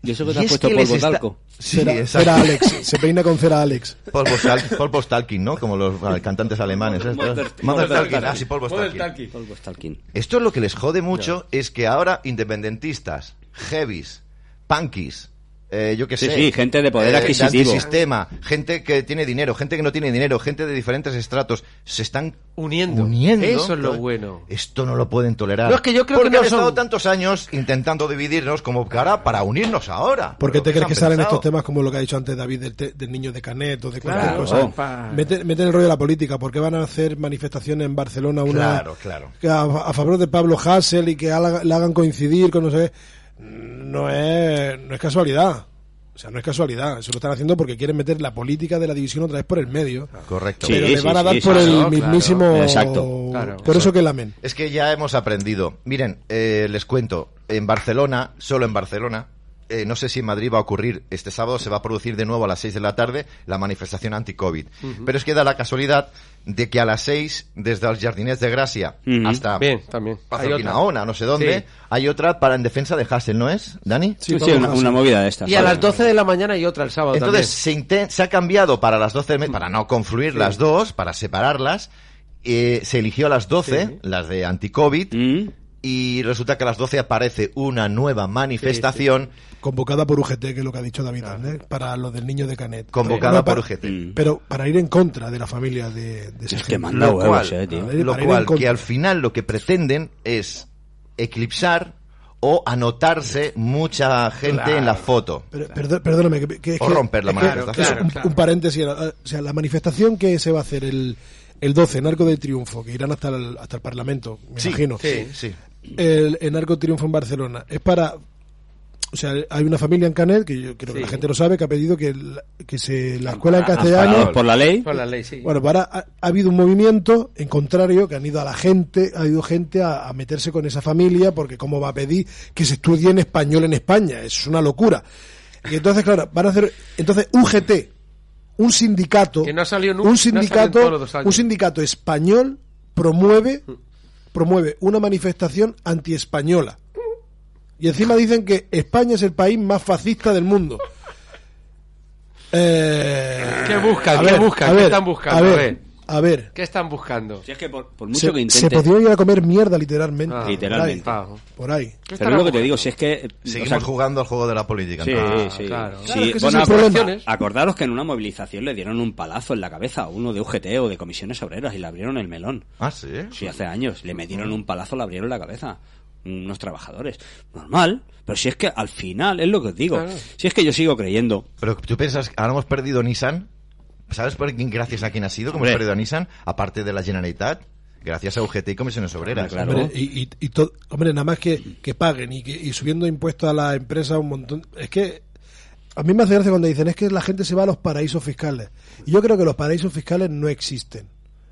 Y eso que te has puesto les polvo está- talco. Sí, Cera- exacto. cera Alex. Se peina con cera Alex. Polvo, stal- polvo Stalking, ¿no? Como los ah, cantantes alemanes. ¿eh? Mother Stalking. Ah, sí, polvo Stalking. Polvo Stalking. Esto lo que les jode mucho es que ahora independentistas, heavies, punkies, eh, yo qué Sí, sé. sí, gente de poder adquisitivo. sistema, gente que tiene dinero, gente que no tiene dinero, gente de diferentes estratos, se están uniendo. Eso es lo bueno. Esto no lo pueden tolerar. No, es que yo creo Porque que no han estado son- tantos años intentando dividirnos como cara para unirnos ahora. ¿Por qué te crees Pero que han salen pensado? estos temas como lo que ha dicho antes David del, te- del niño de Canet o de cualquier Claro, cosa? pa- Meten, meten el rollo de la política. ¿Por qué van a hacer manifestaciones en Barcelona una Claro, claro. que a, a favor de Pablo Hassel y que haga- la hagan coincidir con no sé qué? No es, no es casualidad. O sea, no es casualidad. Eso lo están haciendo porque quieren meter la política de la división otra vez por el medio. Ah. Correcto. Pero le van a dar por el mismísimo... por eso que lamen. Es que ya hemos aprendido. Miren, eh, les cuento, en Barcelona, solo en Barcelona, eh, no sé si en Madrid va a ocurrir, este sábado se va a producir de nuevo a las 6 de la tarde la manifestación anti-COVID. Ujú. Pero es que da la casualidad de que a las 6, desde los Jardines de Gracia Ujú. hasta Bien, también. Hay otra. Quinaona, no sé dónde, Sí. hay otra para en defensa de Hassel, ¿no es, Dani? Sí, sí, una- una movida de estas. Y a las 12 de la mañana y otra el sábado Entonces se, inten- se ha cambiado para las 12, del me- Mm. para no confluir las dos, para separarlas. Eh, se eligió a las 12, las de anti-COVID, Mm. y resulta que a las 12 aparece una nueva manifestación Convocada por UGT, que es lo que ha dicho David Ander, para lo del niño de Canet. convocada No, por para- UGT. Pero para ir en contra de la familia de, de esa gente. lo cual, eh, lo Para ir en cual contra. que al final lo que pretenden es eclipsar o anotarse mucha gente en la foto. Pero- perdo- perdóname, que, que- O que- romper la es manifestación. es Claro, un, claro. un paréntesis. eh, O sea, la manifestación que se va a hacer el, el 12 en Arco del Triunfo, que irán hasta el, hasta el Parlamento, me Sí, imagino. sí, sí. El, en Arco del Triunfo en Barcelona. Es para. O sea, hay una familia en Canet, que yo creo que Sí. la gente lo sabe, que ha pedido que, el- que se, Ah, la escuela en Amparados castellano. Ah, por la ley. Por la ley, sí. Bueno, para, ha, ha habido un movimiento en contrario que han ido a la gente, ha ido gente a, a meterse con esa familia porque cómo va a pedir que se estudie en español en España, es una locura. Y entonces, claro, van a hacer entonces UGT, un sindicato, Que no ha salido un nunca. no ha salido en todos los sindicato, dos años. un sindicato español promueve promueve una manifestación antiespañola. Y encima dicen que España es el país más fascista del mundo. Eh, ¿Qué buscan? a ¿Qué ver, buscan? a ¿Qué ver, están buscando? A A ver, ver. a ver. ¿Qué están buscando? Si es que por, se, se podría ir a comer mierda literalmente. por ahí, literalmente. Ah, Por ahí. Pero es lo que te digo, si es que... Seguimos jugando al juego de la política. Sí, entonces. sí. Sí, Ah, Claro, es que ese bueno, es el acor- problema. ¿eh? acordaros que en una movilización le dieron un palazo en la cabeza a uno de UGT o de comisiones obreras y le abrieron el melón. Ah, sí. Sí, hace años. Le metieron un palazo, le abrieron la cabeza. Unos trabajadores. Normal. Pero si es que al final, es lo que os digo. Claro. Si es que yo sigo creyendo. Pero tú piensas, ahora hemos perdido Nissan. ¿Sabes por quién, gracias a quién ha sido? ¿Cómo hemos Hombre. perdido a Nissan? Aparte de la Generalitat, gracias a UGT y Comisiones Obreras. Hombre, y, y- y to- hombre, nada más que, que paguen y, que, y subiendo impuestos a las empresas un montón. Es que a mí me hace gracia cuando dicen es que la gente se va a los paraísos fiscales. Y yo creo que los paraísos fiscales no existen.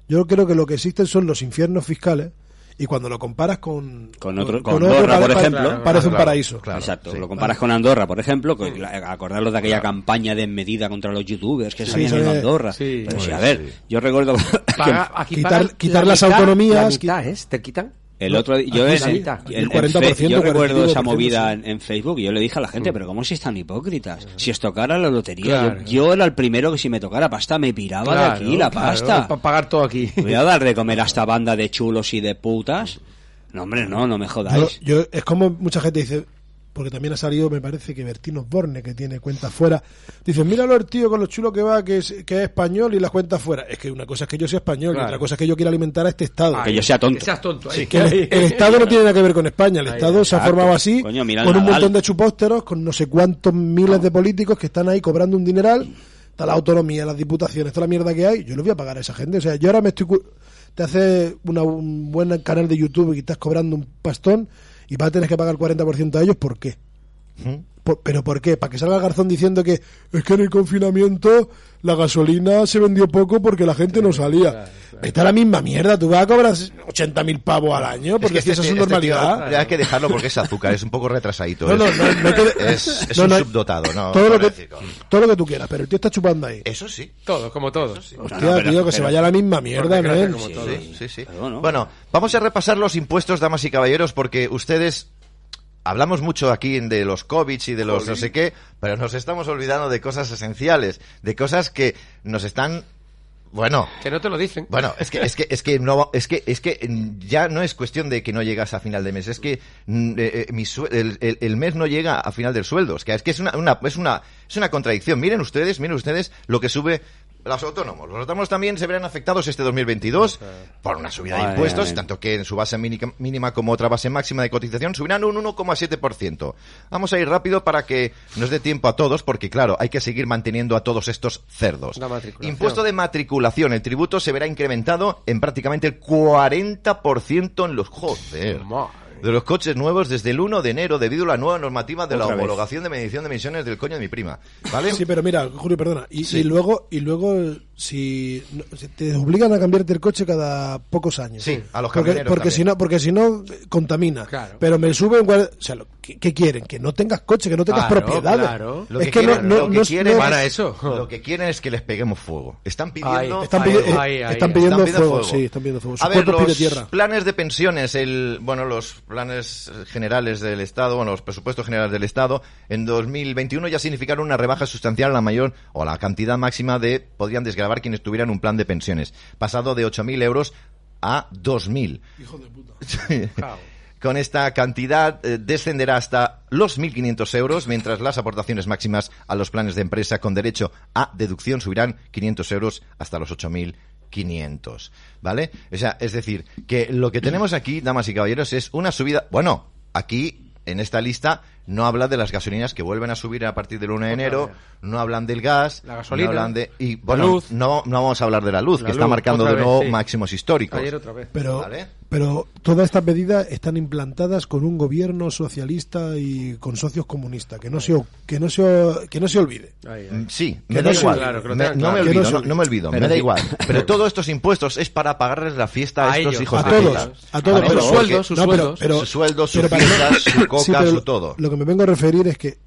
Yo creo que lo que existen son los infiernos fiscales y cuando lo comparas con, Con, otro- con Andorra, por pare- pare- ejemplo. parece un paraíso. Exacto. Sí. Lo comparas con Andorra, por ejemplo. que- la- acordaros de aquella campaña desmedida contra los youtubers que Sí, salían sí, en sí. Andorra. Sí. Pero sí, Pues a ver, yo recuerdo. que Paga- aquí Quitar- pagan quitar la las mitad, autonomías, la mitad, ¿eh? ¿Te quitan? El otro día, yo, Aquí en- la mitad. en- en El 40%, Fe- yo recuerdo 45%, esa movida sí. Mm. en, en Facebook y yo le dije a la gente, pero ¿cómo si tan hipócritas? Si os tocara la lotería, Claro. yo, yo era el primero que si me tocara pasta me piraba Claro, de aquí la claro, pasta. pa' pagar todo aquí. Voy a dar de comer a esta banda de chulos y de putas. No, hombre, no, no me Yo- jodáis. yo- es como mucha gente dice, porque también ha salido, me parece que Bertino Borne, que tiene cuentas fuera, dicen, míralo el tío con lo chulo que va, que es, que es español y las cuentas fuera. Es que una cosa es que yo sea español y Claro. otra cosa es que yo quiera alimentar a este Estado. Que yo sea tonto. Que seas tonto. eh. Sí, que el, el Estado no tiene nada que ver con España. El Ahí, Estado se ha exacto. formado así, Coño, mira el con un Nadal. montón de chupósteros, con no sé cuántos miles de políticos que están ahí cobrando un dineral. Está la autonomía, las diputaciones, toda la mierda que hay. Yo les voy a pagar a esa gente. O sea, yo ahora me estoy. cu- Te hace una- un buen canal de YouTube y estás cobrando un pastón y vas a tener que pagar el 40% a ellos. ¿Por qué? Por- ¿Pero por qué? ¿Para que salga el Garzón diciendo que es que en el confinamiento la gasolina se vendió poco porque la gente no salía? Vete a la misma mierda, tú vas a cobrar 80.000 pavos al año porque es que este- esa es su este tío, normalidad. hay que dejarlo porque es azúcar, es un poco retrasadito. No, no, es, no, no hay que- es, es no, un no hay- subdotado, ¿no? todo, lo que, pobrecito. todo lo que tú quieras, pero el tío está chupando ahí. Eso sí. Todos, como todos. Hostia, tío, que se vaya a la misma mierda, desgracia, ¿no? como todo. Sí, sí, sí. Bueno, vamos a repasar los impuestos, damas y caballeros, porque ustedes hablamos mucho aquí de los COVID y de los no sé qué, pero nos estamos olvidando de cosas esenciales, de cosas que nos están bueno, Que no te lo dicen. bueno, es que es que es que no es que es que mm, ya no es cuestión de que no llegas a final de mes, es que mm, eh, eh, mi sue- el, el- el mes no llega a final del sueldo, es que es que es una, una- es una es una contradicción. Miren ustedes, miren ustedes lo que sube los autónomos. Los autónomos también se verán afectados este 2022 por una subida de Madre impuestos, mía. tanto que en su base mínica- mínima como otra base máxima de cotización subirán un 1,7%. Vamos a ir rápido para que nos dé tiempo a todos, porque claro, hay que seguir manteniendo a todos estos cerdos. La matrícula. Impuesto de matriculación. El tributo se verá incrementado en prácticamente el 40% en los joder, de los coches nuevos desde el 1 de enero debido a la nueva normativa de Otra la vez. homologación de medición de emisiones del coño de mi prima. ¿Vale? Sí, pero mira, Julio, perdona. Y, Sí. y luego, y luego si, no, si te obligan a cambiarte el coche cada pocos años. Sí, a los porque, camioneros porque también. si no, porque si no eh, contamina. Pero me suben, guarda- o sea, lo- ¿qué, qué quieren? Que no tengas coche, que no tengas Claro, propiedades. claro. Lo Es que que, quieren- no, no, lo que no es- quieren no es- para eso. Lo que quieren es que les peguemos fuego. Están pidiendo, Ahí, están ahí, pidi- ahí, eh, ahí, están ahí. pidiendo fuego, sí, están pidiendo fuego. Su A ver, cuerpo los pide tierra. planes de pensiones, el bueno, los planes generales del Estado, bueno, los presupuestos generales del Estado, en 2021 ya significaron una rebaja sustancial a la mayor o a la cantidad máxima de podrían desgravar quienes tuvieran un plan de pensiones, pasado de 8.000 euros a 2.000. Hijo de puta. Sí. Con esta cantidad eh, descenderá hasta los 1.500 euros, mientras las aportaciones máximas a los planes de empresa con derecho a deducción subirán 500 euros hasta los 8.500. ¿Vale? O sea, es decir, que lo que tenemos aquí, damas y caballeros, es una subida. Bueno, aquí. En esta lista no habla de las gasolinas que vuelven a subir a partir del 1 de enero, no hablan del gas, La gasolina, no hablan de y la bueno, luz. no no vamos a hablar de la luz La que está luz, marcando otra de vez, nuevo sí. máximos históricos. Ayer otra vez. Pero, pero todas estas medidas están implantadas con un gobierno socialista y con socios comunistas. Que no se, o- que no se, o- que no se olvide. Mm, Sí, Que me no da se igual. olvide. Claro, que lo Me- tengan no, me claro. Que olvido, no se no, olvide. no me olvido, Pero me da sí. igual. Pero todos estos impuestos es para pagarles la fiesta a, A estos ellos, hijos a de todos, puta. a todos, Porque- pero- Sus sueldos, Ah, sus sus No, pero- sueldos, sueldos. pero- sus sueldos, sus pero para- fiestas, su Sí, coca, pero su lo- todo. Lo que me vengo a referir es que,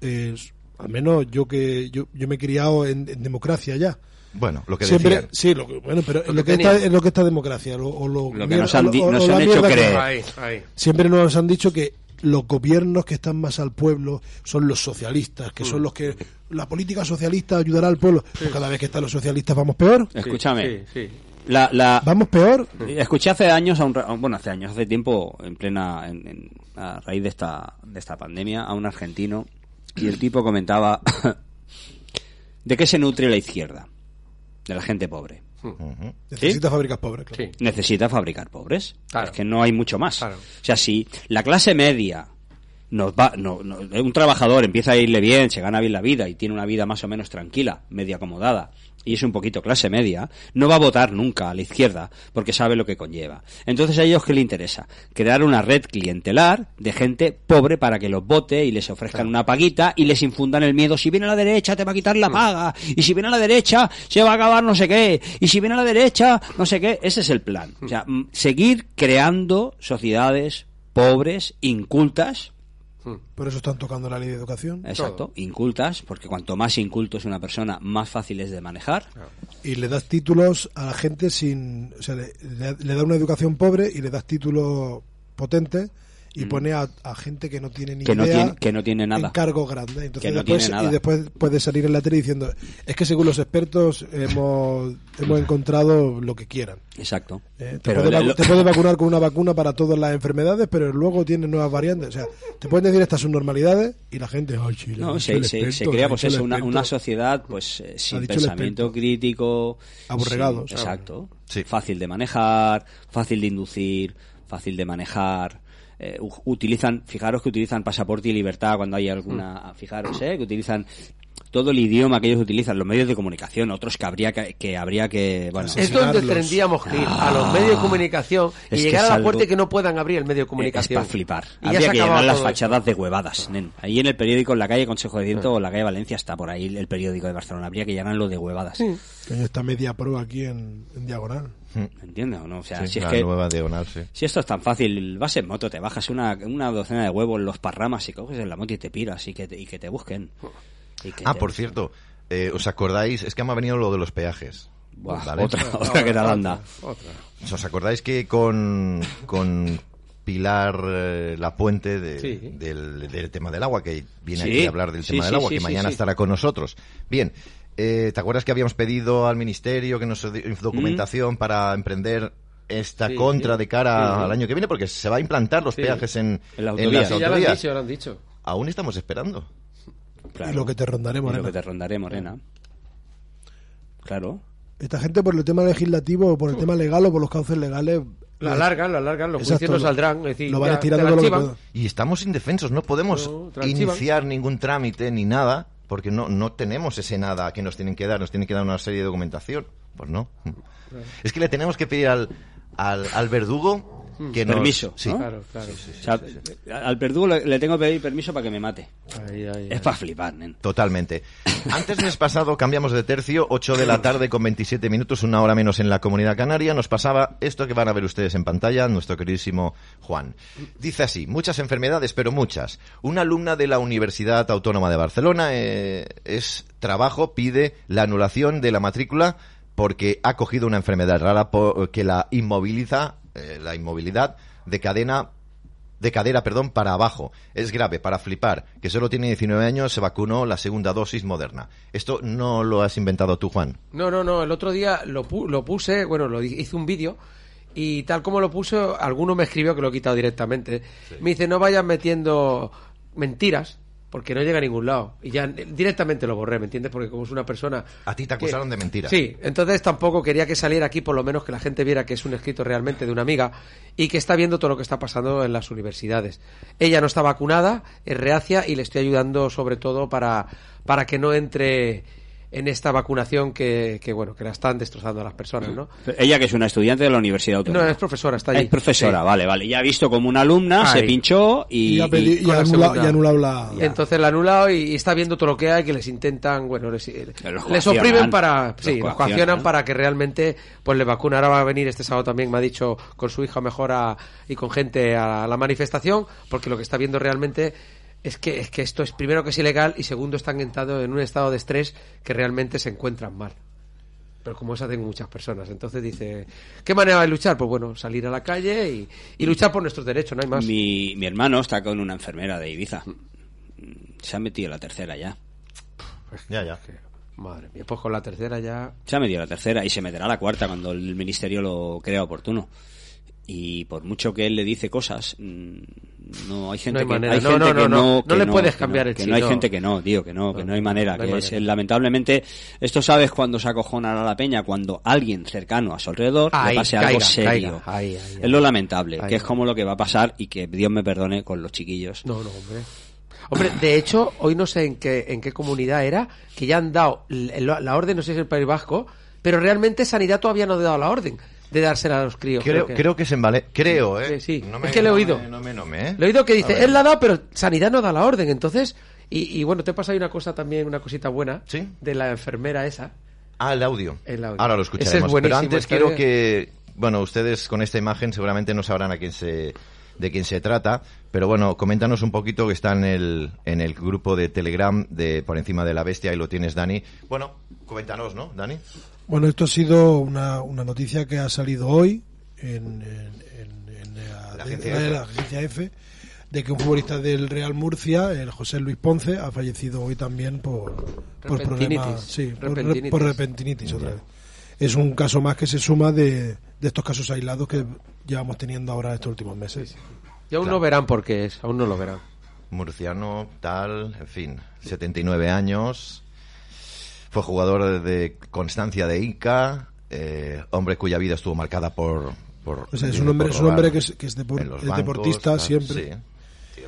eh, al menos yo que yo, yo me he criado en, en democracia ya. Bueno, lo que Siempre- decían. Sí, lo que, bueno, pero Lo lo, que que está, tenían. es lo que está democracia. Lo, o lo, Lo que nos han o- di- o- nos o la han hecho mierda que- creer. Ahí, ahí. Siempre nos han dicho que los gobiernos que están más al pueblo son los socialistas, que Mm. son los que la política socialista ayudará al pueblo. Pues cada vez que están los socialistas vamos peor. Escúchame. La, la... Vamos peor. Escuché hace años, a un ra- bueno, hace años, hace tiempo, en plena, en- en- a raíz de esta, de esta pandemia, a un argentino y el tipo comentaba de qué se nutre la izquierda, de la gente pobre. Necesita fábricas pobres. claro. Necesita fabricar pobres. Es que no hay mucho más. O sea, si la clase media nos va, no, no- un trabajador empieza a irle bien, se gana bien la vida y tiene una vida más o menos tranquila, media acomodada, y es un poquito clase media, no va a votar nunca a la izquierda porque sabe lo que conlleva. Entonces a ellos que le interesa crear una red clientelar de gente pobre para que los vote y les ofrezcan una paguita y les infundan el miedo. Si viene a la derecha te va a quitar la paga y si viene a la derecha se va a acabar no sé qué y si viene a la derecha no sé qué. Ese es el plan. O sea, mm, seguir creando sociedades pobres, incultas, Por eso están tocando la ley de educación. exacto, incultas, porque cuanto más inculto es una persona, más fácil es de manejar. Y le das títulos a la gente sin. O sea, le, le- le da una educación pobre y le das títulos potentes y Mm. pone a, a gente que no tiene ni Que no idea. tiene- que no tiene nada. En cargo grande. Entonces, Que no después, tiene nada. Y después puede salir en la tele diciendo: Es que según los expertos hemos, hemos encontrado lo que quieran. Exacto. Eh, te, Pero puede lo- vacu- te puede vacunar con una vacuna para todas las enfermedades, pero luego tienes nuevas variantes. O sea, te pueden decir estas subnormalidades y la gente, ay, Chile, ha No, dicho se, el se- se experto, crea ha pues dicho el eso, una, experto". una sociedad pues eh, sin dicho el pensamiento crítico, Aborregados. sin- exacto, fácil de manejar, fácil de inducir, fácil de manejar. eh, u- utilizan, fijaros que utilizan pasaporte y libertad cuando hay Mm. alguna, fijaros, eh, que utilizan todo el idioma que ellos utilizan, los medios de comunicación, otros que habría que, que habría que, bueno, Es donde tendríamos que ir, a los medios de comunicación y Ah. Es que llegar es a la algo- puerta y que no puedan abrir el medio de Eh, es comunicación. para flipar. Y ya se Habría que ha acabado llenar las todo esto. fachadas de huevadas, nen. Ahí en el periódico, en la calle Consejo de Ciento o la calle Valencia está por ahí el periódico de Barcelona. Habría que llenarlo de huevadas. Coño, está media pro aquí en, en diagonal. ¿Entiendes o no? O sea, Sí, si es la que... nueva diagonal, sí. Si esto es tan fácil, vas en moto, te bajas una, una docena de huevos, los parramas y coges en la moto y te piras y que te, y que te busquen. Y que Ah, te- por cierto, eh, ¿os acordáis? Es que me ha venido lo de los peajes. Buah, otra- otra que tal anda. Otra. ¿Os acordáis que con, con Pilar eh, La Puente de- Sí. del, del tema del agua, que viene Sí. aquí a hablar del Sí, tema del sí, agua, sí, que sí, mañana sí. estará con nosotros? Bien, eh, ¿te acuerdas que habíamos pedido al Ministerio que nos dé documentación para emprender esta Mm. Sí, contra sí. de cara Sí, sí. al año que viene? Porque se va a implantar los Sí. peajes en, En la en autovía. las Sí, ya lo han autovías. dicho, ya lo han dicho. Aún estamos esperando. Claro. Y lo que te rondaré, Y Morena. Lo que te rondaré, Morena. Claro. Esta gente por el tema legislativo, o por el tema legal o por los cauces legales... pues, Lo lo- alargan, lo alargan, los Exacto, juicios no lo- saldrán. Es decir, lo van ya, estirando te la todo lo que archivan. puedan. Y estamos indefensos, no podemos No, te la archivan. iniciar ningún trámite ni nada, porque no, no tenemos ese nada que nos tienen que dar, nos tienen que dar una serie de documentación. Pues no. Es que le tenemos que pedir al, al, al verdugo que nos... Permiso. Sí. ¿no? O sea, Al verdugo le, le tengo que pedir permiso para que me mate. es para flipar, nen. Totalmente. Antes del mes pasado cambiamos de tercio, 8 de la tarde con 27 minutos, una hora menos en la comunidad canaria. Nos pasaba esto que van a ver ustedes en pantalla, nuestro queridísimo Juan. Dice así, muchas enfermedades, pero muchas. Una alumna de la Universidad Autónoma de Barcelona eh, es trabajo, pide la anulación de la matrícula porque ha cogido una enfermedad rara po- que la inmoviliza, eh, la inmovilidad de cadena de cadera, perdón, para abajo. Es grave, para flipar, que solo tiene 19 años, se vacunó la segunda dosis moderna. Esto no lo has inventado tú, Juan. No, no, no. El otro día lo, pu- lo puse, bueno, lo hi- hice un vídeo y tal como lo puse, alguno me escribió que lo he quitado directamente. Me dice, no vayas metiendo mentiras porque no llega a ningún lado. Y ya eh, directamente lo borré, ¿me entiendes? Porque como es una persona... A ti te que- acusaron de mentira. Sí, entonces tampoco quería que saliera aquí, por lo menos que la gente viera que es un escrito realmente de una amiga y que está viendo todo lo que está pasando en las universidades. Ella no está vacunada, es reacia y le estoy ayudando sobre todo para, para que no entre en esta vacunación que, que, bueno, que la están destrozando a las personas, ¿no? Ella que es una estudiante de la Universidad Autónoma. No, es profesora, está allí. Es profesora, Sí. vale, vale. Ya ha visto como una alumna se Ahí. pinchó y, Y ha pedi- y con ha la anulado- segunda. y ha anulado la- Entonces la ha anulado y, y está viendo todo lo que hay, que les intentan, bueno, les, eh, les coaccionan. oprimen para, Los sí, los coaccionan. coaccionan para que realmente pues le vacunen. Ahora va a venir este sábado también, me ha dicho, con su hija mejor a- y con gente a la manifestación, porque lo que está viendo realmente es que, es que esto es primero que es ilegal y segundo están entrando en un estado de estrés que realmente se encuentran mal. Pero como esa tengo muchas personas. Entonces dice, ¿qué manera de luchar? Pues bueno, salir a la calle y, y luchar por nuestros derechos, no hay más. Mi, mi hermano está con una enfermera de Ibiza. Se ha metido la tercera ya. Ya, ya. Madre mía, pues con la tercera ya... Se ha metido la tercera y se meterá la cuarta cuando el ministerio lo crea oportuno. Y por mucho que él le dice cosas, mm, no hay No gente hay que manera. hay No, gente no, no, que no. que No le puedes que cambiar el que chip, No hay no. gente que no, tío, que no, que no hay manera. no hay que es- manera. lamentablemente, esto sabes cuando se acojonará la peña, cuando alguien cercano a su alrededor Ahí, le pase caiga, algo serio. caiga. Ahí, ahí, es lo lamentable, Ahí. que es como lo que va a pasar y que Dios me perdone con los chiquillos. No, no, hombre. Hombre, de hecho, hoy no sé en qué, en qué comunidad era, que ya han dado l- la, la orden, no sé si es el País Vasco, pero realmente Sanidad todavía no ha dado la orden de dársela a los críos. Creo, creo que es en Valencia. Creo, ¿eh? Sí, sí. No me- es que le he no oído. me- No me, no me, ¿eh? Le he oído que A dice, ver. él la ha dado, pero Sanidad no da la orden. Entonces, y, y bueno, te pasa ahí una cosa también, una cosita buena, de la enfermera esa. Ah, el audio. El audio. Ahora lo Ese es escucharemos. pero buenísimo, antes está quiero bien. que, bueno, ustedes con esta imagen seguramente no sabrán a quién se, de quién se trata, pero bueno, coméntanos un poquito que está en el, en el grupo de Telegram de Por encima de la bestia y lo tienes, Dani. Bueno, coméntanos, ¿no, Dani? Bueno, esto ha sido una, una noticia que ha salido hoy en, en- en- en la, La agencia de- F. la agencia F de que un futbolista del Real Murcia, el José Luis Ponce, ha fallecido hoy también por, por Repentinitis. problemas, sí, por- Repentinitis. por repentinitis otra vez. Es un caso más que se suma de, de estos casos aislados que llevamos teniendo ahora estos últimos meses. Y aún no verán por qué es, aún no lo verán. Murciano, tal, en fin, 79 años, fue jugador de Constancia de Inca, eh, hombre cuya vida estuvo marcada por... por O sea, es un hombre, por es un hombre robar que es, que es depor- en los es bancos, deportista tal, siempre. sí.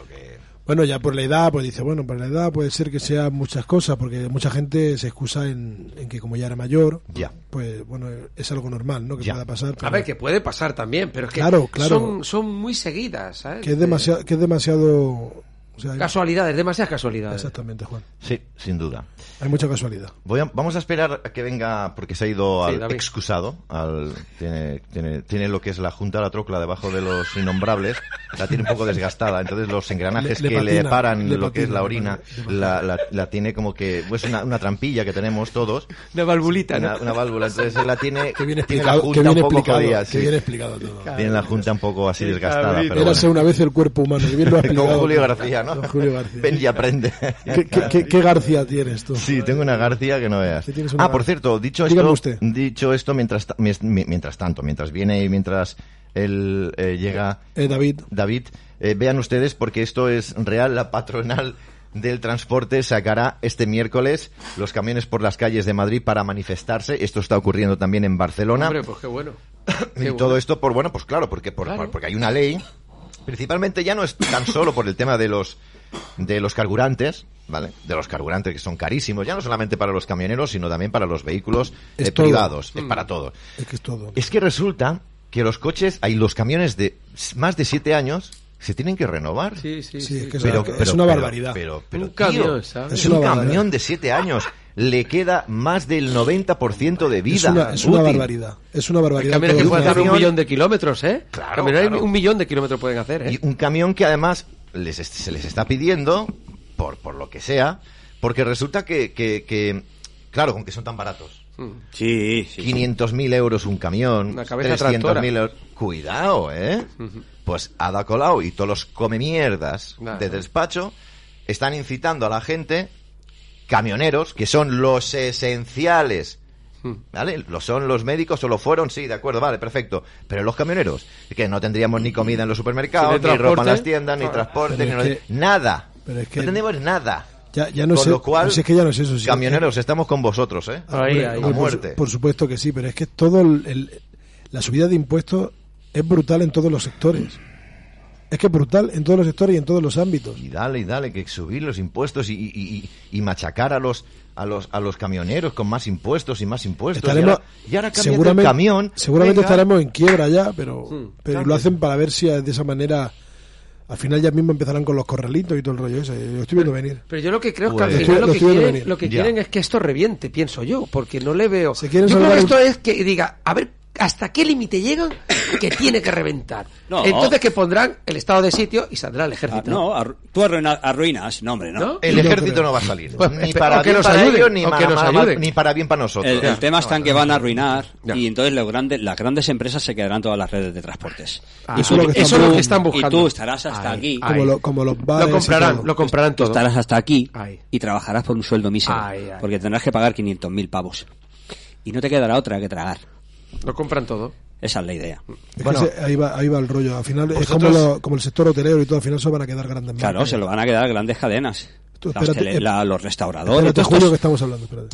Bueno, ya por la edad, pues dice, bueno, por la edad puede ser que sean muchas cosas, porque mucha gente se excusa en, en que como ya era mayor, Ya. pues bueno, es algo normal, ¿no? Que pueda pasar. A pero ver, que puede pasar también, pero es que Claro, claro. Son, son muy seguidas, ¿sabes? que es demasiado, que es demasiado, o sea, hay- Casualidades, demasiadas casualidades. Exactamente, Juan. Sí, sin duda. hay mucha casualidad. Voy a- vamos a esperar a que venga, porque se ha ido Sí, al David. excusado. Al, tiene, tiene, tiene lo que es la junta, la trocla debajo de los innombrables. La tiene un poco desgastada. Entonces, los engranajes Le- le que le patina, paran le lo que es patina, la le orina, la, la, la tiene como que. Pues una, una trampilla que tenemos todos. Una valvulita, ¿no? Una, una válvula. Entonces, él la tiene. Que bien tiene la explicado- junta qué bien un poco explicado, jodida, qué sí. bien explicado todo. Tiene la junta un poco así desgastada. Pero bueno. Érase una vez el cuerpo humano, que bien lo ha Con explicado. Julio García, ¿no? Con Julio García. Ven y aprende. ¿Qué, qué- qué- qué García tienes tú? Sí, tengo una García que no veas. tienes una Ah, por García? cierto, dicho Dígame esto, usted. dicho esto, mientras, ta- mi- mi- mientras tanto, mientras viene y mientras él eh, llega, Eh, David, David, eh, vean ustedes porque esto es real, la patronal del transporte sacará este miércoles los camiones por las calles de Madrid para manifestarse. Esto está ocurriendo también en Barcelona. Hombre, pues qué bueno. Y todo esto por, bueno, pues claro, porque, por- por- porque hay una ley. Principalmente ya no es tan solo por el tema de los de los carburantes, ¿vale? De los carburantes que son carísimos, ya no solamente para los camioneros, sino también para los vehículos Es eh, todo. privados, es Mm. para todo. es que es todo. Es que resulta que los coches, hay los camiones de s- más de 7 años se tienen que renovar. Sí, Sí, sí, sí. es que es una- es una barbaridad. Pero, pero, Un tío, camión, ¿sabes? es Es una un barbaridad. camión de 7 años. Le queda más del 90% de vida. es una, es una útil. barbaridad. Es una barbaridad. Camiones que todo. pueden hacer un camión- millón de kilómetros, ¿eh? Claro, Camiones hay claro. un millón de kilómetros pueden hacer, ¿eh? Y un camión que además les est- se les está pidiendo, por, por lo que sea, porque resulta que, que- que, claro, con que son tan baratos. Sí, 500.000 euros un camión, Una cabeza 300.000 tractora. euros. Cuidado, ¿eh? Pues Ada Colau y todos los come mierdas Claro. de despacho están incitando a la gente, camioneros, que son los esenciales Hmm. ¿Vale? Lo son los médicos o lo fueron, sí, de acuerdo, vale, perfecto. Pero los camioneros, que no tendríamos ni comida en los supermercados, ni Sin transporte. ropa en las tiendas, ni Ah. transporte, ni Pero es no- nada. pero es que- No tendríamos nada. Ya, ya no Con sé. lo cual, no sé, es que ya no es eso. sí. Camioneros, estamos con vosotros, ¿eh? Hombre, pues, a hombre, por su- muerte. Por, supuesto que sí, pero es que todo el, el- la subida de impuestos es brutal en todos los sectores. Es que es brutal en todos los sectores y en todos los ámbitos. Y dale, y dale, que subir los impuestos y, y- y- y machacar a los, a, los, a los camioneros con más impuestos y más impuestos. Estaremos- y ahora, y ahora cámbiate el seguramente, camión. seguramente venga. estaremos en quiebra ya, pero, pero claro. lo hacen para ver si de esa manera al final ya mismo empezarán con los corralitos y todo el rollo ese. Yo estoy viendo venir. Pero yo lo que creo Pues- es que al final Lo lo, que, estoy viendo quieren, venir. lo que Ya. quieren es que esto reviente, pienso yo, porque no le veo. yo creo salvar que un- esto es que diga, a ver, ¿hasta qué límite llegan que tiene que reventar? No. Entonces que pondrán el estado de sitio y saldrá el ejército. Ah, No, arru- tú arruina- arruinas, no, hombre, no. ¿No? El ejército no va a salir. Pues, ni espe- para o que bien nos para ayuden, ellos, ni, o que para- nos para- ayuden. ni para bien para nosotros. El, el Ya. tema No, está en no, que no. van a arruinar y entonces los grandes, las grandes empresas se quedarán todas las redes de transportes. Ah, Y eso es lo que están tú- bu- están Y buscando. tú estarás hasta Ahí, aquí. ahí. Como lo- como los bares y comprarán, todo. lo comprarán Tú todo. Estarás hasta aquí Ahí. y trabajarás por un sueldo mísero. Ahí, ahí. Porque tendrás que pagar 500.000 pavos. Y no te quedará otra que tragar. Lo compran todo. Esa es la idea. Es que ese- ahí, va, ahí va el rollo. Al final es como, lo- como el sector hotelero y todo. Al final se van a quedar grandes marcas. Claro, se lo van a quedar grandes cadenas. Tú, La espérate, hostele- eh, la- los restauradores. Espérate, todo Julio, que esto- estamos hablando.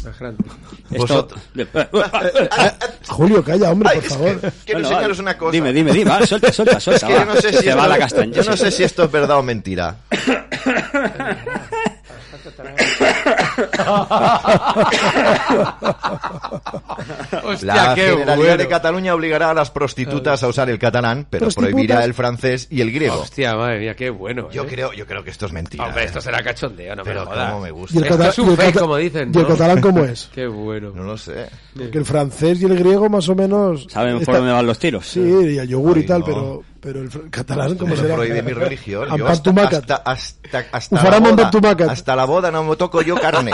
espérate. esto- Julio, calla, hombre, por favor. Quiero Bueno, enseñaros vale. una cosa. Dime, dime, dime. Va, suelta, suelta, suelta. Es que yo va. no sé si, Te va esto, la castaña. yo no sé si esto es verdad o mentira. Hostia, la qué Generalidad bueno. de Cataluña obligará a las prostitutas a usar el catalán, pero Prostitutas. prohibirá el francés y el griego. Hostia, madre mía, qué bueno. ¿eh? Yo creo, yo creo que esto es mentira. ¿eh? Hombre, esto será cachondeo, no Pero me lo jodas. cómo me gusta. ¿Y el Esto cata- es y un el fake, cata- como dicen. y el ¿no? catalán cómo es? Qué bueno. No lo sé. Que el francés y el griego más o menos... Sabemos está- por dónde van los tiros. Sí, y el yogur y Ay, tal, no. pero, pero el fr- catalán Esto me como lo será... prohíbe mi religión. Yo hasta, Ampantumacat. hasta, hasta, hasta Ufaram la ampantumacat. boda, hasta la boda no me toco yo carne.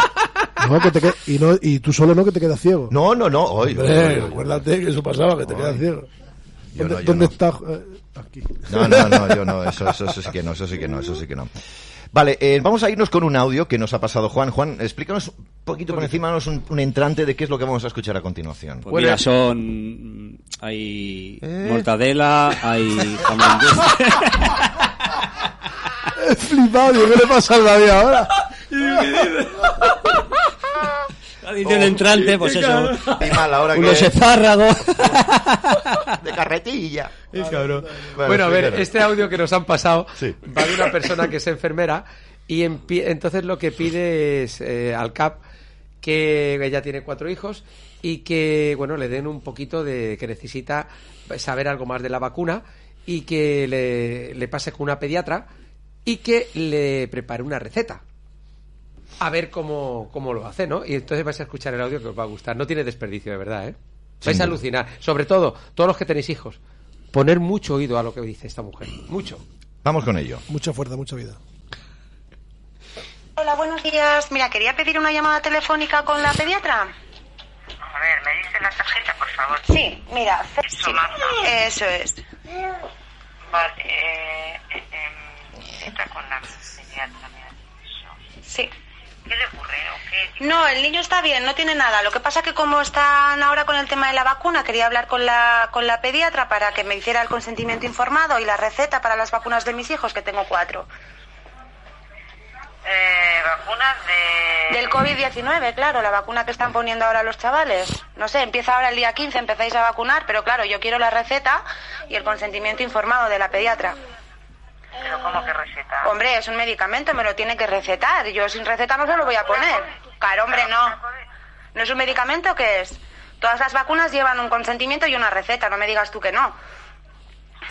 No, que te que- y, no, y tú solo no, que te quedas ciego. No, no, no. Hoy, Hombre, acuérdate que eso pasaba, que te quedas ciego. ¿Dónde, dónde está...? eh, aquí. No, no, no, yo no, eso, eso, eso sí que no, eso sí que no, eso sí que no. Vale, eh, vamos a irnos con un audio que nos ha pasado Juan. Juan, explícanos un poquito por encima, danos un, un entrante de qué es lo que vamos a escuchar a continuación. Pues mira, son. mm, Hay ¿Eh? mortadela, hay jamón de- He flipado, digo, ¿qué le pasa al David ahora? Ha dicho el entrante, pues eso. Y mal, ahora que- Unos espárragos. de carretilla. Es cabrón. Vale, bueno, a ver, explícanos. este audio que nos han pasado va de una persona que es enfermera y empie- entonces lo que pide es eh, al CAP que ella tiene cuatro hijos y que, bueno, le den un poquito de que necesita saber algo más de la vacuna y que le, le pase con una pediatra y que le prepare una receta. A ver cómo, cómo lo hace, ¿no? Y entonces vais a escuchar el audio que os va a gustar. No tiene desperdicio, de verdad, ¿eh? Vais a alucinar. Sobre todo, todos los que tenéis hijos poner mucho oído a lo que dice esta mujer. Mucho. Vamos con ello. Mucha fuerza, mucha vida. Hola, buenos días. Mira, quería pedir una llamada telefónica con la pediatra. A ver, ¿me dices la tarjeta, por favor? Sí, mira. ce- sí, Eso es. Vale, eh, eh, em, cita con la pediatra, me has dicho. Sí. ¿Qué le ocurre o qué? No, el niño está bien, no tiene nada. Lo que pasa que como están ahora con el tema de la vacuna, quería hablar con la, con la pediatra para que me hiciera el consentimiento informado y la receta para las vacunas de mis hijos, que tengo cuatro. Eh, vacunas de... Del COVID-19, claro, la vacuna que están poniendo ahora los chavales. No sé, empieza ahora el día 15, empezáis a vacunar, pero claro, yo quiero la receta y el consentimiento informado de la pediatra. ¿Pero cómo que receta? Hombre, es un medicamento, me lo tiene que recetar. Yo sin receta no se lo voy a poner. Claro, hombre, no. ¿No es un medicamento que es? Todas las vacunas llevan un consentimiento y una receta, no me digas tú que no.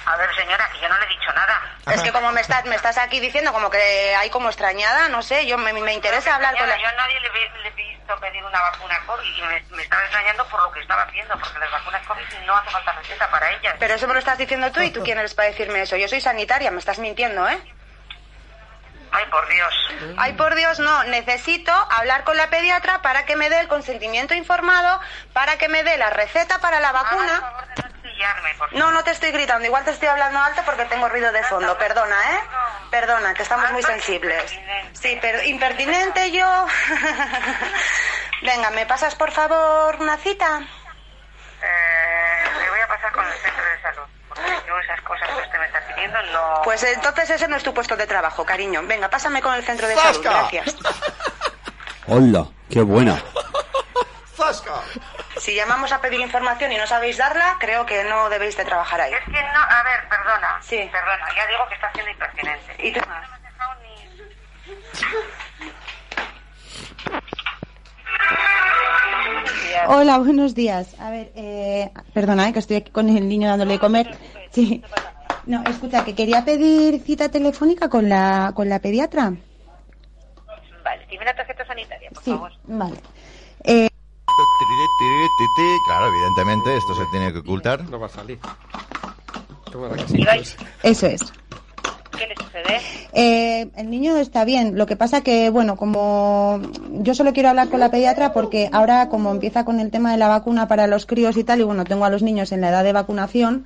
A ver, señora, que yo no le he dicho nada. Es que como me estás, me estás aquí diciendo como que hay como extrañada, no sé, yo me, me interesa hablar con Señora, la... Yo a nadie le, he- le he visto pedir una vacuna COVID y me, me estaba extrañando por lo que estaba haciendo, porque las vacunas COVID no hace falta receta para ellas. Pero eso me lo estás diciendo tú y tú quién eres para decirme eso. Yo soy sanitaria, me estás mintiendo, ¿eh? Ay, por Dios. Ay, por Dios, no. Necesito hablar con la pediatra para que me dé el consentimiento informado, para que me dé la receta para la vacuna. Pillarme, por No, no te estoy gritando. Igual te estoy hablando alto porque tengo ruido de fondo. Perdona, ¿eh? Perdona, que estamos muy sensibles. Sí, pero impertinente yo. Venga, ¿me pasas por favor una cita? Eh, le voy a pasar con el centro de salud, porque yo esas cosas que usted me está pidiendo no... Pues entonces ese no es tu puesto de trabajo, cariño. Venga, pásame con el centro de salud. ¡Zasca! Gracias. Hola, qué buena. Si llamamos a pedir información y no sabéis darla, creo que no debéis de trabajar ahí. Es que no, a ver, perdona. Sí. Perdona, ya digo que está siendo impertinente. ¿Y tú? No me has dejado ni... Hola, buenos días. A ver, eh, perdona, eh, que estoy aquí con el niño dándole de comer. Sí. No, escucha, que quería pedir cita telefónica con la, con la pediatra. Vale, dime la tarjeta sanitaria, por Sí, favor. vale. Eh, Tiri, tiri, tiri. Claro, evidentemente, esto se tiene que ocultar. No va a salir. eso es. ¿Qué le sucede? Eh, el niño está bien, lo que pasa que, bueno, como yo solo quiero hablar con la pediatra porque ahora como empieza con el tema de la vacuna para los críos y tal, y bueno, tengo a los niños en la edad de vacunación,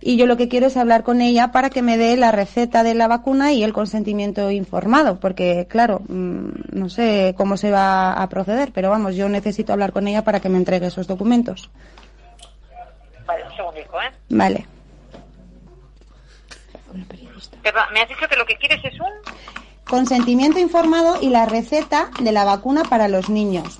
y yo lo que quiero es hablar con ella para que me dé la receta de la vacuna y el consentimiento informado, porque claro, mm, no sé cómo se va a proceder, pero vamos, yo necesito hablar con ella para que me entregue esos documentos. Vale, un segundito. poco, ¿eh? Vale. Perdón, me has dicho que lo que quieres es un... Consentimiento informado y la receta de la vacuna para los niños.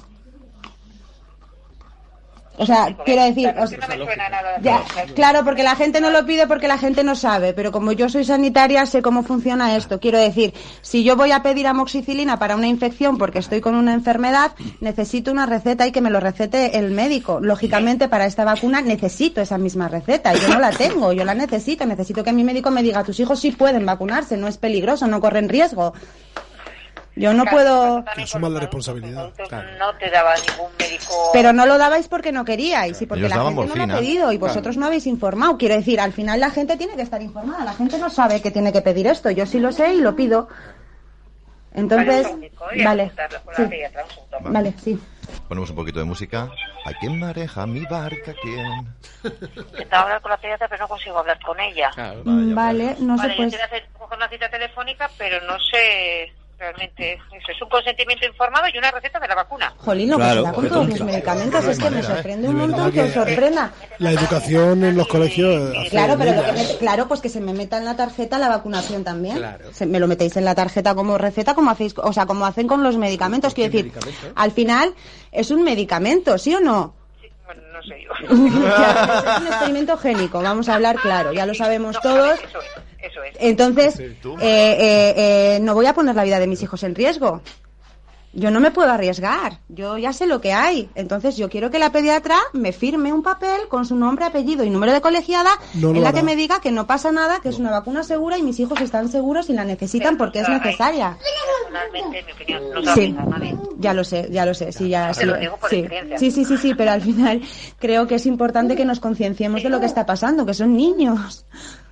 O sea, quiero decir, Claro, o es que no me sea, suena nada. de- ¿eh? ya, claro, porque la gente no lo pide porque la gente no sabe, pero como yo soy sanitaria sé cómo funciona esto. Quiero decir, si yo voy a pedir amoxicilina para una infección porque estoy con una enfermedad, necesito una receta y que me lo recete el médico. Lógicamente, para esta vacuna necesito esa misma receta y yo no la tengo, yo la necesito. Necesito que mi médico me diga, tus hijos sí pueden vacunarse, no es peligroso, no corren riesgo. Yo no puedo... Que asuman la responsabilidad. No te daba ningún médico... Pero no lo dabais porque no queríais y porque Ellos la daban gente no lo morfina. ha pedido y Claro. vosotros no habéis informado. Quiero decir, al final la gente tiene que estar informada. La gente no sabe que tiene que pedir esto. Yo sí lo sé y lo pido. Entonces, ¿eh? vale. Sí. Vale, sí. Ponemos un poquito de música. ¿A quién mareja mi barca? ¿Quién? Intentaba hablar con la pediatra, pero no consigo hablar con ella. Vale, no se vale, yo puede. te voy a hacer coger una cita telefónica, pero no sé realmente eso. Es un consentimiento informado y una receta de la vacuna. Jolín, lo Claro, que se da con que todos tonta. los medicamentos No hay es que me manera, ¿eh? sorprende De un verdad montón que os que- sorprenda. La educación en los colegios. hace Eh, Claro, pero lo que millas. me- claro, pues que se me meta en la tarjeta la vacunación también. Claro. Se- me lo metéis en la tarjeta como receta, como hacéis, o sea, como hacen con los medicamentos. Quiero decir, al final es un medicamento, ¿sí o no? No sé yo. Ya, es un experimento génico, vamos a hablar claro, ya lo sabemos todos. Entonces, eh, eh, eh, no voy a poner la vida de mis hijos en riesgo. Yo no me puedo arriesgar, yo ya sé lo que hay. Entonces, yo quiero que la pediatra me firme un papel con su nombre, apellido y número de colegiada No lo en la hará. que me diga que no pasa nada, que es una vacuna segura y mis hijos están seguros y la necesitan porque es necesaria. Personalmente, en mi opinión, no sabe Sí, nada nadie. ya lo sé, ya lo sé, sí, ya Te lo sí, digo por sí. experiencia. Sí, sí, sí, sí, pero al final creo que es importante que nos concienciemos de lo que está pasando, que son niños.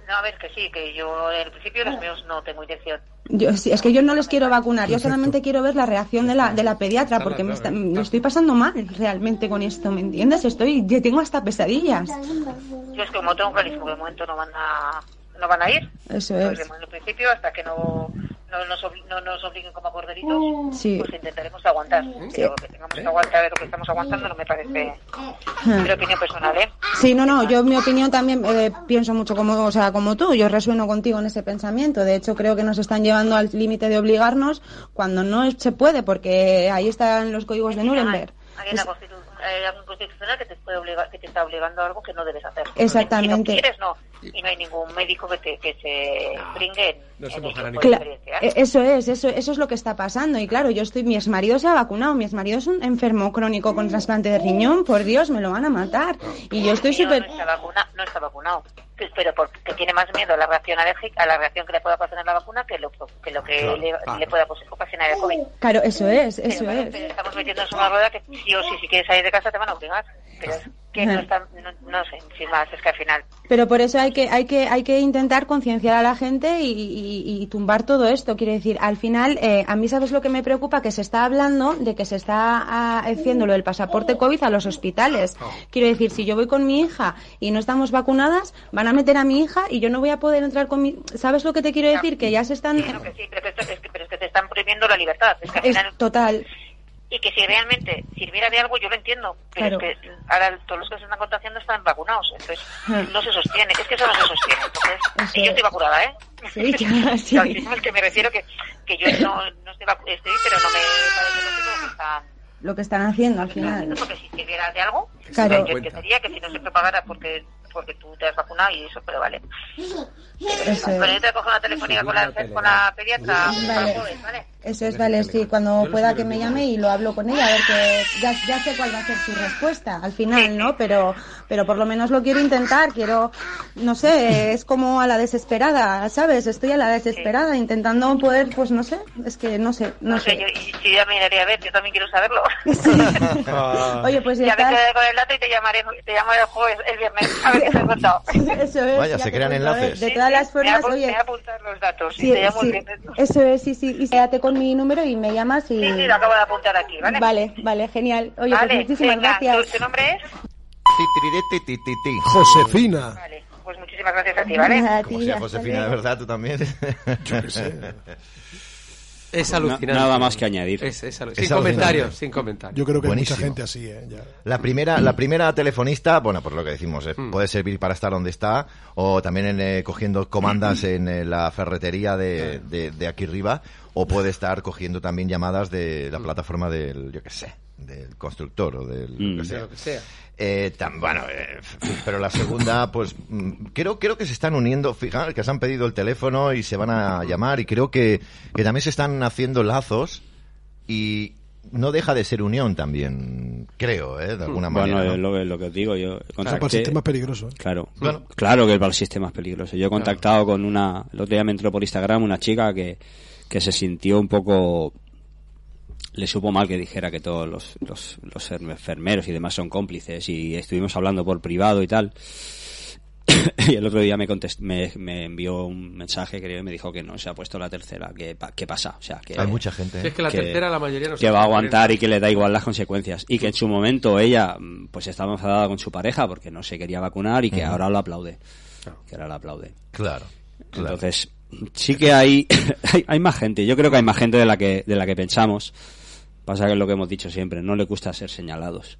No, a ver, que sí, que yo en principio los míos no tengo intención. Yo, sí, es que yo no les quiero vacunar, yo solamente quiero ver la reacción de la, de la pediatra porque me, está- me estoy pasando mal realmente con esto, ¿me entiendes? Estoy, yo tengo hasta pesadillas. Yo es que como tengo clarísimo que de momento no van a, no van a ir, Eso es. pues de- en principio hasta que no, no, nos, obli- no nos obliguen como corderitos, Sí. pues intentaremos aguantar. Pero que tengamos que aguantar lo que estamos aguantando no me parece... Mm. Mi opinión personal, ¿eh? Sí, no, no, yo mi opinión también eh, pienso mucho como, o sea, como tú, yo resueno contigo en ese pensamiento. De hecho, creo que nos están llevando al límite de obligarnos cuando no es- se puede, porque ahí están los códigos de Nuremberg. Hay una constitu- hay algo constitucional que te, puede obligar, que te está obligando a algo que no debes hacer. Exactamente. Si no quieres, no. Y no hay ningún médico que, te, que se brinque en, No se en mojará eso por Cla- experiencia. ¿eh? e- eso es, eso, eso es lo que está pasando. Y claro, yo estoy, mi exmarido se ha vacunado, mi exmarido es un enfermo crónico con trasplante de riñón, por Dios, me lo van a matar. Y yo estoy Pero súper... No está, vacuna, no está vacunado. Que- Pero porque tiene más miedo a la reacción alérgica, a la reacción que le pueda ocasionar la vacuna que lo que, lo que Claro, le, claro. le pueda pues, ocasionar el COVID. Claro, eso es, eso pero, es. pero estamos metiéndonos en una rueda que sí o sí, si quieres salir de casa te van a obligar. Pero es que no, está, no, no sé, sin más, es que al final... Pero por eso hay que, hay que, hay que intentar concienciar a la gente y, y- y tumbar todo esto. Quiero decir, al final, eh, a mí sabes lo que me preocupa, que se está hablando de que se está ah, haciendo lo del pasaporte COVID a los hospitales. Quiero decir, si yo voy con mi hija y no estamos vacunadas, van a meter a mi hija y yo no voy a poder entrar con mi... ¿Sabes lo que te quiero decir? Que ya se están... Sí, pero, que esto- es que, pero es que te están prohibiendo la libertad. Es que al Es final, total. y que si realmente sirviera de algo, yo lo entiendo. Pero Claro. es que ahora todos los que se están contagiando están vacunados. Entonces, no se sostiene. Es que eso no se sostiene. Entonces, y yo estoy vacunada, ¿eh? Sí, ya, sí. Al final que me refiero que, que yo no, no estoy, vacu- estoy, pero no me parece lógico que están Lo que están haciendo al haciendo final. porque si sirviera de algo, Claro. que, que sería que si no se propagara porque porque tú te has vacunado y eso, pero vale. Eso Bueno, yo es. te cojo una telefónica con la, con la pediatra para el jueves, Ah, pues, ¿vale? Eso es, vale, sí, cuando pueda que me llame y lo hablo con ella, a ver que ya, ya sé cuál va a ser su respuesta al final, ¿no? Pero, pero por lo menos lo quiero intentar, quiero, no sé, es como a la desesperada, ¿sabes? Estoy a la desesperada intentando poder, pues no sé, es que no sé, no, No sé, yo, y- yo ya miraré a ver, yo también quiero saberlo. Ah, Oye, pues ya ya me está. quedaré con el dato y te llamaré, te llamaré el jueves, el viernes, a ver qué te he contado. Eso es, Vaya, ya se te crean cuento, a ver, enlaces. De todas las formas, ¿eh? voy oye, a apuntar los datos y sí, te llamo el sí, viernes. eso es, sí, sí, y quédate con mi número y me llamas y... Sí, sí, lo acabo de apuntar aquí, ¿vale? Vale, vale, genial. Oye, Vale, pues muchísimas venga, gracias. ¿Tu, tu nombre es? Josefina. Vale, pues muchísimas gracias a ti, ¿vale? Ah. A ti, Como sea hasta Josefina, de luego. verdad, tú también. Yo qué sé. Es Na- alucinante. nada más que añadir. Es- es alu- Es sin alucinante. comentarios, sin comentarios. Yo creo que Buenísimo. hay mucha gente así, ¿eh? Ya. La primera, la primera telefonista, bueno, pues lo que decimos, eh, puede servir para estar donde está o también en, eh, cogiendo comandas en eh, la ferretería de, de- de aquí arriba o puede estar cogiendo también llamadas de la plataforma del, yo qué sé, del constructor o del... lo que De sea. lo que sea. Eh, tan, bueno, eh, f- pero la segunda, pues mm, creo, creo que se están uniendo, fijar que se han pedido el teléfono y se van a llamar y creo que, que también se están haciendo lazos y no deja de ser unión también, creo, ¿eh? de alguna bueno, manera. es ¿no? lo, que- lo que os digo, yo Claro, para el contacté... sistema es peligroso. ¿eh? Claro, Claro. claro, que para el sistema es peligroso. Yo he contactado con una, el otro día me entró por Instagram una chica que, que se sintió un poco, le supo mal que dijera que todos los, los, los enfermeros y demás son cómplices y estuvimos hablando por privado y tal. y el otro día me, contest- me, me envió un mensaje creo, y me dijo que no se ha puesto la tercera, que, pa- que pasa. O sea, que, Hay mucha gente, ¿eh? Si es que la tercera, la mayoría no se que va a puede creer. aguantar y que le da igual las consecuencias y que en su momento ella mm, pues estaba enfadada con su pareja porque no se quería vacunar y que Ujú. ahora lo aplaude que ahora lo aplaude Claro. entonces sí que hay, hay hay más gente yo creo que hay más gente de la que de la que pensamos pasa que es lo que hemos dicho siempre no le gusta ser señalados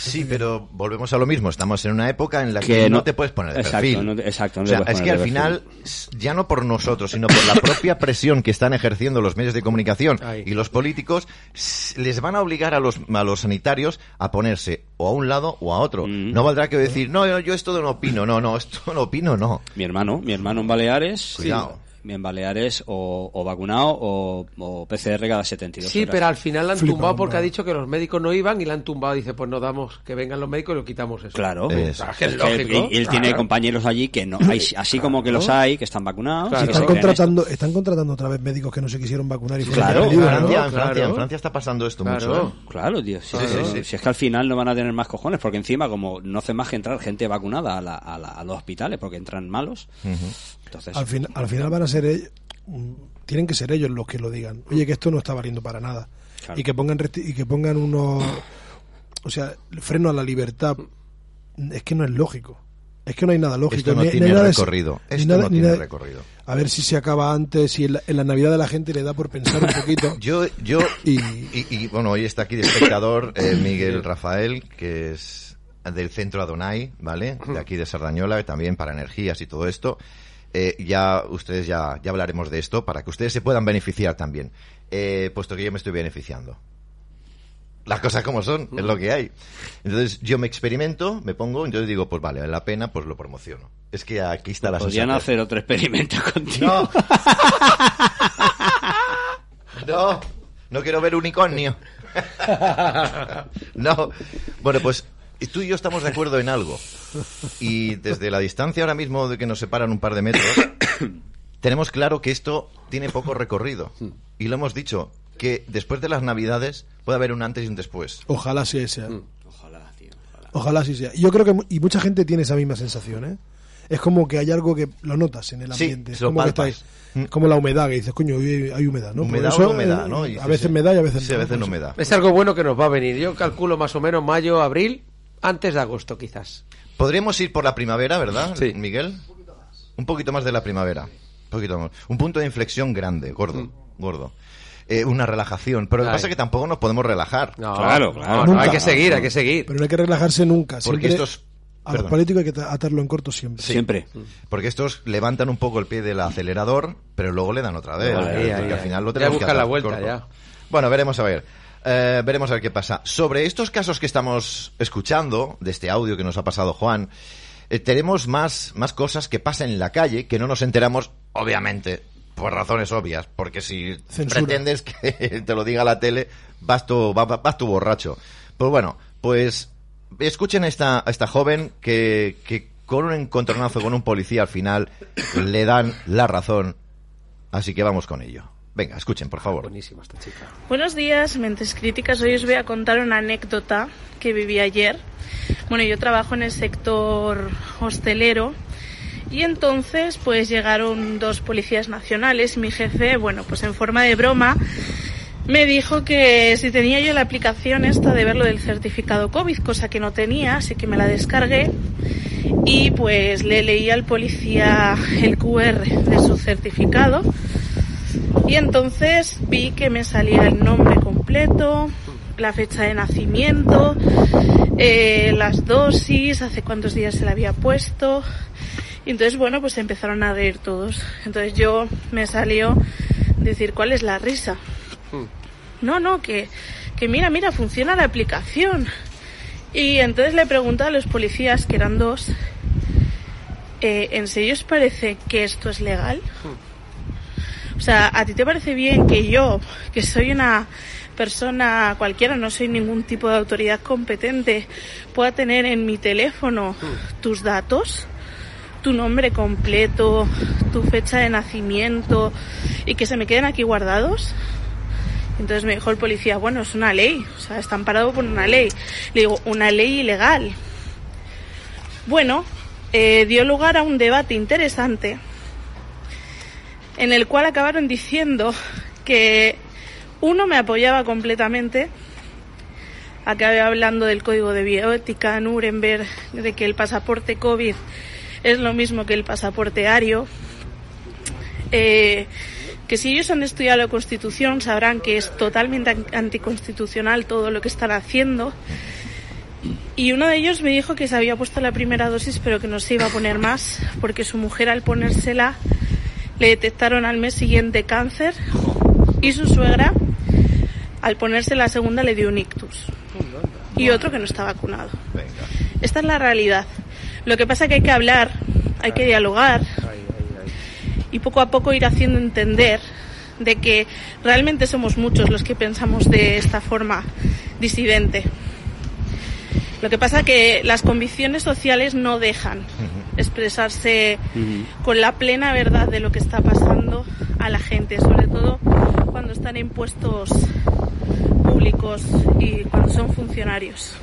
sí, pero volvemos a lo mismo. Estamos en una época en la que, Que no, no- te puedes poner de Exacto, perfil. no te- exacto, no o te sea, puedes es que poner al de final, s- ya no por nosotros, sino por la propia presión que están ejerciendo los medios de comunicación y los políticos, s- les van a obligar a los, a los sanitarios a ponerse o a un lado o a otro. Mm. No valdrá que decir, no, yo, yo esto no opino, no, no, esto no opino, no. mi hermano mi hermano en Baleares Cuidado. sí, en Baleares o, o vacunado o, o PCR cada 72 Sí, horas. pero al final la han Flipa, tumbado porque hombre. ha dicho que los médicos no iban y la han tumbado. Dice, pues no damos, que vengan los médicos y lo quitamos eso. Claro, O Es sea, que es que lógico. él- él tiene Claro. compañeros allí que no, hay, así como que los hay, que están vacunados. Sí, que están, se creen contratando, están contratando otra vez médicos que no se quisieron vacunar y Pues fueron Claro, despedidos, claro, ¿no? claro. En Francia- en Francia está pasando esto ¿eh? Claro, claro, tío. sí, Claro. sí, sí. Si es que al final no van a tener más cojones, porque encima, como no hace más que entrar gente vacunada a, la- a la- a los hospitales, porque entran malos, entonces. al, fin- al final van a ser ellos, mm, tienen que ser ellos los que lo digan. Oye, que esto no está valiendo para nada. Claro. Y que pongan resti- y que pongan unos o sea, el freno a la libertad mm, es que no es lógico. Es que no hay nada lógico. Esto no ni- ni tiene nada de- recorrido. ni Esto nada- no ni tiene nada- recorrido. A ver si se acaba antes, si en la, en la Navidad de la gente le da por pensar un poquito. Yo, yo y, y, bueno, hoy está aquí de espectador eh, Miguel Rafael, que es del centro Adonai, ¿vale? De aquí de Sardañola, también para energías y todo esto. Eh, ya ustedes ya, ya hablaremos de esto para que ustedes se puedan beneficiar también, eh, puesto que yo me estoy beneficiando. Las cosas como son, es lo que hay. Entonces yo me experimento, me pongo, entonces digo, pues vale, vale la pena, pues lo promociono. Es que aquí está la Podrían sociedad. hacer otro experimento contigo. No. No, no quiero ver unicornio. No. Bueno, pues tú y yo estamos de acuerdo en algo. Y desde la distancia ahora mismo de que nos separan un par de metros, tenemos claro que esto tiene poco recorrido. Y lo hemos dicho, que después de las Navidades puede haber un antes y un después. Mm. Ojalá sí sea. Ojalá, tío. Ojalá sí sea. Y Yo creo que mu- y mucha gente tiene esa misma sensación, ¿eh? Es como que hay algo que lo notas en el Sí, ambiente. es lo como que palpas. estáis- es como la humedad, que dices, coño, hoy hay humedad, ¿no? Humedad Por o no humedad, eh, ¿no? Y a dices, veces sí. me da y a veces Sí, a no. veces no me da. Es algo bueno que nos va a venir. Yo calculo más o menos mayo, abril, antes de agosto quizás. Podríamos ir por la primavera, ¿verdad, Miguel? Un poquito más de la primavera. Un poquito más. Un punto de inflexión grande, gordo, gordo. Eh, una relajación. Pero lo que Ay. pasa es que tampoco nos podemos relajar. Claro, claro. No, no, hay que seguir, hay que seguir. Pero no hay que relajarse nunca. siempre Porque estos- A perdón. los políticos hay que ta- atarlo en corto siempre. Sí. Mm. Porque estos levantan un poco el pie del acelerador, pero luego le dan otra vez. Ahí, ahí, porque al ahí. final lo Ya tenemos que buscan la atar vuelta, corto. ya. Bueno, veremos a ver. Eh, veremos a ver qué pasa. Sobre estos casos que estamos escuchando, de este audio que nos ha pasado Juan, eh, tenemos más, más cosas que pasan en la calle que no nos enteramos, obviamente, por razones obvias. Porque si Censura. pretendes que te lo diga la tele, vas tu, va- va- vas tu borracho. Pues bueno, pues escuchen a esta, a esta joven que, que con un encontronazo con un policía al final le dan la razón. Así que vamos con ello. Venga, escuchen, por favor. Buenísima esta chica. Buenos días, Mentes Críticas. Hoy os voy a contar una anécdota que viví ayer. Bueno, yo trabajo en el sector hostelero y entonces pues llegaron dos policías nacionales. Mi jefe, bueno, pues en forma de broma me dijo que si tenía yo la aplicación esta de ver lo del certificado COVID, cosa que no tenía, así que me la descargué y pues le leí al policía el QR de su certificado Y entonces vi que me salía el nombre completo, la fecha de nacimiento, eh, las dosis, hace cuántos días se la había puesto. Y entonces, bueno, pues se empezaron a reír todos. Entonces yo me salió decir, ¿cuál es la risa? No, no, que, que mira, mira, funciona la aplicación. Y entonces le pregunté a los policías, que eran dos, eh, ¿en serio os parece que esto es legal? O sea, ¿a ti te parece bien que yo, que soy una persona cualquiera, no soy ningún tipo de autoridad competente, pueda tener en mi teléfono tus datos? tu nombre completo, tu fecha de nacimiento y que se me queden aquí guardados. Entonces me dijo el policía, bueno, es una ley, o sea, está amparado por una ley. Le digo, una ley ilegal. Bueno, eh, dio lugar a un debate interesante en el cual acabaron diciendo que uno me apoyaba completamente, acabé hablando del código de bioética, Nuremberg, de que el pasaporte COVID es lo mismo que el pasaporte ario. Eh, que si ellos han estudiado la Constitución sabrán que es totalmente an- anticonstitucional todo lo que están haciendo. Y uno de ellos me dijo que se había puesto la primera dosis pero que no se iba a poner más porque su mujer al ponérsela le detectaron al mes siguiente cáncer y su suegra al ponerse la segunda le dio un ictus y otro que no está vacunado. Esta es la realidad. Lo que pasa es que hay que hablar, hay que dialogar y poco a poco ir haciendo entender de que realmente somos muchos los que pensamos de esta forma disidente. Lo que pasa es que las convicciones sociales no dejan expresarse con la plena verdad de lo que está pasando a la gente, sobre todo cuando están en puestos públicos y cuando son funcionarios.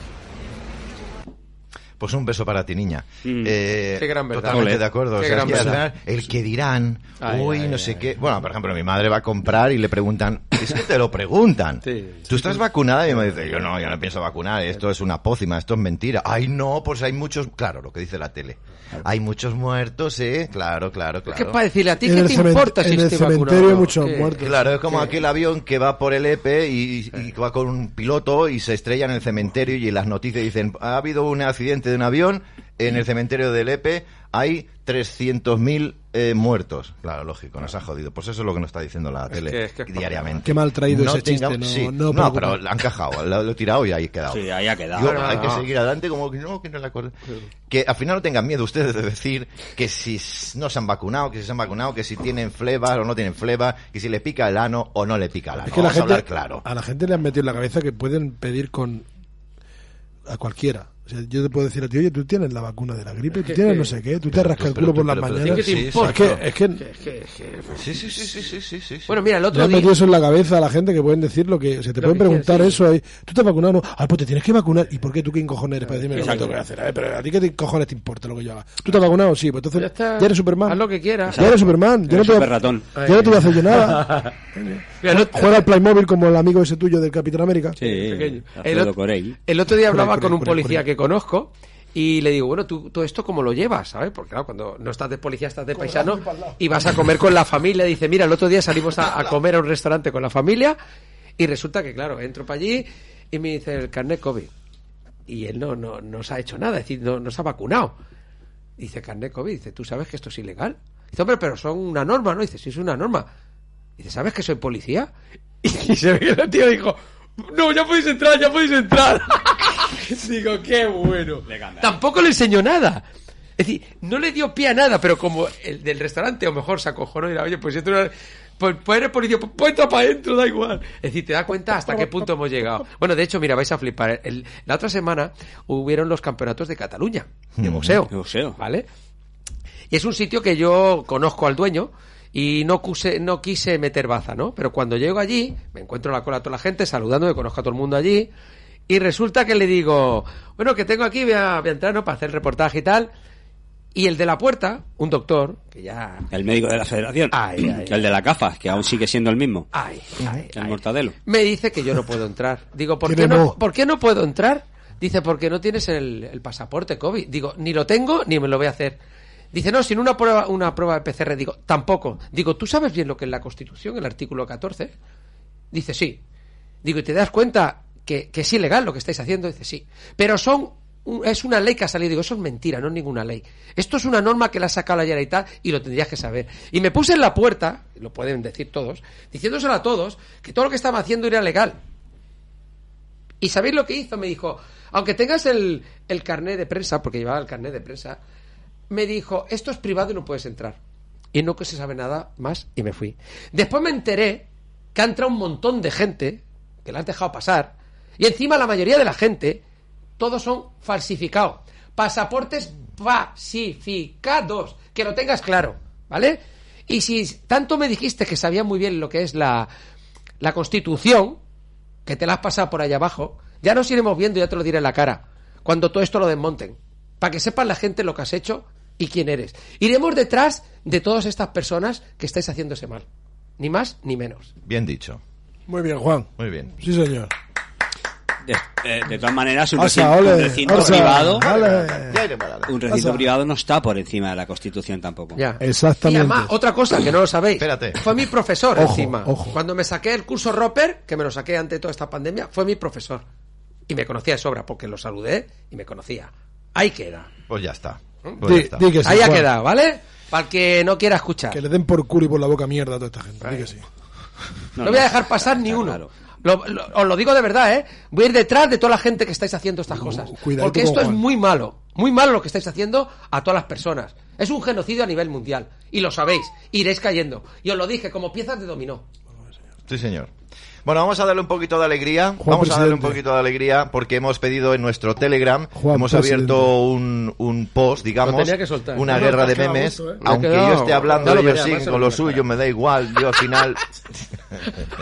Pues un beso para ti, niña. Eh, Mm. Qué gran verdad. Totalmente Ole. de acuerdo. O Qué sea, es gran que al verdad. final, el que dirán, Ay, uy, ay, no sé qué. Bueno, por ejemplo, mi madre va a comprar y le preguntan, es que te lo preguntan. ¿Tú estás vacunada? Y me dice, yo no, yo no pienso vacunar, esto es una pócima, esto es mentira. Ay, no, pues hay muchos, claro, lo que dice la tele. Hay muchos muertos, ¿eh? Claro, claro, claro. que para decirle a ti En que el te cemen- importa si en el estoy cementerio vacunado. hay o no? muchos ¿Qué? muertos. Claro, es como aquel avión que va por el EPE y, y que va con un piloto y se estrella en el cementerio y en las noticias dicen, ha habido un accidente de un avión en el cementerio del EPE, hay 300.000 eh, muertos. Claro, lógico, nos ha jodido. Pues eso es lo que nos está diciendo la tele que- es que es diariamente. Qué mal traído ese chiste, no- sí. no pero preocupa. la han cajado, lo, lo he tirado y ahí ha quedado. Ah. Sí, ahí ha quedado. Digo, No, no, hay que no. seguir adelante como que no, que no la acuerdo. Que al final no tengan miedo ustedes de decir que si s- no se han vacunado, que si se han vacunado, que si tienen flebas o no tienen flebas, que si le pica el ano o no le pica el ano. Es que la Vamos a gente, hablar claro. a la gente le han metido en la cabeza que pueden pedir con a cualquiera. O sea, yo te puedo decir a ti, oye, tú tienes la vacuna de la gripe, tú Es tienes que- no sé qué, tú te rascas el culo por las mañanas. ¿Qué te Sí, importa? es que, es que Sí, sí, sí, sí, sí, sí, sí. Bueno, mira, el le otro han día... metido eso en la cabeza a la gente que pueden decir lo que, se te Lo pueden que preguntar quieras, eso ahí, tú te has vacunado, no, ah, pues te tienes que vacunar, ¿y por qué tú qué cojones eres para decirme lo que Exacto. tengo que hacer? A ver, pero a ti qué te- cojones te importa lo que yo haga. ¿Tú te has vacunado? Sí, pues entonces ya, está. eres Superman. Haz lo que quieras. Ya eres Superman, yo no, Eres te voy a- superratón. yo no te voy a hacer yo nada. Mira, el otro- Juega al Playmobil como el amigo ese tuyo del Capitán América. pequeño. El, Alfredo ot- Corell. el otro día hablaba Corell, con un Corell, policía que conozco y le digo, bueno, ¿tú, tú esto cómo lo llevas? ¿Sabes? Porque claro, cuando no estás de policía, estás de paisano y vas a comer con la familia. Dice, mira, el otro día salimos a, a comer a un restaurante con la familia y resulta que, claro, entro para allí y me dice el carnet COVID. Y él no, no, no se ha hecho nada, es decir, no, no se ha vacunado. Dice, carnet COVID, dice, ¿tú sabes que esto es ilegal? Dice, hombre, pero son una norma, ¿no? Dice, sí, es una norma. Dice, ¿sabes que soy policía? Y se ve que el tío dijo, no, ya podéis entrar, ya podéis entrar. Digo, qué bueno. Tampoco le enseñó nada. Es decir, no le dio pie a nada, pero como el del restaurante, a lo mejor se acojonó y era, oye, pues esto no- Pues, pues eres policía, pues, pues entra para adentro, da igual. Es decir, te das cuenta hasta qué punto hemos llegado. Bueno, de hecho, mira, vais a flipar. El- la otra semana hubieron los campeonatos de Cataluña, de boxeo. ¿Vale? Y es un sitio que yo conozco al dueño y no, cuse- no quise meter baza, ¿no? Pero cuando llego allí, me encuentro en la cola a toda la gente, saludando, que conozco a todo el mundo allí, y resulta que le digo, bueno, que tengo aquí, voy a, voy a entrar, ¿no? Para hacer el reportaje y tal. Y el de la puerta, un doctor, que ya... El médico de la federación. el de la CAFA, que aún sigue siendo el mismo. Ay, ay, el mortadelo. me dice que yo no puedo entrar. Digo, ¿por, qué Tiene no, no. ¿por qué no puedo entrar? Dice, porque no tienes el, el pasaporte COVID. Digo, ni lo tengo ni me lo voy a hacer. Dice, no, sin una prueba, una prueba de PCR. Digo, tampoco. Digo, ¿tú sabes bien lo que es la Constitución, el artículo 14? Dice, sí. Digo, ¿y te das cuenta que, que es ilegal lo que estáis haciendo? Dice, sí. Pero son un- es una ley que ha salido. Digo, eso es mentira, no es ninguna ley. Esto es una norma que la ha sacado la Generalitat y lo tendrías que saber. Y me puse en la puerta, lo pueden decir todos, diciéndoselo a todos, que todo lo que estaba haciendo era legal. ¿Y sabéis lo que hizo? Me dijo, aunque tengas el, el carnet de prensa, porque llevaba el carnet de prensa, me dijo, esto es privado y no puedes entrar. Y no que se sabe nada más y me fui. Después me enteré que ha entrado un montón de gente, que la has dejado pasar, y encima la mayoría de la gente, todos son falsificados. Pasaportes falsificados, que lo tengas claro, ¿vale? Y si tanto me dijiste que sabía muy bien lo que es la, la constitución, que te la has pasado por allá abajo, ya nos iremos viendo, ya te lo diré en la cara, cuando todo esto lo desmonten, para que sepan la gente lo que has hecho y quién eres. Iremos detrás de todas estas personas que estáis haciéndose mal, ni más ni menos. Bien dicho. Muy bien, Juan. Muy bien. Sí, señor. De, eh, de todas maneras, un Orsa, recinto, ole, un recinto Orsa, privado. ole. Un recinto Orsa. privado no está por encima de la Constitución tampoco. Ya. Y Exactamente. además, otra cosa que no lo sabéis, fue mi profesor Ojo, encima. ojo. Cuando me saqué el curso Roper, que me lo saqué ante toda esta pandemia, fue mi profesor. Y me conocía de sobra porque lo saludé y me conocía. Ahí queda. Pues ya está. Pues Di- ya está. di que sí, Ahí ha Juan. quedado, ¿vale? Para el que no quiera escuchar. Que le den por culo y por la boca mierda a toda esta gente. Di que sí. No, voy a dejar pasar ni uno. Lo- lo- os lo digo de verdad, ¿eh? Voy a ir detrás de toda la gente que estáis haciendo estas cosas. cuidadito porque con esto es Juan. muy malo. Muy malo lo que estáis haciendo a todas las personas. Es un genocidio a nivel mundial. Y lo sabéis. Iréis cayendo. Y os lo dije, como piezas de dominó. Sí, señor. Bueno, vamos a darle un poquito de alegría. vamos a darle un poquito de alegría porque hemos pedido en nuestro Telegram, Juan hemos Presidente. abierto un, un post, digamos, Lo tenía que soltar. una No, no, guerra te de has quedado memes. a gusto, ¿eh? Te has Aunque quedado- yo esté hablando, Ya lo ellos verás, siguen pásalo con lo por la suyo, me da igual, yo al final...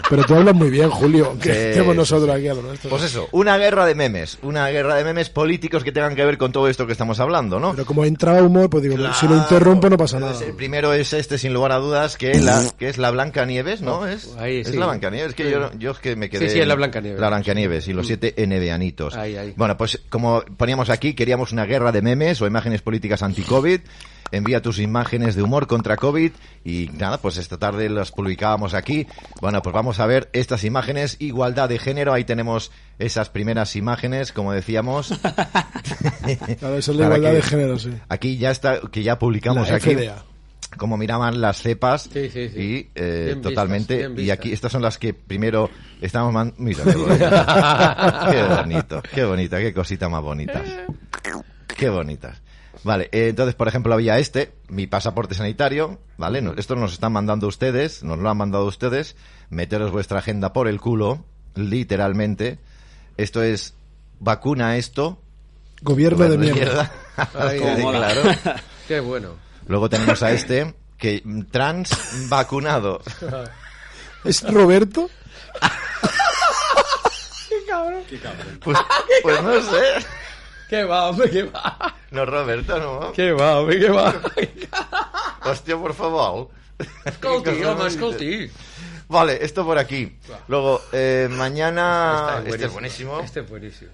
Pero tú hablas muy bien, Julio. Que Sí, estemos sí, nosotros sí. aquí a lo nuestro. Pues eso, una guerra de memes, una guerra de memes políticos que tengan que ver con todo esto que estamos hablando, ¿no? Pero como entraba humor, pues digo, si lo interrumpo no Ah. pasa nada. Entonces, el primero es este, sin lugar a dudas, que es la, que es la Blanca Nieves, ¿no? Es, Ahí, es sí. la Blanca Nieves, que Sí. yo, yo es que me quedé. Sí, sí, es la en- Blancanieves. La Blanca Nieves y los Mm. siete eneveanitos. Ahí, ahí. Bueno, pues como poníamos aquí, queríamos una guerra de memes o imágenes políticas anti-COVID. Envía tus imágenes de humor contra COVID y nada, pues esta tarde las publicábamos aquí. Bueno, pues vamos a ver estas imágenes. Igualdad de género, ahí tenemos esas primeras imágenes, como decíamos. Claro, eso es la Para igualdad que- de género, sí. Aquí ya está, que ya publicamos La aquí FDA. cómo miraban las cepas y eh, Bien vistas, totalmente bien y vistas. aquí estas son las que primero estamos man... mira qué bonito. qué bonito qué bonita qué cosita más bonitas qué bonitas vale eh, entonces por ejemplo había este mi pasaporte sanitario vale No- esto nos están mandando ustedes nos lo han mandado ustedes meteros vuestra agenda por el culo literalmente esto es vacuna esto Gobierno de Gobierno de mierda. Ahí, Sí, ahí. claro. Qué bueno. Luego tenemos a este, que mm, trans vacunado. ¿Es Roberto? Qué cabrón. Pues, pues no sé. Qué va, hombre, qué va. No, Roberto, no. Qué va, hombre, qué va. Hostia, por favor. Escolti, home, escolti. Vale, esto por aquí. Luego, eh, mañana... Este es buenísimo. Este es Ah, buenísimo.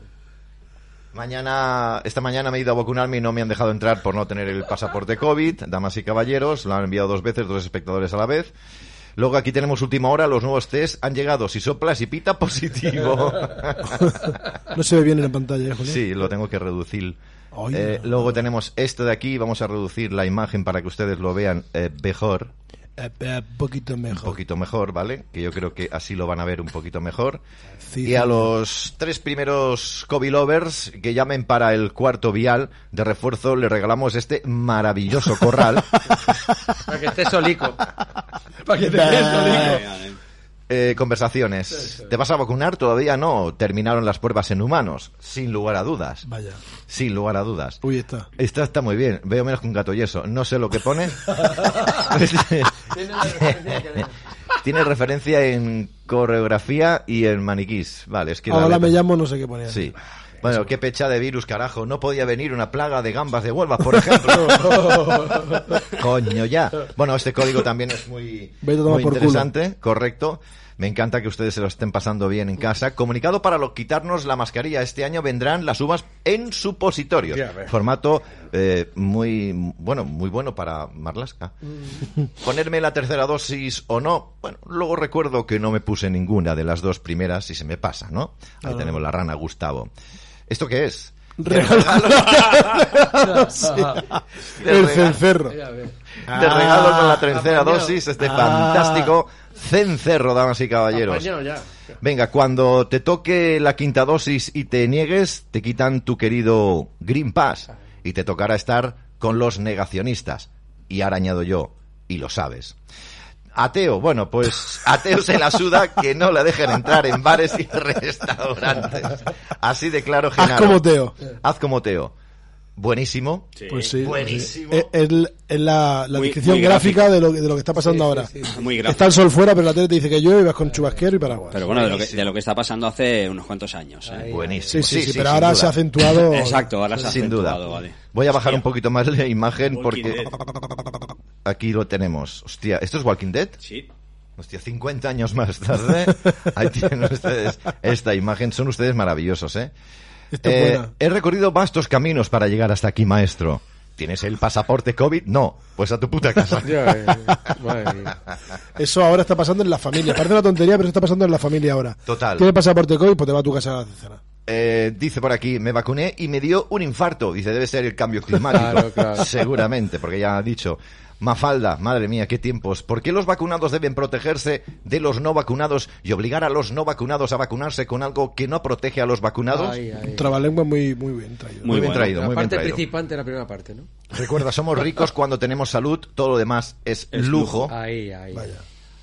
Mañana, esta mañana me he ido a vacunarme y no me han dejado entrar por no tener el pasaporte COVID. Damas y caballeros, lo han enviado dos veces, dos espectadores a la vez. Luego aquí tenemos última hora, los nuevos test han llegado. Si soplas y pita, positivo. No se ve bien en la pantalla, ¿eh, Julio. Sí, lo tengo que reducir. Ay, Eh, luego tenemos esto de aquí, vamos a reducir la imagen para que ustedes lo vean eh, mejor, Eh, eh, poquito un mejor. poquito mejor, ¿vale? Que yo creo que así lo van a ver un poquito mejor. Sí, y a sí. los tres primeros Kobe Lovers que llamen para el cuarto vial de refuerzo, le regalamos este maravilloso corral. Para que estés solico. Para que te Bah. estés solico. Eh, conversaciones. ¿Te vas a vacunar? Todavía no. Terminaron las pruebas en humanos. Sin lugar a dudas. Vaya. Sin lugar a dudas. Uy, está. Esta está muy bien. Veo menos que un gato yeso. No sé lo que pone. Tiene la referencia que le- Tiene referencia en coreografía y en maniquís. Vale, es que... la Ahora letra- me llamo, no sé qué poner. Sí. Bueno, qué pecha de virus, carajo. No podía venir una plaga de gambas de Huelva, por ejemplo. Coño, ya. Bueno, este código también es muy, Vete a tomar muy por culo. interesante, correcto. Me encanta que ustedes se lo estén pasando bien en casa. Comunicado para lo, quitarnos la mascarilla. Este año vendrán las uvas en supositorios. Ya ves. Formato eh, muy bueno, muy bueno para Marlasca. Ponerme la tercera dosis o no. Bueno, luego recuerdo que no me puse ninguna de las dos primeras y se me pasa, ¿no? Ahí Ah. tenemos la rana Gustavo. ¿Esto qué es? Regalo. Sí. De El regalo. cencerro. Te regalo con la tercera dosis este Ah. fantástico cencerro, damas y caballeros. Apañado ya. Venga, cuando te toque la quinta dosis y te niegues, te quitan tu querido Green Pass y te tocará estar con los negacionistas. Y ahora añado yo, y lo sabes. Ateo, bueno, pues ateo se la suda que no la dejen entrar en bares y restaurantes. Así de claro, Genaro. como Teo. Haz como Teo. Buenísimo. Pues sí, Buenísimo. pues sí. Es, es- es la, la Muy- descripción muy gráfica, gráfica. de lo, que- de lo que está pasando ahora. Muy gráfico. Está el sol fuera, pero la tele te dice que llueve y vas con chubasquero y paraguas. Pero bueno, de lo, que, de lo que está pasando hace unos cuantos años. ¿eh? Buenísimo. Sí, sí, Sí, sí, sí, pero sin ahora duda. se ha acentuado- Exacto, ahora se ha Sin duda. acentuado, vale. Voy a bajar un poquito más la imagen Walking porque aquí lo tenemos. Hostia, ¿esto es Walking Dead? Sí. Hostia, 50 años más tarde. Ahí tienen ustedes esta imagen. Son ustedes maravillosos, ¿eh? Está Eh, buena. He recorrido vastos caminos para llegar hasta aquí, maestro. ¿Tienes el pasaporte COVID? No, pues a tu puta casa. eh, Eso ahora está pasando en la familia. Parece una tontería, pero eso está pasando en la familia ahora. Total. Tienes pasaporte COVID, pues te va a tu casa a cenar. Eh, dice por aquí, me vacuné y me dio un infarto. Dice, debe ser el cambio climático. Claro, claro. Seguramente, porque ya ha dicho. Mafalda, madre mía, qué tiempos. ¿Por qué los vacunados deben protegerse de los no vacunados y obligar a los no vacunados a vacunarse con algo que no protege a los vacunados? Un Trabalengua muy, muy bien traído. Muy Muy bien bueno. traído, la muy bien parte traído. principante de la primera parte, ¿no? Recuerda, somos ricos cuando tenemos salud, todo lo demás es, lujo. Ahí, ahí.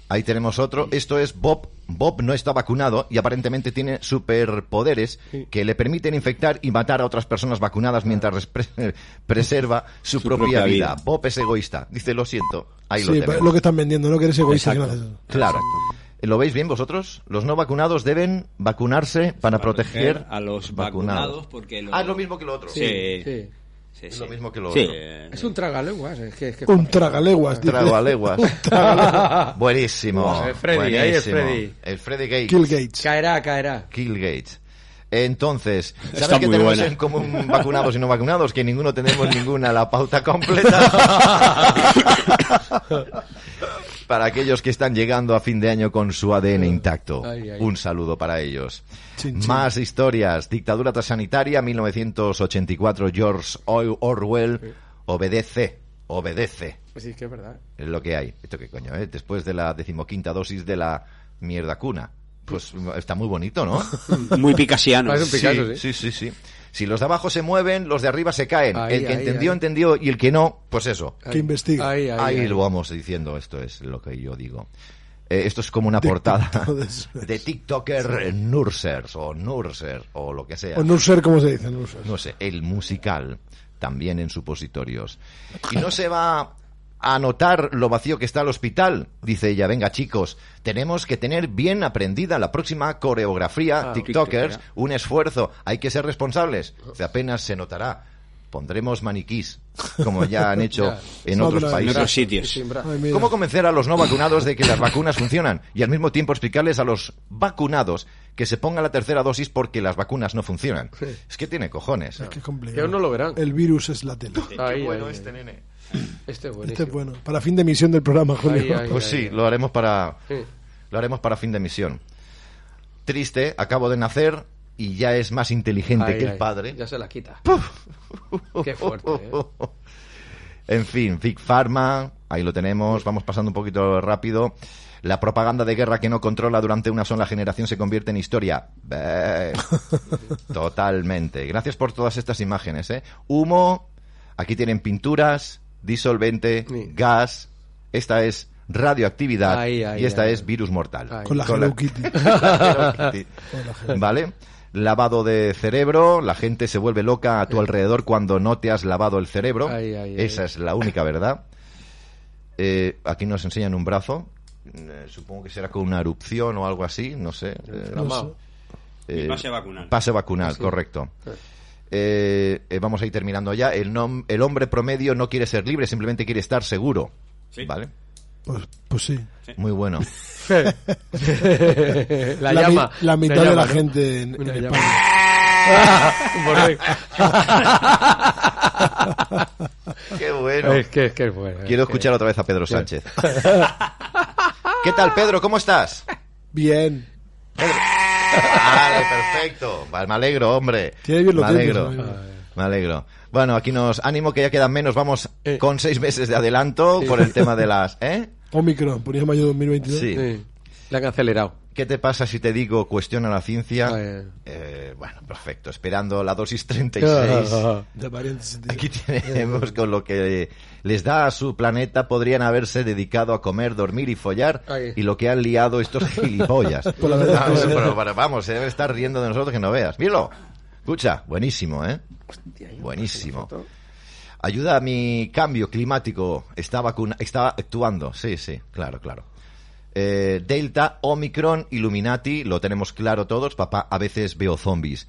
Ahí tenemos otro. Esto es Bob. Bob no está vacunado y aparentemente tiene superpoderes que le permiten infectar y matar a otras personas vacunadas mientras respre- preserva su, propia, propia vida. vida. Bob es egoísta. Dice, lo siento. Ahí Sí, lo pa- tenemos. lo que están vendiendo, no que eres egoísta. que no haces eso. Claro. ¿Lo veis bien vosotros? Los no vacunados deben vacunarse para, proteger Eh, a los vacunados porque Ah, es lo mismo que lo otro. Sí. Sí. Sí, Es sí. lo mismo que lo Sí. otro. Es un tragalenguas. Es que, es que Un tragaleguas. dice. Tragaleguas. tragaleguas. Buenísimo. Buah, el Freddy, ahí el buenísimo. Freddy. El Freddy Gates. Kill Gates. Caerá, caerá. Killgate. Entonces, ¿sabes Está qué muy tenemos buena. en común vacunados y no vacunados? Que ninguno tenemos ninguna la pauta completa. para aquellos que están llegando a fin de año con su ADN intacto. Ay, ay. Un saludo para ellos. Más historias. Dictadura tras sanitaria, 1984, George Or- Orwell. Obedece, obedece. Pues sí, es que es verdad. Es lo que hay. Esto qué coño, ¿eh? Después de la decimoquinta dosis de la mierda cuna. Pues está muy bonito, ¿no? Muy picasiano. Parece un Picasso, sí, sí, sí, sí. Si los de abajo se mueven, los de arriba se caen. Ahí, el que ahí, entendió, ahí. entendió. Y el que no, pues eso. Que investiga. Ahí, Ahí, lo vamos diciendo, esto es lo que yo digo. Eh, esto es como una portada de TikToker eh, Nursers o Nurser o lo que sea. O no ser, ¿cómo se dice? No sé. No sé, el musical también en supositorios. Y no se va a notar lo vacío que está el hospital, dice ella. Venga, chicos, tenemos que tener bien aprendida la próxima coreografía, Ah, TikTokers, TikTokera. un esfuerzo, hay que ser responsables. Dice, apenas se notará. Pondremos maniquís, como ya han hecho Ya. en No, otros pero- países. En otros sitios. Sí, siembra. Ay, mira. ¿Cómo convencer a los no vacunados de que las vacunas funcionan y al mismo tiempo explicarles a los vacunados que se pongan la tercera dosis porque las vacunas no funcionan? Sí. Es que tiene cojones. Es que es complicado. Ellos no lo verán. El virus es la tele. Ahí, bueno ahí, este ahí. nene. Este es Este buenísimo. es bueno. Para fin de emisión del programa, Julio. Pues sí, lo haremos para Sí. lo haremos para fin de misión. Triste, acabo de nacer y ya es más inteligente Ay, que ay, el padre. Ya se la quita. Qué fuerte, ¿eh? En fin, Big Pharma, ahí lo tenemos, vamos pasando un poquito rápido. La propaganda de guerra que no controla durante una sola generación se convierte en historia. Beh. Totalmente. Gracias por todas estas imágenes. ¿eh? Humo, aquí tienen pinturas, disolvente, gas. Esta es radioactividad Ahí, ahí, y esta ahí. es virus mortal. Con la Hello Kitty. con la Hello Kitty. Con la Hello ¿Vale? Lavado de cerebro, la gente se vuelve loca a tu alrededor cuando no te has lavado el cerebro. Ay, ay, ay. Esa es la única verdad. Eh, aquí nos enseñan un brazo. Eh, supongo que será con una erupción o algo así, no sé. Eh, Inflamado. eh, pase vacunal. Pase vacunal, Sí. correcto. Eh, eh, vamos a ir terminando ya. El, nom- el hombre promedio no quiere ser libre, simplemente quiere estar seguro. ¿Vale? Pues, pues sí. Muy bueno. La La mi- llama. la mitad La de llama, la ¿no? gente en- Una en llama. España. Correcto. Qué bueno. Ah. Es que- es que es bueno, es Quiero que- escuchar otra vez a Pedro Sánchez. ¿Qué tal, Pedro? ¿Cómo estás? Bien. Vale, perfecto. Pues Vale, Me alegro, hombre. Tiene bien los me dientes, muy alegro. bien. Me alegro. Bueno, aquí nos ánimo que ya quedan menos. Vamos con seis meses de adelanto Eh. Sí. con el tema de las. ¿Eh? Omicron, ponía mayo 2022. Sí. Eh, La han acelerado. ¿Qué te pasa si te digo cuestiona la ciencia? Eh, bueno, perfecto. Esperando la dosis 36. ah, De apariencia, tío. Eh, Aquí tenemos con lo que les da a su planeta podrían haberse dedicado a comer, dormir y follar Ahí. y lo que han liado estos gilipollas. Por la verdad. vamos, pero- pero vamos, se debe estar riendo de nosotros que no veas. Míralo. Escucha, buenísimo, ¿eh? Buenísimo. Ayuda a mi cambio climático. Está, vacuna está actuando. Sí, sí, claro, claro. Eh, Delta, Omicron, Illuminati, lo tenemos claro todos. Papá, a veces veo zombies.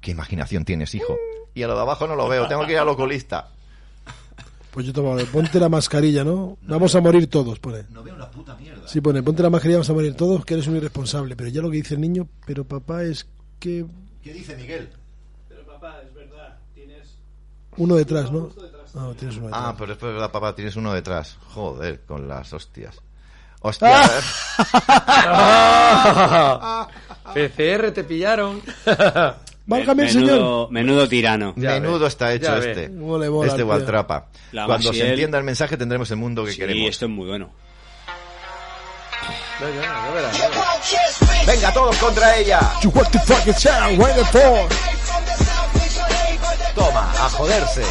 ¿Qué imaginación tienes, hijo? Y a lo de abajo no lo veo, tengo que ir al oculista. Pues yo tomaba, ponte la mascarilla, ¿no? Vamos a morir todos, pone. No veo una puta mierda. Sí, pone, ponte la mascarilla, vamos a morir todos, que eres un irresponsable. Pero ya lo que dice el niño, pero papá, es que ¿Qué dice Miguel? Pero papá, es verdad, tienes... uno detrás, ¿no? Ah, tienes uno detrás. Ah, pero después, ¿verdad, papá? Tienes uno detrás. Joder, con las hostias. Hostia. PCR, te pillaron. Válgame Menudo, menudo tirano. Menudo está hecho Ya este. ve. Cómo le mola este al tío. Waltrapa. La Cuando Maciel. se entienda el mensaje tendremos el mundo que queremos. esto es muy bueno. Venga, todos contra ella. You want to fucking shout, where the fuck? Toma, a joderse.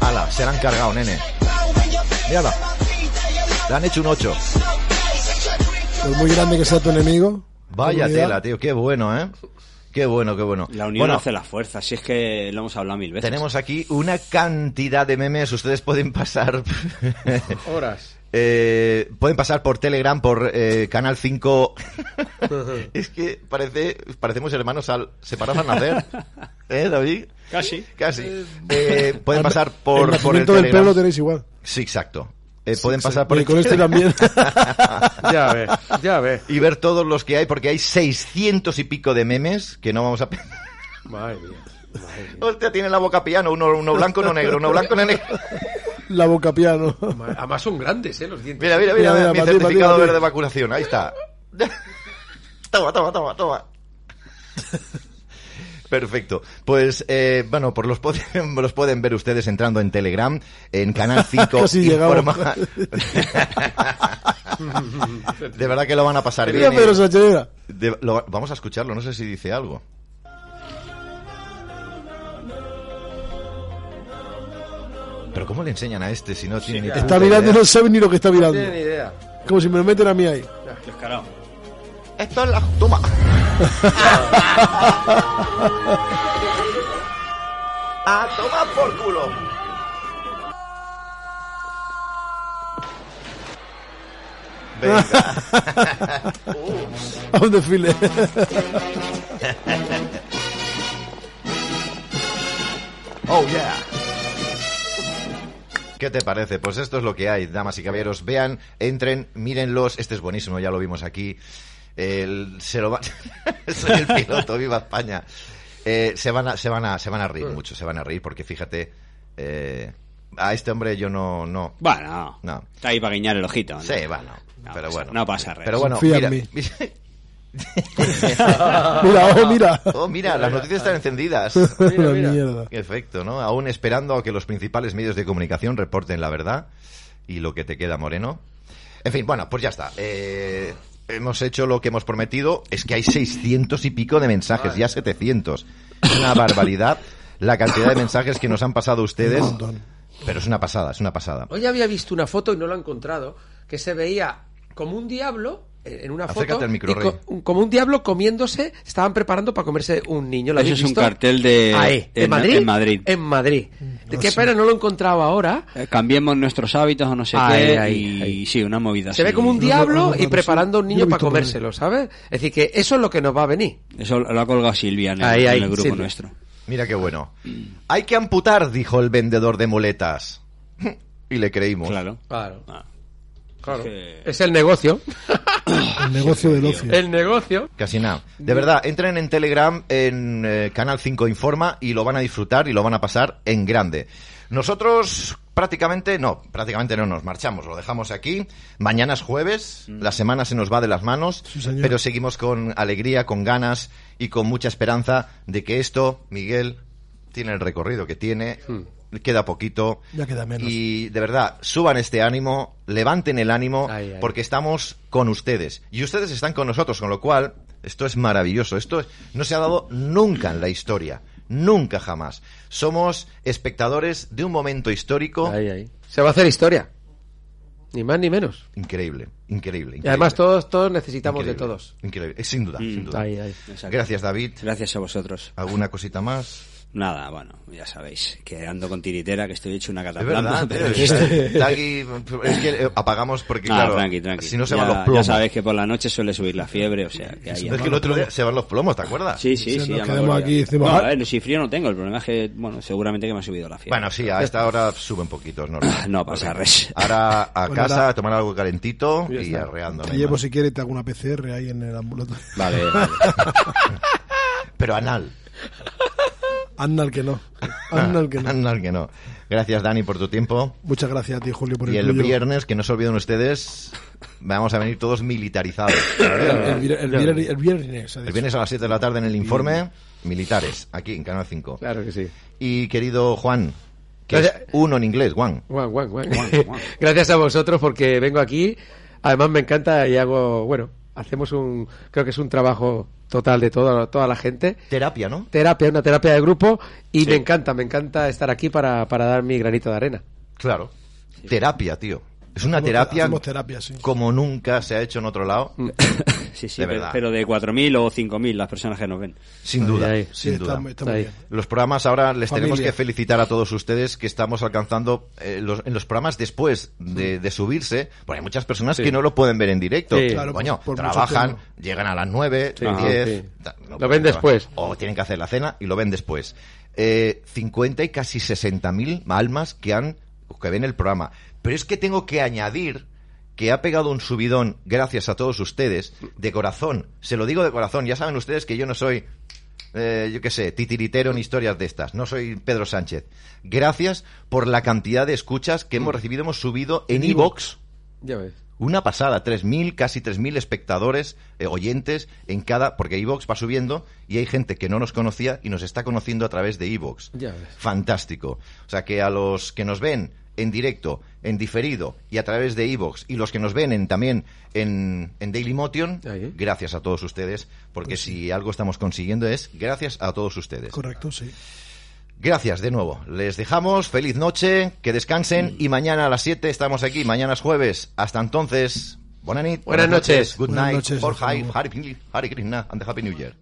Ala, se la han cargado, nene. Mírala. Le han hecho un 8. Por muy grande que sea tu enemigo. Vaya comunidad. tela, tío. Qué bueno, ¿eh? Qué bueno, qué bueno. La unión Bueno, hace la fuerza, si es que lo hemos hablado mil veces. tenemos aquí una cantidad de memes. Ustedes pueden pasar... Horas. Eh, pueden pasar por Telegram, por eh, Canal 5. es que parece, parecemos hermanos al, separados al nacer. ¿Eh, David? Casi. Casi. Eh, pueden Al- pasar por, el por el nacimiento del Telegram. pelo tenéis igual. Sí, exacto. Eh, Sí, pueden exacto. pasar por Y el con este Telegram. ya ves, ya ves. Y ver todos los que hay, porque hay 600 y pico de memes que no vamos a... Madre mía. Hostia, tiene la boca piano, uno, uno blanco, uno negro, uno blanco, uno negro. La boca piano. Además son grandes, ¿eh? Los dientes. Mira, mira, mira, Mira, mira, mi para ti, certificado para ti, para verde de ti. vacunación, ahí está. toma, toma, toma, toma. Perfecto. Pues, eh, bueno, pues los pueden, los pueden ver ustedes entrando en Telegram, en Canal 5. Casi llegamos. Informa- de verdad que lo van a pasar Mira, bien. eh. Pedro y- Sánchez, mira. de- lo- vamos a escucharlo, no sé si dice algo. Pero ¿cómo le enseñan a este si no tiene ni Está puta mirando, idea? no sabe ni lo que está mirando. tiene ni idea. Como si me lo meten a mí ahí. Descarado. Esto es la... Toma. ¡A tomar por culo! Venga. A un desfile. Oh, yeah. ¿Qué te parece? Pues esto es lo que hay, damas y caballeros. Vean, entren, mírenlos. Este es buenísimo, ya lo vimos aquí. El- se lo va- Soy el piloto, viva España. Eh, se, van a, se, van a, se van a reír mucho, se van a reír porque fíjate, eh, a este hombre yo no... no. Bueno, No. está ahí para guiñar el ojito. ¿no? Sí, bueno. pero pasa- bueno. no pasa res. Pero bueno, Confía mira, en mí. Mira, oh, mira. Oh, mira, las noticias están encendidas. Mira, mira. La mierda. Perfecto, ¿no? Aún esperando a que los principales medios de comunicación reporten la verdad y lo que te queda, Moreno. En fin, bueno, pues ya está. Eh, hemos hecho lo que hemos prometido. Es que hay 600 y pico de mensajes, ya 700. Es una barbaridad la cantidad de mensajes que nos han pasado ustedes. Pero es una pasada, es una pasada. Hoy había visto una foto y no la he encontrado, que se veía como un diablo en una Acércate foto al micro, y Rey. co- un- como un diablo comiéndose, estaban preparando para comerse un niño. ¿Lo Eso habéis es un visto? cartel de- Ahí, ¿En, en- Madrid? en Madrid. En Madrid. Mm, De qué pena no lo he encontrado ahora. Eh, cambiemos nuestros hábitos o no sé Ahí, qué. ahí, y sí, una movida. Se ve así. como un diablo y preparando a un Yo niño lo he para visto por ahí. comérselo, ¿sabes? Es decir, que eso es lo que nos va a venir. Eso lo ha colgado Silvia en el, Ahí, en ahí, el grupo Silvia. nuestro. Mira qué bueno. Hay que amputar, dijo el vendedor de muletas. Y le creímos. Claro. Claro. Ah. Claro. Es el negocio. El negocio del ocio. El negocio. Casi nada. De verdad, entren en Telegram, en eh, Canal 5 Informa y lo van a disfrutar y lo van a pasar en grande. Nosotros prácticamente, no, prácticamente no nos marchamos, lo dejamos aquí. Mañana es jueves, Mm. la semana se nos va de las manos, señor. pero seguimos con alegría, con ganas y con mucha esperanza de que esto, Miguel, tiene el recorrido que tiene. Mm. Queda poquito. Ya queda menos. Y de verdad, suban este ánimo, levanten el ánimo, porque estamos con ustedes. Y ustedes están con nosotros, con lo cual, esto es maravilloso. Esto es- no se ha dado nunca en la historia. Nunca jamás. Somos espectadores de un momento histórico. Se va a hacer historia. Ni más ni menos. Increíble, increíble. Y además increíble, todos, todos necesitamos de increíble, todos. Mm. Increíble. Eh, Sin duda, sin duda. Ahí, ahí. Gracias, David. Gracias a vosotros. ¿Alguna cosita más? Nada, bueno, ya sabéis, que ando con tiritera, que estoy hecho una Es cataplasma. verdad, pero- tío, es- Dagui, es que eh, apagamos porque, Ah, claro, tranqui, tranqui. si no se ya, van los Ya plomos. sabéis que por la noche suele subir la fiebre, o sea, que ahí es que el otro día se van los plomos, ¿te acuerdas? Sí, sí, sí. ya me acuerdo. No, a ver, si frío no tengo, el problema es que, bueno, seguramente que me ha subido la fiebre. Bueno, sí, a esta hora suben poquitos, ¿no? Ah, No pasa res. Ahora a Bueno, casa ahora- a tomar algo calentito Ya y está. arreando. Te ¿no? llevo si quieres, te hago una PCR ahí en el ambulatorio. Vale, Pero anal. Andal que no. Andal que no. Andal que no. Gracias, Dani, por tu tiempo. Muchas gracias a ti, Julio, por Y el tuyo. viernes, que no se olviden ustedes, vamos a venir todos militarizados. El, vier- el vier- el viernes. ha El dicho. viernes a las 7 de la tarde en el informe, militares, aquí en Canal 5. Claro que sí. Y querido Juan, que es uno en inglés, Juan. Guau, guau, guau. Guau, guau. Gracias a vosotros porque vengo aquí. Además me encanta y hago, bueno, hacemos un, creo que es un trabajo total de toda, toda la gente. Terapia, ¿no? Terapia, una terapia de grupo y me encanta, me encanta estar aquí para, para dar mi granito de arena. Claro. Terapia, tío. Es una Hacemos- terapia, hacemos terapia, sí. como nunca se ha hecho en otro lado. Mm. Sí, sí, De pero, verdad. pero de 4.000 o 5.000 las personas que nos ven. Sin duda, Ahí, ahí. sin Sí, está duda. muy- está muy Ahí. bien. Los programas ahora les tenemos Familia. que felicitar a todos ustedes que estamos alcanzando eh, los- en los programas después de, de subirse, porque hay muchas personas Sí. que no lo pueden ver en directo. Sí. Claro, Coño, por- por mucho trabajan, tiempo. llegan a las 9, Sí, sí, Ah, 10, sí. ta- no Lo pueden ven grabar. después. O tienen que hacer la cena y lo ven después. Eh, 50 y casi 60 mil almas que han que ven el programa. Pero es que tengo que añadir que ha pegado un subidón gracias a todos ustedes de corazón. Se lo digo de corazón. Ya saben ustedes que yo no soy eh, yo qué sé, titiritero en historias de estas. No soy Pedro Sánchez. Gracias por la cantidad de escuchas que hemos recibido. Hemos subido en iVox. Ya ves. Una pasada, 3.000, casi 3.000 espectadores, eh, oyentes en cada, porque Evox va subiendo y hay gente que no nos conocía y nos está conociendo a través de Evox. Ya ves. Fantástico. O sea que a los que nos ven en directo, en diferido y a través de Evox y los que nos ven en- también en, en Dailymotion, gracias a todos ustedes, porque Pues si algo estamos consiguiendo es gracias a todos ustedes. Correcto, sí. Gracias de nuevo. Les dejamos. Feliz noche. Que Mm. descansen. Y mañana a las 7 estamos aquí. Mañana es jueves. Hasta entonces. Buenas, nit- Buenas noches. Good Buenas night. noches, Good hasta night. luego. Hare Krishna and Happy New Year.